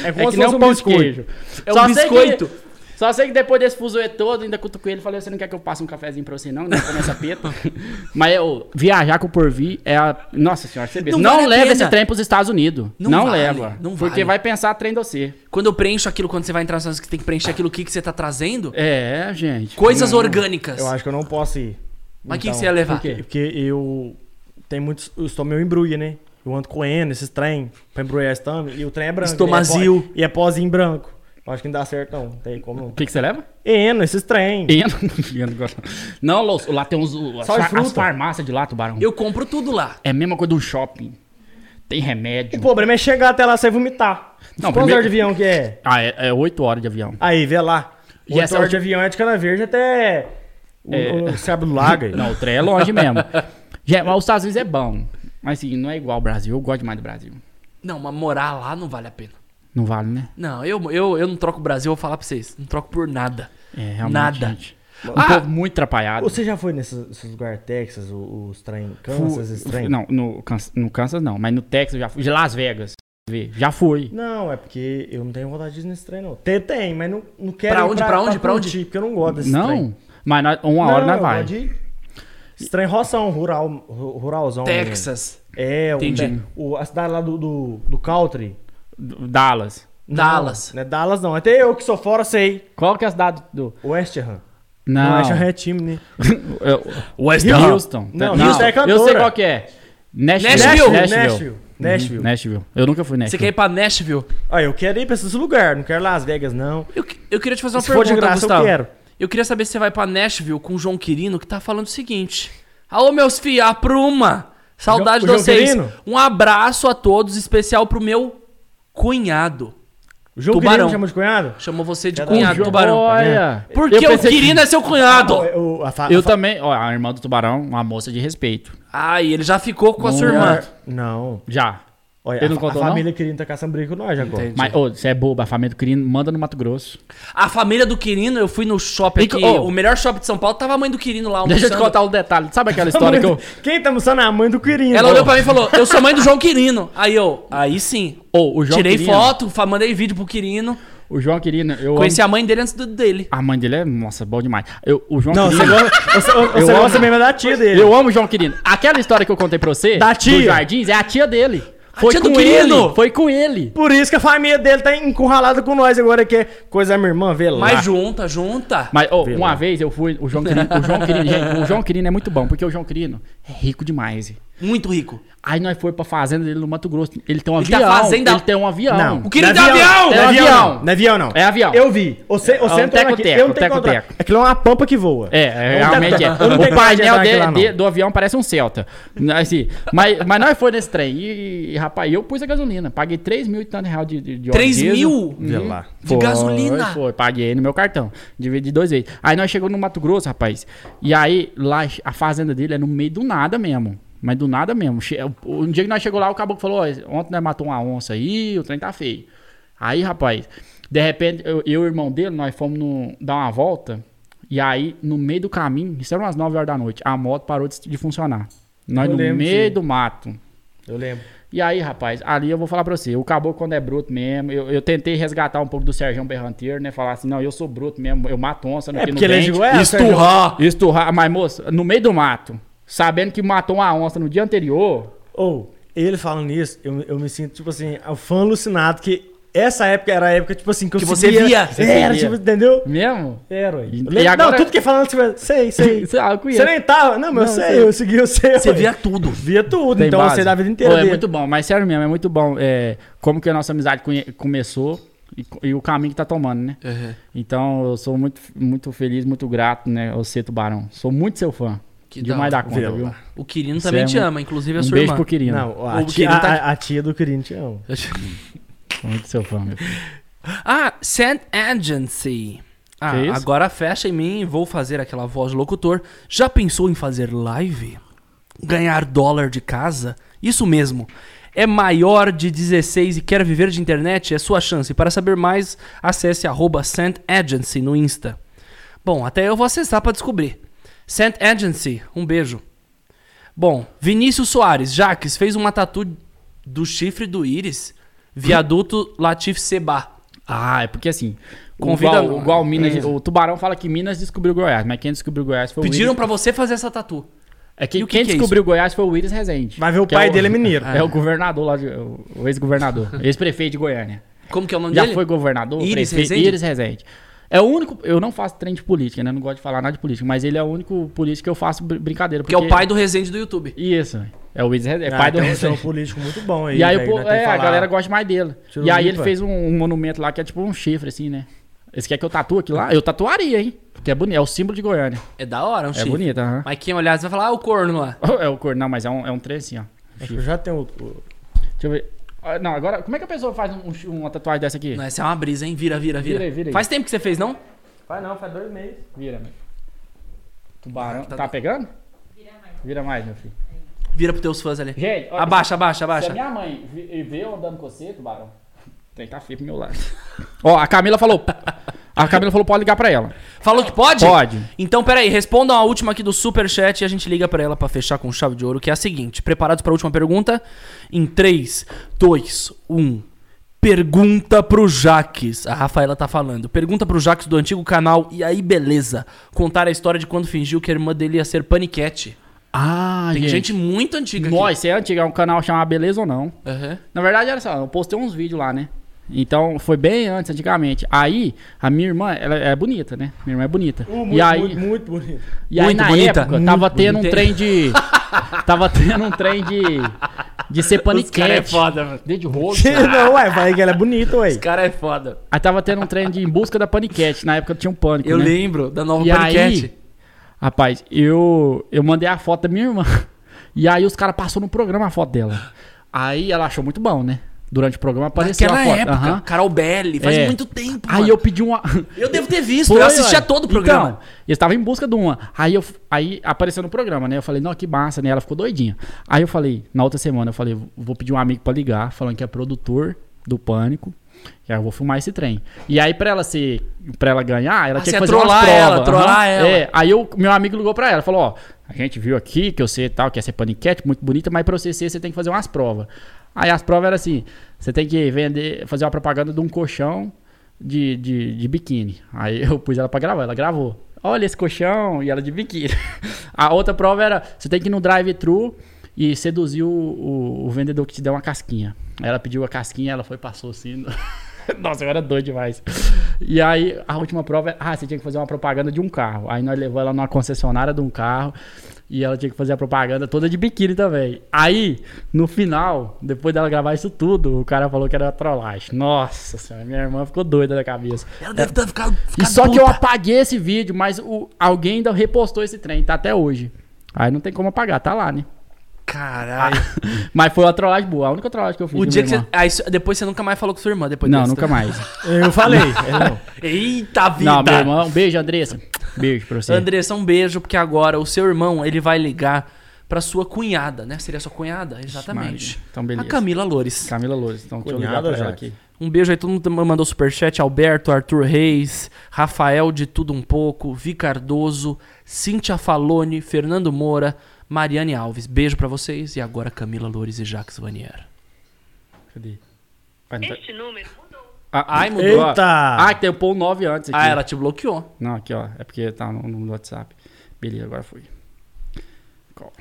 Speaker 3: É
Speaker 2: como
Speaker 3: que
Speaker 2: se
Speaker 3: nem
Speaker 2: fosse
Speaker 3: pão
Speaker 2: um
Speaker 3: de
Speaker 2: biscoito.
Speaker 3: queijo.
Speaker 1: É um
Speaker 3: Só sei
Speaker 1: biscoito.
Speaker 3: que- só sei que depois desse fuzuê todo, ainda cutuco ele e falei, você não quer que eu passe um cafezinho pra você não? Não começa a peta. Mas eu, viajar com o porvir é a... Nossa senhora, você
Speaker 1: Não
Speaker 3: não,
Speaker 1: vale
Speaker 3: não
Speaker 1: a
Speaker 3: leva
Speaker 1: pena.
Speaker 3: esse trem pros Estados Unidos.
Speaker 1: Não
Speaker 3: Não,
Speaker 1: vale,
Speaker 3: leva.
Speaker 1: não
Speaker 3: Porque
Speaker 1: vale.
Speaker 3: vai pensar trem de você.
Speaker 1: Quando eu preencho aquilo, quando você vai entrar, você tem que preencher aquilo que, que você tá trazendo.
Speaker 3: É, gente.
Speaker 1: Coisas orgânicas.
Speaker 2: Eu acho que eu não posso ir.
Speaker 1: Mas quem
Speaker 2: Então,
Speaker 1: você ia levar?
Speaker 2: por quê? Porque eu tenho muitos. Eu estou meio embrulho, né? Eu ando correndo esses trem pra embrulhar esse tame, e o trem é branco.
Speaker 1: Estomazil.
Speaker 2: E é, pó- e é pozinho branco. Eu acho que não dá certo, não. Não tem como. não.
Speaker 3: O que, que você leva?
Speaker 2: Eno, esses trem.
Speaker 3: Eno. Eno gosta. Não, Lous, lá tem uns. o- As,
Speaker 2: Só de
Speaker 3: far-
Speaker 2: fruta.
Speaker 3: as farmácias de lá, tubarão.
Speaker 1: Eu compro tudo lá.
Speaker 3: É a mesma coisa do shopping. Tem remédio.
Speaker 2: O problema é chegar até lá sem vomitar.
Speaker 3: Não,
Speaker 2: Não, Quantas
Speaker 3: primeiro-
Speaker 2: horas de avião que é?
Speaker 3: Ah, é, é 8 horas de avião.
Speaker 2: Aí, vê lá.
Speaker 3: E
Speaker 2: Oito
Speaker 3: essa
Speaker 2: horas
Speaker 3: hora-
Speaker 2: de avião é de Cana Verde até. O,
Speaker 3: É.
Speaker 2: o, Cabo do Lago. aí.
Speaker 3: Não, o trem é longe mesmo. Já, mas os Estados Unidos é bom. Mas assim, não é igual ao Brasil. Eu gosto demais do Brasil.
Speaker 1: Não, mas morar lá não vale a pena.
Speaker 3: Não vale, né?
Speaker 1: Não, eu, eu, eu não troco o Brasil, eu vou falar pra vocês. Não troco por nada.
Speaker 3: É, realmente.
Speaker 1: Nada.
Speaker 3: gente. Um
Speaker 1: Ah!
Speaker 3: povo muito atrapalhado.
Speaker 2: Você já foi nesses, nesses lugares, Texas, o- os trem, Kansas, esses trem?
Speaker 3: Não, no, Kansas- no Kansas não, mas no Texas eu já fui. De Las Vegas. vê, Já fui.
Speaker 2: Não, é porque eu não tenho vontade de ir nesse trem, não. Tem, tem, mas não, não quero
Speaker 1: Pra
Speaker 2: ir
Speaker 1: onde, pra onde, pra onde?
Speaker 2: curtir, Porque eu não gosto desse
Speaker 3: não,
Speaker 2: trem.
Speaker 3: mas nós- uma
Speaker 2: Não,
Speaker 3: hora nós
Speaker 2: eu
Speaker 3: vai.
Speaker 2: gosto de ir. Esse trem roção, rural, ru- ruralzão. né?
Speaker 1: Texas,
Speaker 2: É, o,
Speaker 1: Entendi.
Speaker 2: o- a cidade lá do, do, do country.
Speaker 3: D- Dallas.
Speaker 1: Dallas.
Speaker 2: Não, não é Dallas, não. Até eu que sou fora sei.
Speaker 3: Qual que é a cidade do.
Speaker 2: West Ham.
Speaker 3: Não.
Speaker 2: West Ham é time, né?
Speaker 3: West
Speaker 2: Ham.
Speaker 3: Houston.
Speaker 2: Não,
Speaker 3: Não,
Speaker 2: Houston é
Speaker 3: Eu sei
Speaker 2: cantora.
Speaker 3: qual que é.
Speaker 1: Nashville.
Speaker 3: Nashville. Nashville.
Speaker 2: Nashville. Nashville.
Speaker 3: Uhum, Nashville. Eu nunca fui
Speaker 1: Você
Speaker 3: Nashville.
Speaker 1: quer ir pra Nashville?
Speaker 2: Ah, eu quero ir pra esses lugares, não quero Las Vegas, não.
Speaker 1: Eu, eu queria te fazer uma
Speaker 2: Se for
Speaker 1: pergunta,
Speaker 2: de graça, eu
Speaker 1: Gustavo.
Speaker 2: quero.
Speaker 1: Eu queria saber se você vai pra Nashville com o João Quirino, que tá falando o seguinte. Alô, meus filhos, apruma! Saudade
Speaker 2: O João-
Speaker 1: de
Speaker 2: o João
Speaker 1: vocês.
Speaker 2: Quirino?
Speaker 1: Um abraço a todos, especial pro meu cunhado.
Speaker 2: O João
Speaker 1: Tubarão.
Speaker 2: Quirino chama de cunhado?
Speaker 1: Chamou você de
Speaker 2: Tá
Speaker 1: cunhado,
Speaker 2: bom.
Speaker 1: Tubarão.
Speaker 3: Olha.
Speaker 1: Porque
Speaker 3: um eu
Speaker 1: o
Speaker 3: pensei que- Ah,
Speaker 1: Quirino é seu cunhado!
Speaker 2: É, o- a fa-
Speaker 3: Eu
Speaker 2: a fa-
Speaker 3: também, ó, a irmã do tubarão, uma moça de respeito.
Speaker 1: Ai, ele já ficou com a sua
Speaker 3: Bom,
Speaker 1: irmã.
Speaker 2: Não.
Speaker 3: Já.
Speaker 2: Olha,
Speaker 3: Ele
Speaker 2: a,
Speaker 3: não
Speaker 2: fa-
Speaker 3: contou,
Speaker 2: a
Speaker 3: não?
Speaker 2: família Quirino tá caçando briga com nós agora.
Speaker 1: Entendi.
Speaker 3: Mas, ô, você é boba, a família do Quirino manda no Mato Grosso.
Speaker 1: A família do Quirino, eu fui no shopping
Speaker 3: E que-
Speaker 1: aqui.
Speaker 3: ô.
Speaker 1: o melhor shopping de São Paulo tava a mãe do Quirino lá.
Speaker 3: Deixa eu te
Speaker 1: almoçando.
Speaker 3: contar um detalhe. Sabe aquela história que eu.
Speaker 2: Quem tá mostrando é a mãe do Quirino?
Speaker 1: Ela olhou
Speaker 2: Ô,
Speaker 1: pra mim e falou: Eu sou mãe do João Quirino. Aí eu, aí sim.
Speaker 3: Ô, o João
Speaker 1: Tirei
Speaker 3: Quirino-
Speaker 1: foto, fa- mandei vídeo pro Quirino.
Speaker 3: O João Quirino, eu. amo-
Speaker 1: Conheci a mãe dele antes do dele.
Speaker 3: A mãe dele é, nossa, bom demais. Eu, o João
Speaker 2: Não, você
Speaker 3: Quirino.
Speaker 2: gosta, você, você
Speaker 3: Eu
Speaker 2: gosta
Speaker 3: amo.
Speaker 2: mesmo da tia dele.
Speaker 3: Eu amo o João Quirino. Aquela história que eu contei pra você,
Speaker 2: Da tia.
Speaker 3: do Jardins, é a tia dele. Foi
Speaker 1: tia do
Speaker 3: com
Speaker 1: Quirino.
Speaker 3: ele. Foi com ele.
Speaker 2: Por isso que a família dele tá encurralada com nós agora, que é coisa da minha irmã, vê lá.
Speaker 1: Mas junta, junta.
Speaker 3: Mas, ô, uma vez eu fui, o João Quirino, o João Quirino, gente, o João Quirino é muito bom, porque o João Quirino rico demais.
Speaker 1: Muito rico.
Speaker 3: Aí nós foi pra fazenda dele no Mato Grosso. Ele tem um
Speaker 1: Ele tá
Speaker 3: avião.
Speaker 1: fazenda-
Speaker 3: Ele tem um avião.
Speaker 2: Não.
Speaker 1: O querido
Speaker 2: Não é
Speaker 1: avião!
Speaker 3: É
Speaker 2: Não é avião,
Speaker 3: avião.
Speaker 2: não. Não é avião, não.
Speaker 3: É avião.
Speaker 2: Eu vi. Você,
Speaker 3: É um
Speaker 2: você entrou naquilo.
Speaker 3: teco-teco,
Speaker 2: Eu não tenho
Speaker 3: teco-teco.
Speaker 2: controle. Aquilo é uma pampa que voa.
Speaker 3: É, é,
Speaker 2: Eu não tenho-
Speaker 3: realmente é.
Speaker 2: eu não tenho
Speaker 3: O painel
Speaker 2: coragem de
Speaker 3: de-
Speaker 2: andar
Speaker 3: de-
Speaker 2: lá, não.
Speaker 3: do avião parece um Celta. Assim, mas, mas nós foi nesse trem. E, e, rapaz, eu pus a gasolina. Paguei 3 mil e tanto real de, de, de óleo
Speaker 1: 3
Speaker 3: diesel.
Speaker 1: mil
Speaker 2: Vê
Speaker 3: Uhum.
Speaker 2: lá.
Speaker 1: de gasolina.
Speaker 3: Foi, paguei no meu cartão. Dividi dois vezes. Aí nós chegamos no Mato Grosso, rapaz. E aí, lá, a fazenda dele é no meio do nada mesmo. Mas do nada mesmo. Che- o- Um dia que nós chegou lá, o caboclo falou: "Ó, ontem nós matou uma onça aí, o trem tá feio. Aí, rapaz, de repente, eu, eu e o irmão dele, nós fomos no- dar uma volta. E aí, no meio do caminho, isso era umas 9 horas da noite, a moto parou de, de funcionar. Nós
Speaker 2: Eu
Speaker 3: no
Speaker 2: lembro,
Speaker 3: meio
Speaker 2: sim.
Speaker 3: do mato.
Speaker 2: Eu lembro.
Speaker 3: E aí, rapaz, ali eu vou falar pra você, o caboclo quando é bruto mesmo, eu, eu tentei resgatar um pouco do Sérgio Berranteiro, né? Falar assim, não, eu sou bruto mesmo, eu mato onça no
Speaker 2: É
Speaker 3: que
Speaker 2: porque
Speaker 3: no
Speaker 2: ele é
Speaker 3: dente.
Speaker 2: de Goiás,
Speaker 3: Esturrar! Esturrar, mas moço, no meio do mato, sabendo que matou uma onça no dia anterior,
Speaker 2: Ou, ele falando nisso, eu, eu me sinto, tipo assim, o fã alucinado, que essa época era a época, tipo assim, que eu
Speaker 1: Que você via. Você
Speaker 2: Era,
Speaker 1: via.
Speaker 2: tipo, entendeu?
Speaker 3: mesmo? é
Speaker 2: Era, ué. Eu
Speaker 3: E
Speaker 2: lembro-
Speaker 3: agora-
Speaker 2: Não, tudo que falando, tipo, sei, sei.
Speaker 3: Sei lá, eu
Speaker 2: Você
Speaker 3: conheço.
Speaker 2: nem tava. Não, mas eu
Speaker 3: Não,
Speaker 2: sei,
Speaker 3: sei.
Speaker 2: eu segui, eu sei.
Speaker 1: Você
Speaker 2: ué.
Speaker 1: via tudo.
Speaker 2: Via tudo,
Speaker 3: Tem
Speaker 2: então
Speaker 3: base.
Speaker 2: você da vida inteira.
Speaker 3: Pô, é
Speaker 2: dele.
Speaker 3: muito bom, mas sério mesmo, é muito bom é, como que a nossa amizade conhe- começou e, co- e o caminho que tá tomando, né? Então eu sou muito, muito feliz, muito grato, né, você, Tubarão. Sou muito seu fã.
Speaker 1: Que
Speaker 3: Demais
Speaker 1: da
Speaker 3: da conta,
Speaker 2: Vê
Speaker 3: viu?
Speaker 1: O Quirino também
Speaker 3: Você
Speaker 1: te
Speaker 3: é muito-
Speaker 1: ama, inclusive a
Speaker 3: Um
Speaker 1: sua
Speaker 3: beijo
Speaker 1: irmã.
Speaker 3: pro Quirino.
Speaker 2: Não, a
Speaker 1: O
Speaker 2: tia,
Speaker 1: Quirino tá-
Speaker 2: a- a tia do Corinthians te ama. é
Speaker 3: Muito seu fã, meu.
Speaker 1: Ah, Sand Agency. Ah,
Speaker 3: Que isso?
Speaker 1: agora fecha em mim e vou fazer aquela voz de locutor. Já pensou em fazer live? Ganhar dólar de casa? Isso mesmo. É maior de 16 e quer viver de internet? É sua chance. Para saber mais, acesse arroba Sand Agency no Insta. Bom, até eu vou acessar para descobrir. Sand Agency, um beijo. Bom, Vinícius Soares, Jaques, fez uma tatu do chifre do íris, viaduto Latif Seba.
Speaker 3: Ah, é porque assim.
Speaker 1: Convida- É.
Speaker 3: Convida igual, igual Minas, o Tubarão fala que Minas descobriu Goiás, mas quem descobriu Goiás foi o
Speaker 1: Pediram
Speaker 3: Willis.
Speaker 1: pra você fazer essa tatu.
Speaker 3: É que,
Speaker 1: E o que
Speaker 3: quem
Speaker 1: que é
Speaker 3: descobriu Goiás foi o Willis Rezende.
Speaker 2: Vai ver o
Speaker 3: que
Speaker 2: pai dele é mineiro.
Speaker 3: É o governador lá, de- o o ex-governador, ex-prefeito de Goiânia.
Speaker 1: Como que é o nome
Speaker 3: Já
Speaker 1: dele?
Speaker 3: foi governador,
Speaker 1: Iris
Speaker 3: prefeito,
Speaker 1: Rezende?
Speaker 3: Iris Rezende. É o único, eu não faço trem de política, né? Não gosto de falar nada de política, mas ele é o único político que eu faço br- brincadeira.
Speaker 1: Que é o pai do Resende do YouTube.
Speaker 3: Isso, é o Willis Rezende, é
Speaker 2: Ah,
Speaker 3: pai do
Speaker 2: então você é um
Speaker 3: Rezende.
Speaker 2: político muito bom aí.
Speaker 3: E aí, o
Speaker 2: velho,
Speaker 3: povo-
Speaker 2: nós temos
Speaker 3: é,
Speaker 2: que
Speaker 3: a
Speaker 2: né, falar.
Speaker 3: galera gosta mais dele.
Speaker 2: Tiro
Speaker 3: e aí
Speaker 2: limpa.
Speaker 3: ele fez um, um monumento lá que é tipo um chifre, assim, né? Esse quer que eu tatue aqui lá? Eu tatuaria, hein? Porque é bonito, é o símbolo de Goiânia.
Speaker 1: É da hora, um
Speaker 3: É
Speaker 1: chifre.
Speaker 3: bonito, aham.
Speaker 1: Mas quem olhar, você vai falar, ah, o corno lá.
Speaker 3: É o cor, não, mas é um, é um trem assim, ó.
Speaker 2: Acho que eu já tenho outro.
Speaker 3: Deixa eu ver. Ah, Não, agora, como é que a pessoa faz um- um chi- uma tatuagem dessa aqui?
Speaker 1: Não, essa é uma brisa, hein? Vira, vira, vira.
Speaker 3: Vira aí, vira aí.
Speaker 1: Faz tempo que você fez, não?
Speaker 2: Faz não, faz dois meses.
Speaker 3: Vira, meu. Tubarão.
Speaker 1: Tá-
Speaker 3: Tá, pegando? Vira mais, meu filho.
Speaker 1: Vira pros teus fãs ali.
Speaker 3: Gente, olha,
Speaker 1: Abaixa, abaixa,
Speaker 3: Se a
Speaker 1: abaixa.
Speaker 3: minha mãe vi- vê eu andando com você, tubarão, tem que tá feio pro meu lado. Ó, a Camila falou. A Camila falou, pode ligar pra ela.
Speaker 1: Falou que pode?
Speaker 3: Pode.
Speaker 1: Então, peraí, respondam a última aqui do Superchat e a gente liga pra ela pra fechar com chave de ouro, que é a seguinte. Preparados pra última pergunta? Em 3, 2, 1. Pergunta pro Jaques. A Rafaela tá falando. Pergunta pro Jaques do antigo canal E aí, beleza? Contar a história de quando fingiu que a irmã dele ia ser paniquete.
Speaker 3: Ah,
Speaker 1: Tem gente muito antiga
Speaker 3: Nós, isso é antigo, é um canal chamado Beleza ou Não.
Speaker 1: aqui. Aham.
Speaker 3: Na verdade, olha só, eu postei uns vídeos lá, né? Então, foi bem antes, antigamente. Aí, a minha irmã, ela é bonita, né? Minha irmã é bonita.
Speaker 1: Uh,
Speaker 3: e aí,
Speaker 2: muito, muito bonito.
Speaker 3: e aí
Speaker 1: muito
Speaker 3: na
Speaker 1: bonita.
Speaker 3: época, tava
Speaker 1: Muito
Speaker 3: tendo um
Speaker 1: bonita.
Speaker 3: trem de... tava tendo um trem de... De ser paniquete.
Speaker 1: cara é foda, mano.
Speaker 3: Dentro de rolo.
Speaker 2: não, ué, falei que ela é bonita, ué.
Speaker 1: Esse cara é foda.
Speaker 3: Aí tava tendo um trem de em busca da paniquete. Na época tinha um pânico,
Speaker 1: Eu
Speaker 3: né?
Speaker 1: lembro da nova
Speaker 3: E
Speaker 1: paniquete.
Speaker 3: aí, rapaz, eu, eu mandei a foto da minha irmã. E aí os caras passaram no programa a foto dela. Aí ela achou muito bom, né? Durante o programa apareceu
Speaker 1: Naquela
Speaker 3: a foto.
Speaker 1: época,
Speaker 3: aham.
Speaker 1: Carol Belli, faz
Speaker 3: É.
Speaker 1: muito tempo.
Speaker 3: Aí
Speaker 1: mano.
Speaker 3: eu pedi uma.
Speaker 1: Eu devo ter visto,
Speaker 3: Foi,
Speaker 1: eu assistia
Speaker 3: ué.
Speaker 1: todo o programa.
Speaker 3: Então, eu estava em busca de uma. Aí, eu, aí apareceu no programa, né? Eu falei, não, que massa, né? Ela ficou doidinha. Aí eu falei, na outra semana, eu falei, vou pedir um amigo pra ligar, falando que é produtor do Pânico. E aí eu vou filmar esse trem. E aí, pra ela ser. Pra ela ganhar, ela
Speaker 1: Ah,
Speaker 3: tinha
Speaker 1: você
Speaker 3: que fazer
Speaker 1: ia
Speaker 3: umas
Speaker 1: trollar
Speaker 3: provas.
Speaker 1: ela,
Speaker 3: aham.
Speaker 1: trollar ela.
Speaker 3: É, aí eu, meu amigo ligou pra ela, falou, ó, a gente viu aqui que você tal, quer ser paniquete, muito bonita, mas pra você ser, você tem que fazer umas provas. Aí as provas eram assim, você tem que vender, fazer uma propaganda de um colchão de, de, de biquíni. Aí eu pus ela pra gravar, ela gravou. Olha esse colchão, e ela de biquíni. A outra prova era, você tem que ir no drive-thru e seduzir o, o, o vendedor que te deu uma casquinha. Aí ela pediu a casquinha, ela foi, passou assim... Nossa, eu era doido demais. E aí, a última prova é. Ah, você tinha que fazer uma propaganda de um carro. Aí nós levamos ela numa concessionária de um carro. E ela tinha que fazer a propaganda toda de biquíni também. Aí, no final, depois dela gravar isso tudo, o cara falou que era trollagem. Nossa senhora, minha irmã ficou doida da cabeça.
Speaker 1: Ela deve ter ficado.
Speaker 3: E
Speaker 1: ficado
Speaker 3: só que eu
Speaker 1: puta.
Speaker 3: apaguei esse vídeo, mas o, alguém ainda repostou esse trem, tá até hoje. Aí não tem como apagar, tá lá, né? Ah,
Speaker 1: Caralho.
Speaker 3: Mas foi uma trollagem boa, a única trollagem que eu fiz.
Speaker 1: O
Speaker 3: de
Speaker 1: dia que
Speaker 3: minha
Speaker 1: você.
Speaker 3: irmã.
Speaker 1: Ah, isso- depois você nunca mais falou com sua irmã. Depois
Speaker 3: Não,
Speaker 1: dessa,
Speaker 3: nunca
Speaker 1: tá?
Speaker 3: mais.
Speaker 2: Eu falei. é, não.
Speaker 1: Eita vida.
Speaker 3: Não, meu irmão, um beijo, Andressa. Beijo pra você.
Speaker 1: Andressa, um beijo, porque agora o seu irmão ele vai ligar pra sua cunhada, né? Seria sua cunhada? Exatamente.
Speaker 3: Então, beleza.
Speaker 1: A Camila Loures.
Speaker 3: Camila Loures, então deixa eu ligar
Speaker 2: Cunhada,
Speaker 3: pra ela
Speaker 2: Jaque.
Speaker 3: aqui.
Speaker 1: Um beijo aí, todo mundo mandou superchat. Alberto, Arthur Reis, Rafael de Tudo Um Pouco, Vi Cardoso, Cíntia Falone, Fernando Moura, Mariane Alves. Beijo pra vocês. E agora Camila Loures e Jacques Vanier.
Speaker 3: Cadê? Ah, não tá-
Speaker 6: Este número mudou.
Speaker 3: Ah, ai, mudou.
Speaker 2: Eita!
Speaker 3: Ah, que tem o Paul 9 antes aqui.
Speaker 1: Ah, ela te bloqueou.
Speaker 3: Não, aqui, ó. É porque tá no, no WhatsApp. Beleza, agora foi. Qual?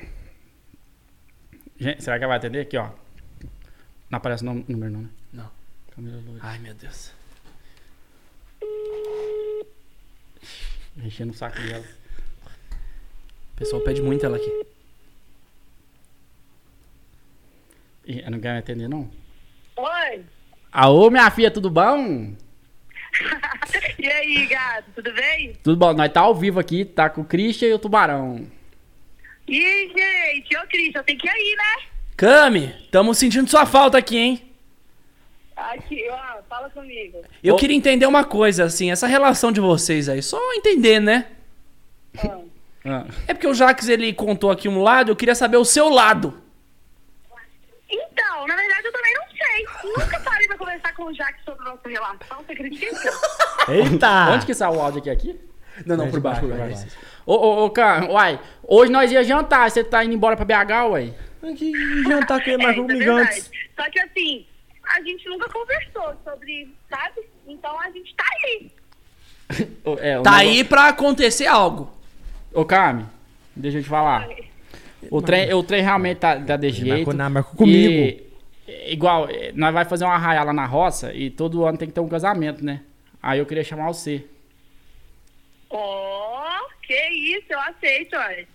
Speaker 3: Gente, será que ela vai atender? Aqui, ó. Não aparece o nome- número, não, né?
Speaker 1: Não.
Speaker 3: Camila Loures.
Speaker 1: Ai, meu Deus.
Speaker 3: Enchendo o saco dela.
Speaker 1: O pessoal pede muito ela aqui.
Speaker 3: Ih, Ela não quer atender, não?
Speaker 6: Oi!
Speaker 3: Alô, minha filha, tudo bom?
Speaker 6: E aí, gato, tudo bem?
Speaker 3: Tudo bom. Nós tá ao vivo aqui, tá com o Christian e o Tubarão.
Speaker 6: Ih, gente, ô Cris, eu tenho que ir aí, né?
Speaker 1: Cami, tamo sentindo sua falta aqui, hein?
Speaker 6: Aqui, ó, fala comigo.
Speaker 1: Eu queria entender uma coisa, assim, essa relação de vocês aí, só entender, né?
Speaker 6: Ah.
Speaker 3: Ah,
Speaker 1: É porque o Jaques, ele contou aqui um lado, eu queria saber o seu lado.
Speaker 6: Então, na verdade, eu também não sei. Nunca parei pra conversar com o Jack sobre nossa relação, você acredita?
Speaker 2: Eita!
Speaker 3: Onde que saiu o áudio aqui? aqui?
Speaker 1: Ah.
Speaker 3: É
Speaker 1: Não, não, por baixo,
Speaker 3: Baixo,
Speaker 1: por
Speaker 3: vai,
Speaker 1: baixo.
Speaker 3: vai. Ô, ô, ô, cara, uai. Hoje nós ia jantar, você tá indo embora pra BH, uai.
Speaker 2: que jantar com ele,
Speaker 6: É,
Speaker 2: mas
Speaker 6: isso é
Speaker 2: comigo antes.
Speaker 6: verdade. Só que assim, a gente nunca conversou sobre, sabe? Então a gente tá aí.
Speaker 3: Ô, é, o
Speaker 1: Tá
Speaker 3: negócio-
Speaker 1: aí pra acontecer algo.
Speaker 3: Ô, Cami, deixa eu te falar. O trem, o trem realmente tá, tá desse
Speaker 2: Ele
Speaker 3: jeito.
Speaker 2: marcou na- marcou comigo.
Speaker 3: E- é igual, é, nós vai fazer uma arraia lá na roça e todo ano tem que ter um casamento, né? Aí eu queria chamar você.
Speaker 6: Ó, que isso, eu aceito, É, olha.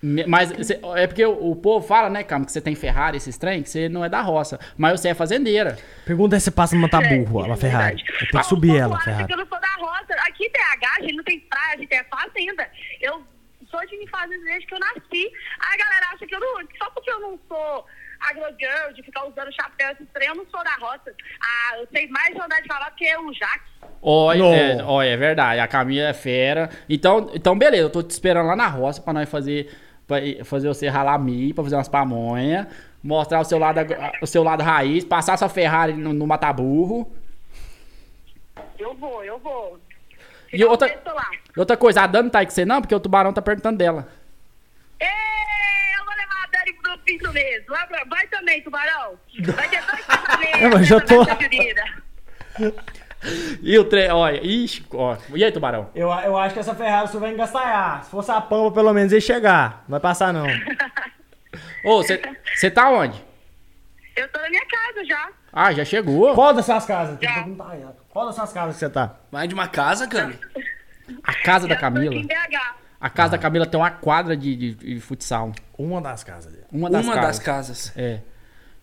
Speaker 3: Me- Mas você- é porque o, o povo fala, né, Cami, que você tem Ferrari, esses trem, que você não é da roça. Mas você é fazendeira.
Speaker 2: Pergunta aí se passa no montar burro,
Speaker 6: É,
Speaker 2: ela
Speaker 6: é
Speaker 2: Ferrari.
Speaker 6: verdade.
Speaker 2: Eu tenho
Speaker 6: Ah,
Speaker 2: que subir
Speaker 6: o povo
Speaker 2: ela,
Speaker 6: acha que
Speaker 2: Ferrari.
Speaker 6: Eu não sou da roça. Aqui em BH, a gente não tem praia, a gente é fazenda. Eu sou de me fazer desde que eu nasci. A galera acha que eu não. Só porque eu não sou agrogirl, de ficar usando chapéu, esse trem, eu não sou da roça. Ah, eu tenho mais vontade de falar porque é o Jaque.
Speaker 3: Olha,
Speaker 2: Não.
Speaker 3: é, ó, é verdade. A Camila é fera. Então, então beleza, eu tô te esperando lá na roça pra nós fazer pra ir- fazer você ralar milho, pra fazer umas pamonha, mostrar o seu lado ag- o seu lado raiz, passar sua Ferrari no, no mataburro.
Speaker 6: Eu vou, eu vou.
Speaker 3: E outra-
Speaker 6: Fica o texto lá.
Speaker 3: E outra coisa, a Dani tá aí com você não, porque o tubarão tá perguntando dela.
Speaker 6: Ê, Eu vou levar a Dani pro piso mesmo. Vai, pra- vai também, tubarão. Vai ter dois casamentos.
Speaker 2: É, Eu já
Speaker 6: nessa
Speaker 2: tô-
Speaker 6: festa junina.
Speaker 3: E o trem, olha, ixi, ó. E aí, tubarão?
Speaker 2: Eu, eu acho que essa Ferrari você vai engastanhar. Se fosse a Pampa, pelo menos ia chegar. Não vai passar, não.
Speaker 3: Ô, você tá onde?
Speaker 6: Eu tô na minha casa já.
Speaker 3: Ah, já chegou.
Speaker 2: Qual das suas casas? Tem que
Speaker 6: Já.
Speaker 2: perguntar aí, ó. Qual das suas casas que você tá?
Speaker 1: Mais de uma casa, Cami?
Speaker 3: A casa da
Speaker 6: Eu tô aqui
Speaker 3: Camila.
Speaker 6: em BH.
Speaker 3: A casa da Camila tem uma quadra de, de- de futsal.
Speaker 2: Uma das casas dele.
Speaker 3: Uma
Speaker 1: Uma
Speaker 3: das
Speaker 1: das,
Speaker 3: casas.
Speaker 1: casas.
Speaker 3: É.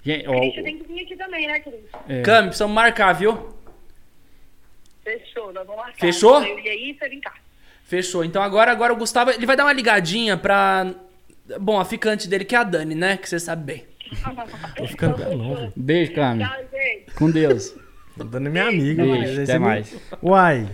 Speaker 3: Gente,
Speaker 6: Cris, eu
Speaker 3: ó,
Speaker 6: tenho que vir aqui também, né, Cris?
Speaker 3: É.
Speaker 1: Cami, precisamos marcar, viu?
Speaker 6: Fechou, nós vamos marcar.
Speaker 1: Fechou?
Speaker 6: Eu ia aí, você vem cá.
Speaker 1: Fechou. Então agora, agora o Gustavo, ele vai dar uma ligadinha pra... Bom, a ficante dele, que é a Dani, né? Que você sabe bem.
Speaker 2: Tô ficando pelão, velho.
Speaker 3: beijo, Camila.
Speaker 6: Tchau, gente.
Speaker 3: Com Deus.
Speaker 2: Tô dando minha amiga.
Speaker 3: Beijo,
Speaker 2: mas
Speaker 3: até
Speaker 2: é muito-
Speaker 3: mais.
Speaker 2: Uai.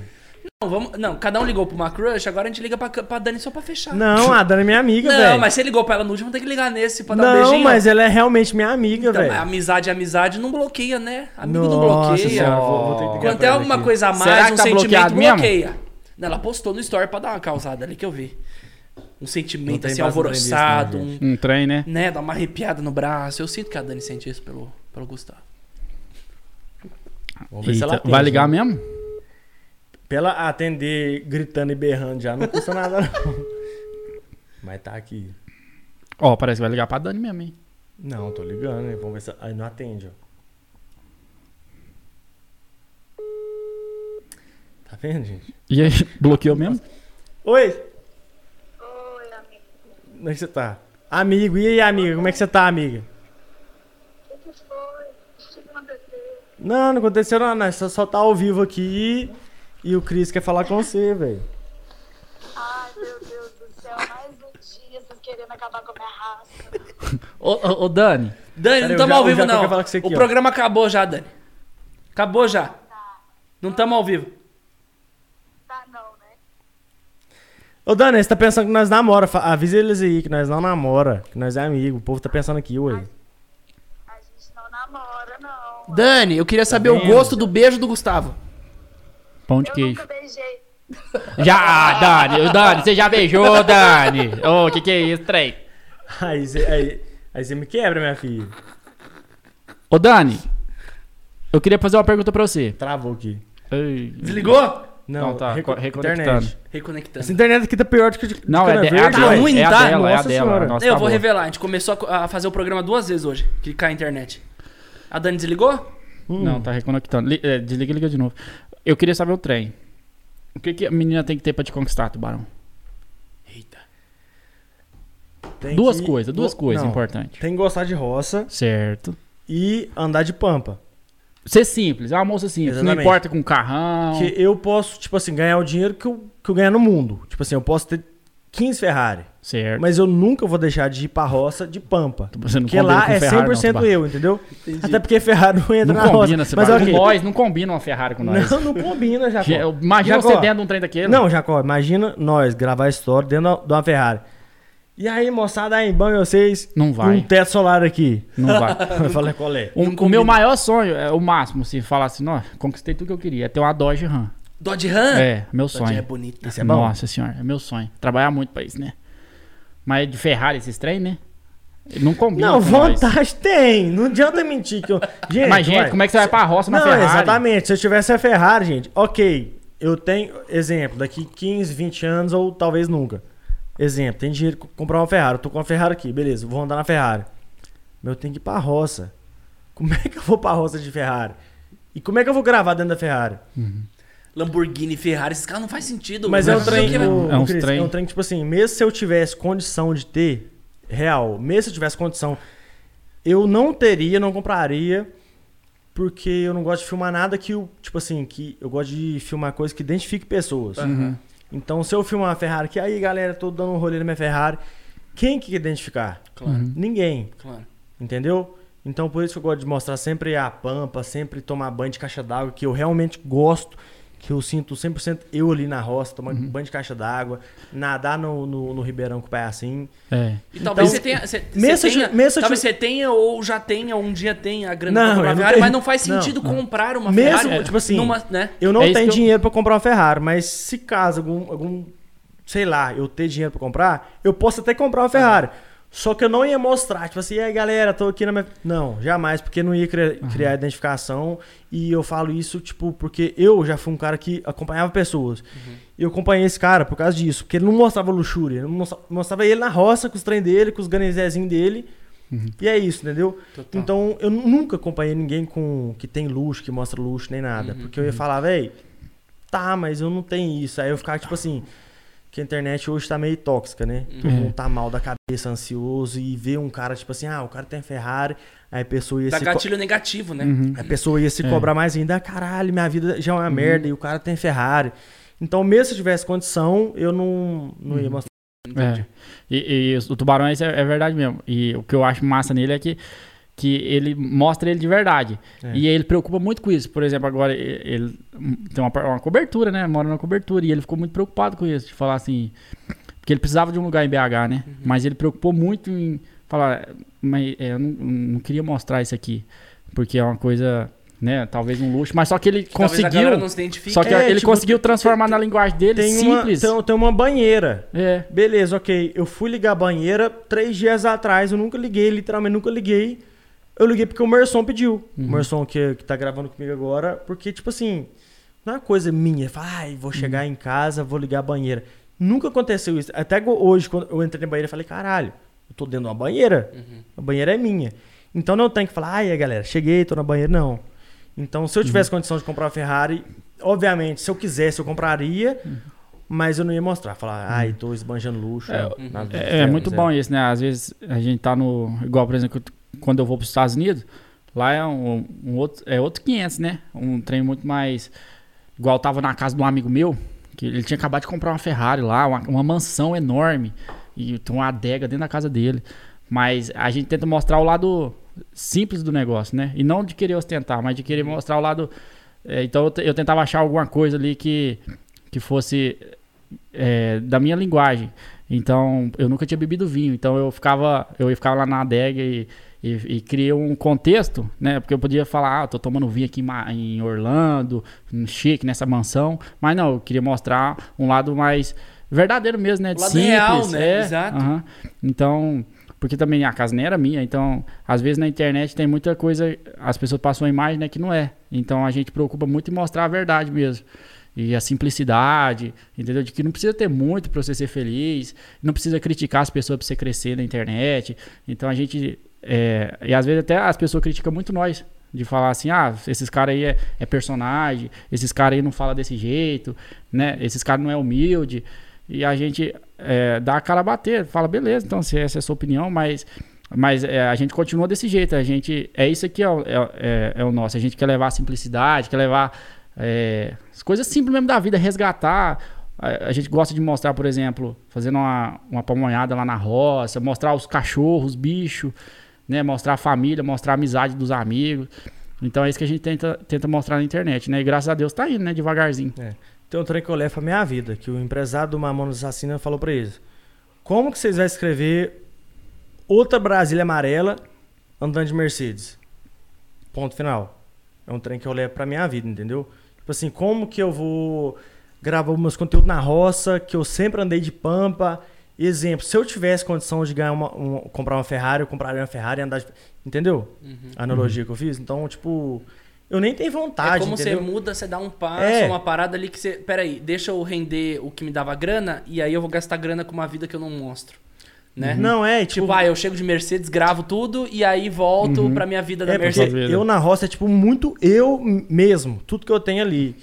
Speaker 1: Não, vamos... Não, cada um ligou pra uma crush, agora a gente liga pra, pra Dani só pra fechar.
Speaker 2: Não, a Dani é minha amiga,
Speaker 1: Não,
Speaker 2: velho.
Speaker 1: mas você ligou pra ela no último, tem que ligar nesse pra dar um
Speaker 2: Não,
Speaker 1: beijinho.
Speaker 2: mas ela é realmente minha amiga,
Speaker 1: Então,
Speaker 2: velho.
Speaker 1: amizade é amizade, não bloqueia, né? Amigo não
Speaker 2: Nossa
Speaker 1: bloqueia.
Speaker 2: senhora, vou- vou ter que ligar
Speaker 1: Quando
Speaker 2: pra
Speaker 1: tem
Speaker 2: ela
Speaker 1: alguma
Speaker 2: aqui.
Speaker 1: coisa a mais,
Speaker 3: Será que
Speaker 1: um
Speaker 3: tá
Speaker 1: sentimento,
Speaker 3: bloqueado mesmo?
Speaker 1: bloqueia. Não, Ela postou no story pra dar uma causada ali que eu vi. Um sentimento
Speaker 2: tem
Speaker 1: assim,
Speaker 2: base, não tem disso,
Speaker 1: alvoroçado,
Speaker 2: não,
Speaker 1: um,
Speaker 3: Um trem, né?
Speaker 1: né, dá uma arrepiada no braço. Eu sinto que a Dani sente isso pelo, pelo Gustavo.
Speaker 2: Vamos ver se ela
Speaker 3: Eita,
Speaker 2: atende,
Speaker 3: vai ligar
Speaker 2: né?
Speaker 3: mesmo?
Speaker 2: Pra ela atender gritando e berrando já, não custa nada, não. Mas tá aqui.
Speaker 3: Ó, parece que vai ligar pra Dani mesmo, hein?
Speaker 2: Não, tô ligando, né? Vamos ver se. Aí não atende, ó. Tá vendo, gente?
Speaker 3: E aí, bloqueou mesmo?
Speaker 2: Oi!
Speaker 6: Oi, amigo.
Speaker 2: Como é que você tá? Amigo, e aí, amiga? Como é que você tá, amiga?
Speaker 6: O que foi? O que aconteceu?
Speaker 2: Não, não aconteceu nada, nós só, só tá ao vivo aqui e o Cris quer falar com você, velho.
Speaker 6: Ai, meu Deus do céu, mais um dia vocês querendo acabar com a minha raça.
Speaker 3: Ô, ô, ô, Dani,
Speaker 1: Dani, não
Speaker 2: Peraí, o
Speaker 1: estamos
Speaker 2: Ja-
Speaker 1: ao
Speaker 2: o
Speaker 1: vivo,
Speaker 2: Jacó
Speaker 1: não.
Speaker 2: quer falar com você aqui,
Speaker 1: o
Speaker 2: ó.
Speaker 1: programa acabou já, Dani. Acabou já. Não estamos ao vivo.
Speaker 6: Tá, não, né?
Speaker 2: Ô, Dani, você tá pensando que nós namora. Fa- Avisa eles aí que nós não namora, que nós é amigo. O povo tá pensando aqui, ué.
Speaker 6: A gente não namora, não.
Speaker 7: Dani, eu
Speaker 1: Tá
Speaker 7: queria saber o
Speaker 2: vendo?
Speaker 7: gosto do beijo do Gustavo.
Speaker 3: pão de
Speaker 6: Eu
Speaker 3: queijo.
Speaker 6: nunca beijei.
Speaker 3: Já, ah, Dani, ô, Dani, você já beijou, Dani. Ô, que que é isso, trem?
Speaker 2: Aí você aí, aí você me quebra, minha filha.
Speaker 3: Ô, Dani, eu queria fazer uma pergunta pra você.
Speaker 2: Travou aqui.
Speaker 3: Ei,
Speaker 1: Desligou? Assim,
Speaker 2: Não,
Speaker 3: Não, tá,
Speaker 2: reco-
Speaker 3: co- reconectando.
Speaker 2: Internet.
Speaker 1: Reconectando.
Speaker 2: Essa internet aqui tá pior do que a de
Speaker 3: Não, é, de, é
Speaker 2: Cana
Speaker 3: a
Speaker 2: Verde,
Speaker 3: dela,
Speaker 2: ué.
Speaker 1: ruim,
Speaker 3: é a
Speaker 1: tá?
Speaker 3: dela, é a
Speaker 2: Nossa
Speaker 3: dela.
Speaker 2: senhora.
Speaker 3: Nossa,
Speaker 1: eu vou
Speaker 3: acabou.
Speaker 1: revelar. A gente começou a a fazer o programa duas vezes hoje. Clicar a internet. A Dani desligou?
Speaker 3: Não, tá reconectando. Li- é, Desliga e liga de novo. Eu queria saber o trem. O que, que a menina tem que ter pra te conquistar, Tubarão?
Speaker 2: Tem
Speaker 3: duas
Speaker 2: que-
Speaker 3: coisas, duas
Speaker 2: Não,
Speaker 3: coisas importantes.
Speaker 2: Tem que gostar de roça
Speaker 3: Certo.
Speaker 2: e andar de pampa.
Speaker 3: Ser simples, é uma moça simples. Não
Speaker 2: Exatamente.
Speaker 3: importa com carrão.
Speaker 2: Porque eu posso, tipo assim, ganhar o dinheiro que eu, que eu ganhar no mundo. Tipo assim, eu posso ter 15 Ferrari.
Speaker 3: Certo.
Speaker 2: Mas eu nunca vou deixar de ir pra roça de pampa.
Speaker 3: Você não
Speaker 2: Porque
Speaker 3: combina
Speaker 2: lá
Speaker 3: com
Speaker 2: é
Speaker 3: Ferrari,
Speaker 2: 100%
Speaker 3: não,
Speaker 2: eu, entendeu? Até porque Ferrari não entra
Speaker 3: não
Speaker 2: na roça.
Speaker 3: combina, você
Speaker 2: Mas
Speaker 3: vai-
Speaker 2: ok.
Speaker 3: com nós, não combina uma Ferrari com nós.
Speaker 2: Não, não combina, Jacó.
Speaker 3: Que- é Imagina
Speaker 2: Jacó,
Speaker 3: você dentro de um trem daquele.
Speaker 2: Não, Jacó, imagina nós gravar a história dentro da- de uma Ferrari. E aí, moçada, aí, bom, e vocês?
Speaker 3: Não vai.
Speaker 2: E Um teto solar aqui.
Speaker 3: Não vai.
Speaker 2: Eu falei, qual é?
Speaker 3: O, o meu maior sonho, é o máximo, se falar assim, ó, conquistei tudo que eu queria, é ter uma Dodge Ram.
Speaker 1: Dodge Ram?
Speaker 3: É, meu
Speaker 1: Dodge é
Speaker 3: sonho.
Speaker 1: bonita.
Speaker 2: Isso é bom.
Speaker 3: Nossa senhora, é meu sonho. Trabalhar muito pra isso, né? Mas de Ferrari esses trem, né? Não combina.
Speaker 2: Não,
Speaker 3: com nós.
Speaker 2: vantagem tem. Não adianta mentir. Que eu... Gente,
Speaker 3: Mas, gente,
Speaker 2: uai,
Speaker 3: como é que você vai pra roça na
Speaker 2: Não,
Speaker 3: Ferrari?
Speaker 2: exatamente. Se eu tivesse a Ferrari, gente, ok. Eu tenho, exemplo, daqui 15, 20 anos ou talvez nunca. Exemplo, tem dinheiro pra comprar uma Ferrari. Eu tô com uma Ferrari aqui, beleza, vou andar na Ferrari. Mas eu tenho que ir pra roça. Como é que eu vou pra roça de Ferrari? E como é que eu vou gravar dentro da Ferrari?
Speaker 1: Lamborghini, Ferrari, esses caras não faz sentido.
Speaker 2: Mas é um
Speaker 1: Isso
Speaker 2: trem
Speaker 1: aqui
Speaker 2: que.
Speaker 1: vai-
Speaker 2: o-
Speaker 3: É um
Speaker 2: o Cris,
Speaker 3: trem.
Speaker 2: É um trem que, tipo assim, mesmo se eu tivesse condição de ter, real, mesmo se eu tivesse condição, eu não teria, não compraria, porque eu não gosto de filmar nada que, o tipo assim, que eu gosto de filmar coisa que identifique pessoas.
Speaker 3: Uhum.
Speaker 2: Então, se eu filmar uma Ferrari, que aí, galera, tô dando um rolê na minha Ferrari, quem que identificar?
Speaker 1: Claro.
Speaker 3: Uhum.
Speaker 2: Ninguém.
Speaker 1: Claro.
Speaker 2: Entendeu? Então por isso que eu gosto de mostrar sempre a pampa, sempre tomar banho de caixa d'água, que eu realmente gosto, que eu sinto 100% eu ali na roça, tomando
Speaker 3: Uhum.
Speaker 2: banho de caixa d'água, nadar no, no, no Ribeirão com o pai assim.
Speaker 3: É.
Speaker 1: E talvez você
Speaker 2: Então,
Speaker 1: tenha. Você, você
Speaker 2: mesmo se eu
Speaker 1: tenha
Speaker 2: ti- mesmo se eu
Speaker 1: talvez
Speaker 2: ti-
Speaker 1: você tenha ou já tenha, um dia tenha a grana
Speaker 2: Não,
Speaker 1: pra comprar uma
Speaker 2: eu não
Speaker 1: Ferrari,
Speaker 2: tenho.
Speaker 1: mas não faz
Speaker 2: Não.
Speaker 1: sentido comprar uma
Speaker 2: Mesmo,
Speaker 1: Ferrari.
Speaker 2: tipo assim,
Speaker 1: Numa, né?
Speaker 2: Eu não
Speaker 3: É isso
Speaker 2: tenho
Speaker 3: que eu-
Speaker 2: dinheiro pra comprar uma Ferrari, mas se caso algum, algum, sei lá, eu ter dinheiro pra comprar, eu posso até comprar uma Ferrari. Só que eu não ia mostrar, tipo assim, e aí galera, tô aqui na minha. Não, jamais, porque não ia criar, criar identificação. E eu falo isso, tipo, porque eu já fui um cara que acompanhava pessoas. E eu acompanhei esse cara por causa disso, porque ele não mostrava luxúria, ele não mostra- mostrava ele na roça com os trem dele, com os ganezézinhos dele. E é isso, entendeu? Então, eu nu- nunca acompanhei ninguém com que tem luxo, que mostra luxo, nem nada. Porque eu ia falar, véi, tá, mas eu não tenho isso. Aí eu ficava tipo assim, que a internet hoje tá meio tóxica, né?
Speaker 1: Uhum.
Speaker 2: Todo mundo tá mal da cabeça, ansioso, e ver um cara, tipo assim, ah, o cara tem Ferrari, aí a pessoa ia
Speaker 1: Dá
Speaker 2: se. co- Hum.
Speaker 1: gatilho negativo, né?
Speaker 2: a pessoa ia se cobrar mais ainda, ah, caralho, minha vida já é uma merda, e o cara tem Ferrari. Então, mesmo se eu tivesse condição, eu não, não ia mostrar.
Speaker 3: É. E, e o tubarão esse é, é verdade mesmo. E o que eu acho massa nele é que, que ele mostra ele de verdade. E ele preocupa muito com isso. Por exemplo, agora e- ele hum, tem uma, par- uma cobertura, né? Mora na cobertura. E ele ficou muito preocupado com isso. De falar assim. Porque ele precisava de um lugar em BH, né? Mas ele preocupou muito em falar. Mas é, eu não, não queria mostrar isso aqui. Porque é uma coisa. Né? Talvez um luxo, mas só que ele
Speaker 1: Talvez a
Speaker 3: conseguiu.
Speaker 1: galera não se identifique.
Speaker 3: Só que
Speaker 2: É,
Speaker 3: ele
Speaker 2: tipo,
Speaker 3: conseguiu transformar na linguagem dele
Speaker 2: Tem uma,
Speaker 3: simples.
Speaker 2: tem, um tem uma banheira.
Speaker 3: É.
Speaker 2: Beleza, ok. Eu fui ligar a banheira três dias atrás, eu nunca liguei, literalmente nunca liguei. Eu liguei porque o Merson pediu.
Speaker 3: Uhum.
Speaker 2: O Merson que, que tá gravando comigo agora, porque, tipo assim, não é uma coisa minha. Fala, ai, vou chegar
Speaker 3: Uhum.
Speaker 2: em casa, vou ligar a banheira. Nunca aconteceu isso. Até go- hoje, quando eu entrei na banheira, eu falei, caralho, eu tô dentro de uma banheira.
Speaker 3: Uhum.
Speaker 2: A banheira é minha. Então não tem que falar, ai, galera, cheguei, tô na banheira. Não.
Speaker 3: Uhum. Uhum.
Speaker 2: Então, se eu tivesse condição de comprar uma Ferrari, obviamente, se eu quisesse, eu compraria. mas eu não ia mostrar. Falar, ai, tô esbanjando luxo.
Speaker 3: É,
Speaker 2: né, nas
Speaker 3: É, é
Speaker 2: terras,
Speaker 3: muito
Speaker 2: né?
Speaker 3: bom isso, né? Às vezes a gente tá no. Igual, por exemplo, quando eu vou para os Estados Unidos, lá é um, um outro, é outro 500, né? Um trem muito mais. Igual eu tava na casa de um amigo meu, que ele tinha acabado de comprar uma Ferrari lá, uma, uma mansão enorme. E tem uma adega dentro da casa dele. Mas a gente tenta mostrar o lado simples do negócio, né? E não de querer ostentar, mas de querer mostrar o lado. é, então eu, te- eu tentava achar alguma coisa ali que, que fosse é, da minha linguagem. Então, eu nunca tinha bebido vinho. Então, eu ficava, eu ia ficar lá na adega e, e, e criei um contexto, né? Porque eu podia falar, ah, eu tô tomando vinho aqui em Ma- em Orlando, em chique, nessa mansão. Mas não, eu queria mostrar um lado mais verdadeiro mesmo, né?
Speaker 1: O
Speaker 3: De
Speaker 1: lado
Speaker 3: simples,
Speaker 1: real, né?
Speaker 3: é.
Speaker 1: Exato.
Speaker 3: aham. Então, porque também a casa nem era minha. Então, às vezes na internet tem muita coisa, as pessoas passam uma imagem né, que não é. Então, a gente preocupa muito em mostrar a verdade mesmo e a simplicidade, entendeu? De que não precisa ter muito para você ser feliz, não precisa criticar as pessoas para você crescer na internet. Então a gente. é, e às vezes até as pessoas criticam muito nós. De falar assim, ah, esses caras aí é, é personagem, esses caras aí não falam desse jeito, né? Esses caras não é humilde. E a gente é, dá a cara a bater, fala, beleza, então se essa é a sua opinião, mas, mas é, a gente continua desse jeito. A gente. É isso aqui é, o- é- é- é o nosso. A gente quer levar a simplicidade, quer levar é, as coisas simples mesmo da vida, resgatar. A, a gente gosta de mostrar, por exemplo, fazendo uma, uma pamonhada lá na roça, mostrar os cachorros, os bichos, né? Mostrar a família, mostrar a amizade dos amigos. Então é isso que a gente tenta, tenta mostrar na internet, né? E graças a Deus tá indo, né? Devagarzinho.
Speaker 2: Tem um trem que eu levo pra minha vida, que o empresário do Mamonas Assassina falou pra eles. Como que vocês vão escrever outra Brasília amarela andando de Mercedes? Ponto final. É um trem que eu levo pra minha vida, entendeu? Tipo assim, como que eu vou gravar meus conteúdos na roça, que eu sempre andei de pampa? Exemplo, se eu tivesse condição de ganhar uma, um- comprar uma Ferrari, eu compraria uma Ferrari e andar de... Entendeu?
Speaker 1: Uhum.
Speaker 2: A analogia que eu fiz. Então, tipo, eu nem tenho vontade,
Speaker 1: É como você
Speaker 2: entendeu?
Speaker 1: muda, você dá um passo,
Speaker 2: É.
Speaker 1: uma parada ali que você. Peraí, deixa eu render o que me dava grana e aí eu vou gastar grana com uma vida que eu não mostro. Né?
Speaker 2: Não, é,
Speaker 1: Tipo,
Speaker 2: tipo...
Speaker 1: vai, eu chego de Mercedes, gravo tudo e aí volto pra minha vida da
Speaker 2: É, porque
Speaker 1: Mercedes.
Speaker 2: eu na roça é tipo muito eu m- mesmo, tudo que eu tenho ali.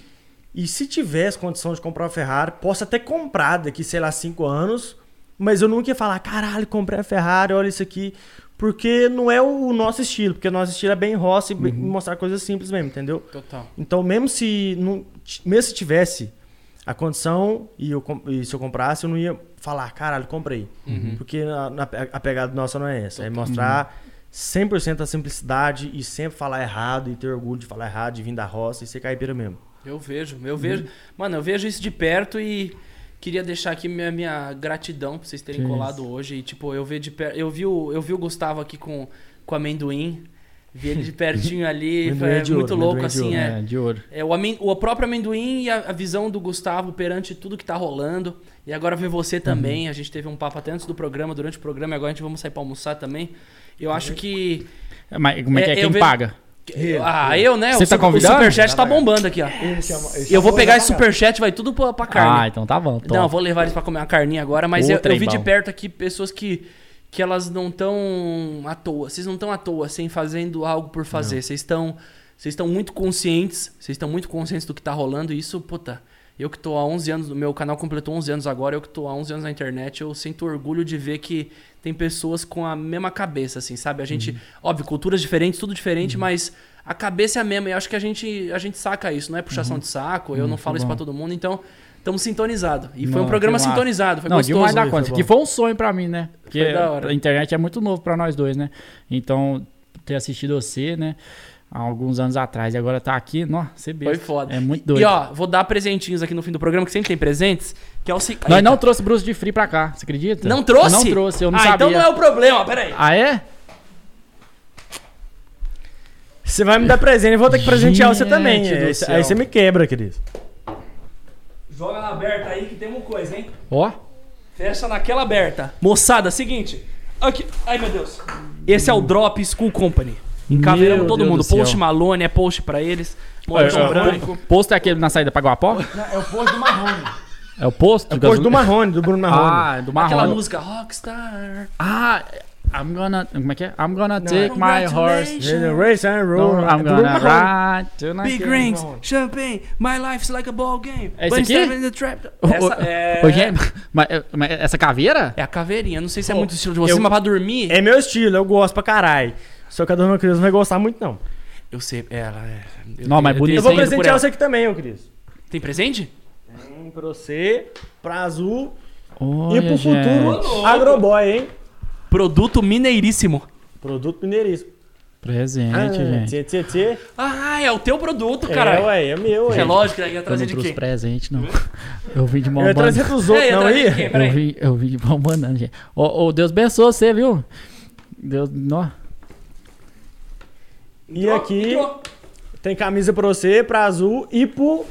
Speaker 2: E se tivesse condição de comprar uma Ferrari, posso até comprar daqui, sei lá, cinco anos, mas eu nunca ia falar, caralho, comprei a Ferrari, olha isso aqui. Porque não é o nosso estilo, porque o nosso estilo é bem roça e bem- mostrar coisas simples mesmo, entendeu?
Speaker 1: Total.
Speaker 2: Então, mesmo se, não, ti- mesmo se tivesse a condição e, eu, com- e se eu comprasse, eu não ia falar, caralho, comprei.
Speaker 3: Uhum.
Speaker 2: Porque na- na pe- a pegada nossa não é essa. É mostrar 100% a simplicidade e sempre falar errado e ter orgulho de falar errado, de vir da roça e ser caipira mesmo.
Speaker 1: Eu vejo,
Speaker 2: Uhum.
Speaker 1: eu vejo. Mano, eu vejo isso de perto e queria deixar aqui minha, minha gratidão pra vocês terem colado hoje. E, tipo, eu vi de perto. Eu vi o, eu vi o Gustavo aqui com, com amendoim. Vi ele de pertinho ali.
Speaker 2: Amendoim
Speaker 1: foi
Speaker 2: é de
Speaker 1: muito
Speaker 2: ouro,
Speaker 1: louco,
Speaker 2: amendoim de
Speaker 1: assim.
Speaker 2: ouro,
Speaker 1: é,
Speaker 3: de ouro.
Speaker 1: É, o, amen- o próprio amendoim e a, a visão do Gustavo perante tudo que tá rolando. E agora ver você também.
Speaker 3: Uhum.
Speaker 1: A gente teve um papo até antes do programa, durante o programa, e agora a gente vamos sair pra almoçar também. Eu acho que.
Speaker 3: É, Mas como é, que
Speaker 1: É,
Speaker 3: é
Speaker 1: eu
Speaker 3: quem
Speaker 1: vejo-
Speaker 3: paga?
Speaker 1: ah, eu, né?
Speaker 3: Você
Speaker 1: o,
Speaker 3: tá
Speaker 1: super-
Speaker 3: convidando?
Speaker 1: O superchat tá bombando aqui, ó. Eu vou pegar esse é superchat, vai tudo pra, pra carne.
Speaker 3: Ah, então tá bom. top.
Speaker 1: Não, eu vou levar eles pra comer uma carninha agora, mas eu,
Speaker 3: Ô,
Speaker 1: eu vi
Speaker 3: trem
Speaker 1: de
Speaker 3: bom.
Speaker 1: perto aqui pessoas que, que elas não estão à toa. Vocês não estão à toa, sem fazendo algo por fazer. Vocês estão vocês estão muito conscientes, vocês estão muito conscientes do que tá rolando e isso, puta. Eu que tô há 11 anos, o meu canal completou 11 anos agora, eu que tô há 11 anos na internet, eu sinto orgulho de ver que tem pessoas com a mesma cabeça, assim, sabe? A gente,
Speaker 3: Uhum.
Speaker 1: óbvio, culturas diferentes, tudo diferente, mas a cabeça é a mesma e acho que a gente, a gente saca isso, não é puxação
Speaker 3: Uhum.
Speaker 1: de saco, eu não falo isso pra todo mundo, então estamos sintonizados. E foi um
Speaker 3: tá Não,
Speaker 1: programa
Speaker 3: que massa.
Speaker 1: sintonizado, foi
Speaker 3: não,
Speaker 1: gostoso. né,
Speaker 3: demais da
Speaker 1: Foi
Speaker 3: conta.
Speaker 1: bom.
Speaker 3: Que foi um sonho pra mim, né? Porque
Speaker 1: Foi da hora.
Speaker 3: a internet é muito novo pra nós dois, né? Então, ter assistido você, né? Há alguns anos atrás e agora tá aqui, nossa,
Speaker 1: Foi
Speaker 3: você besta.
Speaker 1: foda.
Speaker 3: É muito
Speaker 1: E-
Speaker 3: doido.
Speaker 1: E ó, vou dar presentinhos aqui no fim do programa, que sempre tem presentes, que é o seguinte.
Speaker 3: Nós não trouxe Bruce de Free pra cá, você acredita?
Speaker 1: Não trouxe?
Speaker 3: Não trouxe, eu não
Speaker 1: ah,
Speaker 3: sabia.
Speaker 1: então não é o problema, peraí.
Speaker 3: Ah, é?
Speaker 2: Você vai me dar presente, eu vou ter que presentear você
Speaker 3: Gente
Speaker 2: também.
Speaker 3: do
Speaker 2: é, Aí
Speaker 3: céu.
Speaker 2: você me quebra, querido.
Speaker 1: Joga na aberta aí que temos coisa, hein?
Speaker 3: Ó,
Speaker 1: Fecha naquela aberta. Moçada, seguinte. Aqui. Ai, meu Deus. Esse é o Drop School Company. Encaveiramos
Speaker 3: Meu
Speaker 1: todo
Speaker 3: Deus
Speaker 1: mundo.
Speaker 3: do céu.
Speaker 1: Post Malone, é post pra eles. Moletom
Speaker 3: É, é,
Speaker 1: branco.
Speaker 3: posto é aquele na saída pra Guapó?
Speaker 2: É o posto do Marrone.
Speaker 3: É o posto?
Speaker 2: O posto do Marrone, do Bruno Marrone.
Speaker 3: Ah, é do
Speaker 1: Aquela
Speaker 3: Marrone.
Speaker 1: música Rockstar.
Speaker 3: Ah, I'm gonna. Como é que é? I'm gonna take my horse.
Speaker 2: Race and roll.
Speaker 3: No,
Speaker 1: É
Speaker 3: I'm gonna ride tonight.
Speaker 1: Big rings, champagne, my life's like a ball game.
Speaker 3: É esse
Speaker 1: But
Speaker 3: aqui?
Speaker 1: instead of in the trap-
Speaker 3: Ô,
Speaker 1: Essa
Speaker 3: ô,
Speaker 1: é...
Speaker 3: ô, gente, mas- mas essa caveira?
Speaker 1: é a caveirinha. Não sei se é muito estilo de você, mas pra dormir...
Speaker 2: É meu estilo, eu gosto pra caralho. Só que a dona Cris não vai gostar muito, não.
Speaker 1: Eu sei, ela é... eu tenho-
Speaker 3: Não, mas
Speaker 1: eu tenho-
Speaker 2: Eu
Speaker 3: bonito,
Speaker 2: vou
Speaker 1: tenho ido por
Speaker 2: presentear
Speaker 1: ela.
Speaker 2: você aqui também, ô Cris.
Speaker 1: Tem presente?
Speaker 2: Um pra você, pra Azul
Speaker 3: Olha,
Speaker 2: e pro
Speaker 3: gente.
Speaker 2: futuro Agroboy, hein?
Speaker 1: Produto mineiríssimo.
Speaker 2: Produto mineiríssimo. Ah,
Speaker 3: Presente, gente.
Speaker 2: tchê, tchê, tchê.
Speaker 1: Ah, é o teu produto,
Speaker 2: É,
Speaker 1: caralho.
Speaker 2: ué, é meu,
Speaker 1: É,
Speaker 2: ué.
Speaker 1: lógico que ele ia
Speaker 3: Eu não
Speaker 1: trazer de
Speaker 3: trouxe
Speaker 1: quem?
Speaker 3: presente, não. Eu vim de mão
Speaker 2: Hum? Eu ia trazer
Speaker 3: banana.
Speaker 2: pros
Speaker 1: É,
Speaker 2: outros,
Speaker 1: ia
Speaker 2: não
Speaker 1: trazer de
Speaker 2: aí?
Speaker 1: quem? Peraí.
Speaker 3: Eu vim, eu vim de mão banana, gente. Ô, ô, Deus abençoe você, viu? Deus. Nó.
Speaker 2: E aqui
Speaker 1: Entrou.
Speaker 2: tem camisa pra você, pra Azul e pro...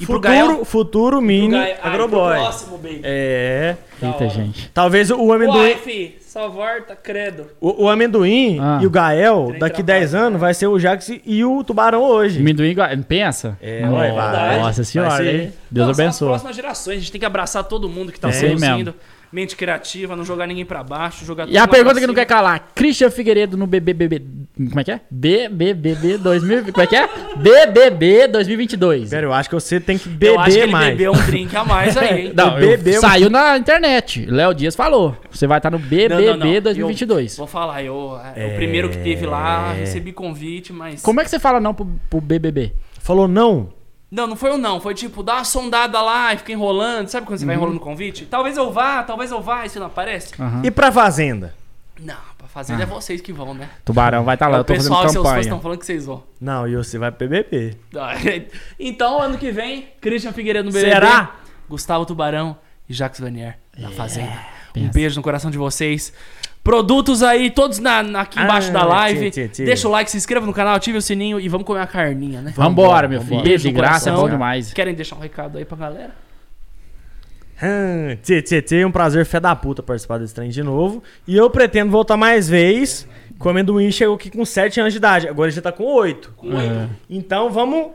Speaker 1: E pro Gael?
Speaker 2: futuro, futuro Mini
Speaker 1: Ai, pro
Speaker 2: Agroboy.
Speaker 1: Próximo, baby.
Speaker 2: É.
Speaker 3: Eita, gente.
Speaker 2: Talvez o amendoim,
Speaker 1: Uai, fi, só volta, credo.
Speaker 2: o, o amendoim
Speaker 3: Ah.
Speaker 2: e o Gael, daqui
Speaker 1: trabalho, né?
Speaker 2: 10 anos, vai ser o Jax e o Tubarão hoje.
Speaker 3: Amendoim igual. Pensa?
Speaker 2: É, ué, vai.
Speaker 3: Nossa senhora,
Speaker 2: ser.
Speaker 3: hein? Deus
Speaker 1: Não, são as
Speaker 3: abençoe.
Speaker 1: próximas gerações, a gente tem que abraçar todo mundo que tá
Speaker 3: É isso aí
Speaker 1: produzindo. Mente criativa, não jogar ninguém pra baixo, jogar
Speaker 3: E a pergunta que não quer calar, Christian Figueiredo no BBBB, como é que é? BBBB 2000, como é que é? BBB 2022.
Speaker 2: Sério, eu acho que você tem que
Speaker 1: beber eu acho que
Speaker 2: beber
Speaker 1: ele
Speaker 2: mais.
Speaker 1: bebeu um drink a mais aí, hein?
Speaker 3: Não, eu-
Speaker 2: BBB.
Speaker 3: saiu na internet, Léo Dias falou, você vai estar no
Speaker 1: Não,
Speaker 3: BBB
Speaker 1: não, não. Eu
Speaker 3: 2022.
Speaker 1: vou falar, eu, é o primeiro que teve lá, recebi convite, mas...
Speaker 3: É. Como é que você fala não pro, pro BBB?
Speaker 2: Falou não.
Speaker 1: Não, não foi eu não. Foi tipo, dá uma sondada lá e fica enrolando. Sabe quando você
Speaker 3: Uhum.
Speaker 1: vai enrolando o convite? Talvez eu vá, talvez eu vá, e você não aparece?
Speaker 2: E pra fazenda?
Speaker 1: Não, pra fazer é vocês que vão, né?
Speaker 3: Tubarão vai estar Ah. lá,
Speaker 1: o
Speaker 3: eu tô fazendo
Speaker 1: pessoal e seus fãs
Speaker 3: campanha.
Speaker 1: estão falando que vocês vão.
Speaker 2: Não, e você vai pro BBB.
Speaker 1: Tá. Então, ano que vem, Christian Figueiredo no BBB.
Speaker 2: Será?
Speaker 1: Gustavo Tubarão e Jacques Vanier na
Speaker 3: É,
Speaker 1: Fazenda. Um beijo no coração de vocês. Produtos aí, todos na, na- aqui embaixo
Speaker 2: Ah,
Speaker 1: da live.
Speaker 2: tchê, tchê, tchê.
Speaker 1: Deixa o like, se inscreva no canal, ative o sininho e vamos comer uma carninha, né?
Speaker 3: Vambora, meu filho,
Speaker 1: Beijo
Speaker 3: de
Speaker 1: no
Speaker 3: graça, é
Speaker 1: coração.
Speaker 3: bom demais.
Speaker 1: Querem deixar um recado aí pra galera?
Speaker 2: Hum, Tchê, tchê, tchê, um prazer fé da puta participar desse trem de novo. E eu pretendo voltar mais vezes. Com o amendoim chegou aqui com 7 anos de idade. Agora ele já tá com 8. Então vamos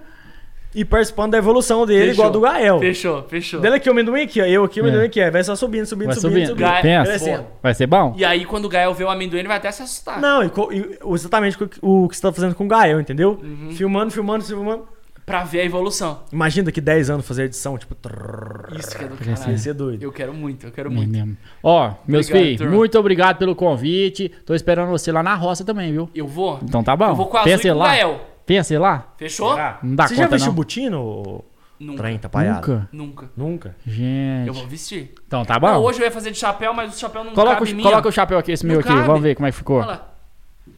Speaker 2: ir participando da evolução dele,
Speaker 1: Fechou.
Speaker 2: igual a do Gael.
Speaker 1: Fechou, fechou.
Speaker 2: Dele aqui, o amendoim aqui, ó. Eu aqui, o
Speaker 3: É.
Speaker 2: amendoim aqui. ó. Vai só subindo, subindo,
Speaker 3: Vai
Speaker 2: subindo,
Speaker 3: subindo,
Speaker 2: subindo.
Speaker 1: Gael,
Speaker 3: pensa,
Speaker 2: Crescendo.
Speaker 3: vai ser bom?
Speaker 1: E aí, quando o Gael vê o amendoim, ele vai até se assustar.
Speaker 2: Não, e co- e exatamente o que- o que você tá fazendo com o Gael, entendeu?
Speaker 1: Uhum.
Speaker 2: Filmando, filmando, filmando.
Speaker 1: Pra ver a evolução.
Speaker 2: Imagina daqui 10 anos fazer edição, tipo, trrr,
Speaker 1: Isso que é do
Speaker 2: ia
Speaker 1: caralho.
Speaker 2: ser doido.
Speaker 1: Eu quero muito, eu quero
Speaker 3: Nem
Speaker 1: muito.
Speaker 3: mesmo. Ó, meus
Speaker 1: Obrigado,
Speaker 3: filhos,
Speaker 1: turma.
Speaker 3: muito obrigado pelo convite, tô esperando você lá na roça também, viu?
Speaker 1: Eu vou.
Speaker 3: Então tá bom.
Speaker 1: Eu vou com a Azul
Speaker 3: Pensa
Speaker 1: e
Speaker 3: em
Speaker 1: com o
Speaker 3: lá.
Speaker 1: Gael.
Speaker 3: Pensa em lá?
Speaker 1: Fechou?
Speaker 3: Não dá
Speaker 2: Você já
Speaker 3: conta
Speaker 2: vestiu
Speaker 3: não.
Speaker 2: botino, ô,
Speaker 1: Nunca.
Speaker 2: trem tapaiado?
Speaker 3: Nunca.
Speaker 1: Nunca.
Speaker 2: Nunca.
Speaker 3: Gente.
Speaker 1: Eu vou vestir.
Speaker 3: Então tá bom.
Speaker 1: Não, hoje eu ia fazer de chapéu, mas o chapéu não
Speaker 3: coloca,
Speaker 1: cabe em
Speaker 3: o,
Speaker 1: mim.
Speaker 3: coloca
Speaker 1: ó.
Speaker 3: o chapéu aqui, esse
Speaker 1: Não
Speaker 3: meu aqui.
Speaker 1: cabe.
Speaker 3: Vamos ver como é que ficou.
Speaker 1: Olha lá.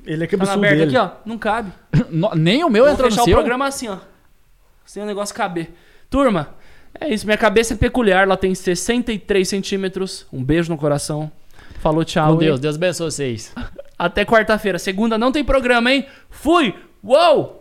Speaker 2: Ele é que
Speaker 1: Tá na
Speaker 2: absurdo
Speaker 1: aberta
Speaker 2: dele.
Speaker 1: aqui, ó. Não cabe.
Speaker 3: No- nem o meu
Speaker 1: Vou
Speaker 3: entrou no
Speaker 1: fechar o
Speaker 3: seu.
Speaker 1: programa assim, ó. Sem o negócio caber. Turma, é isso. Minha cabeça é peculiar. Ela tem 63 centímetros. Um beijo no coração. Falou, tchau.
Speaker 3: Com
Speaker 1: e
Speaker 3: Deus, Deus abençoe vocês.
Speaker 1: Até quarta-feira. Segunda não tem programa, hein? Fui! Uou!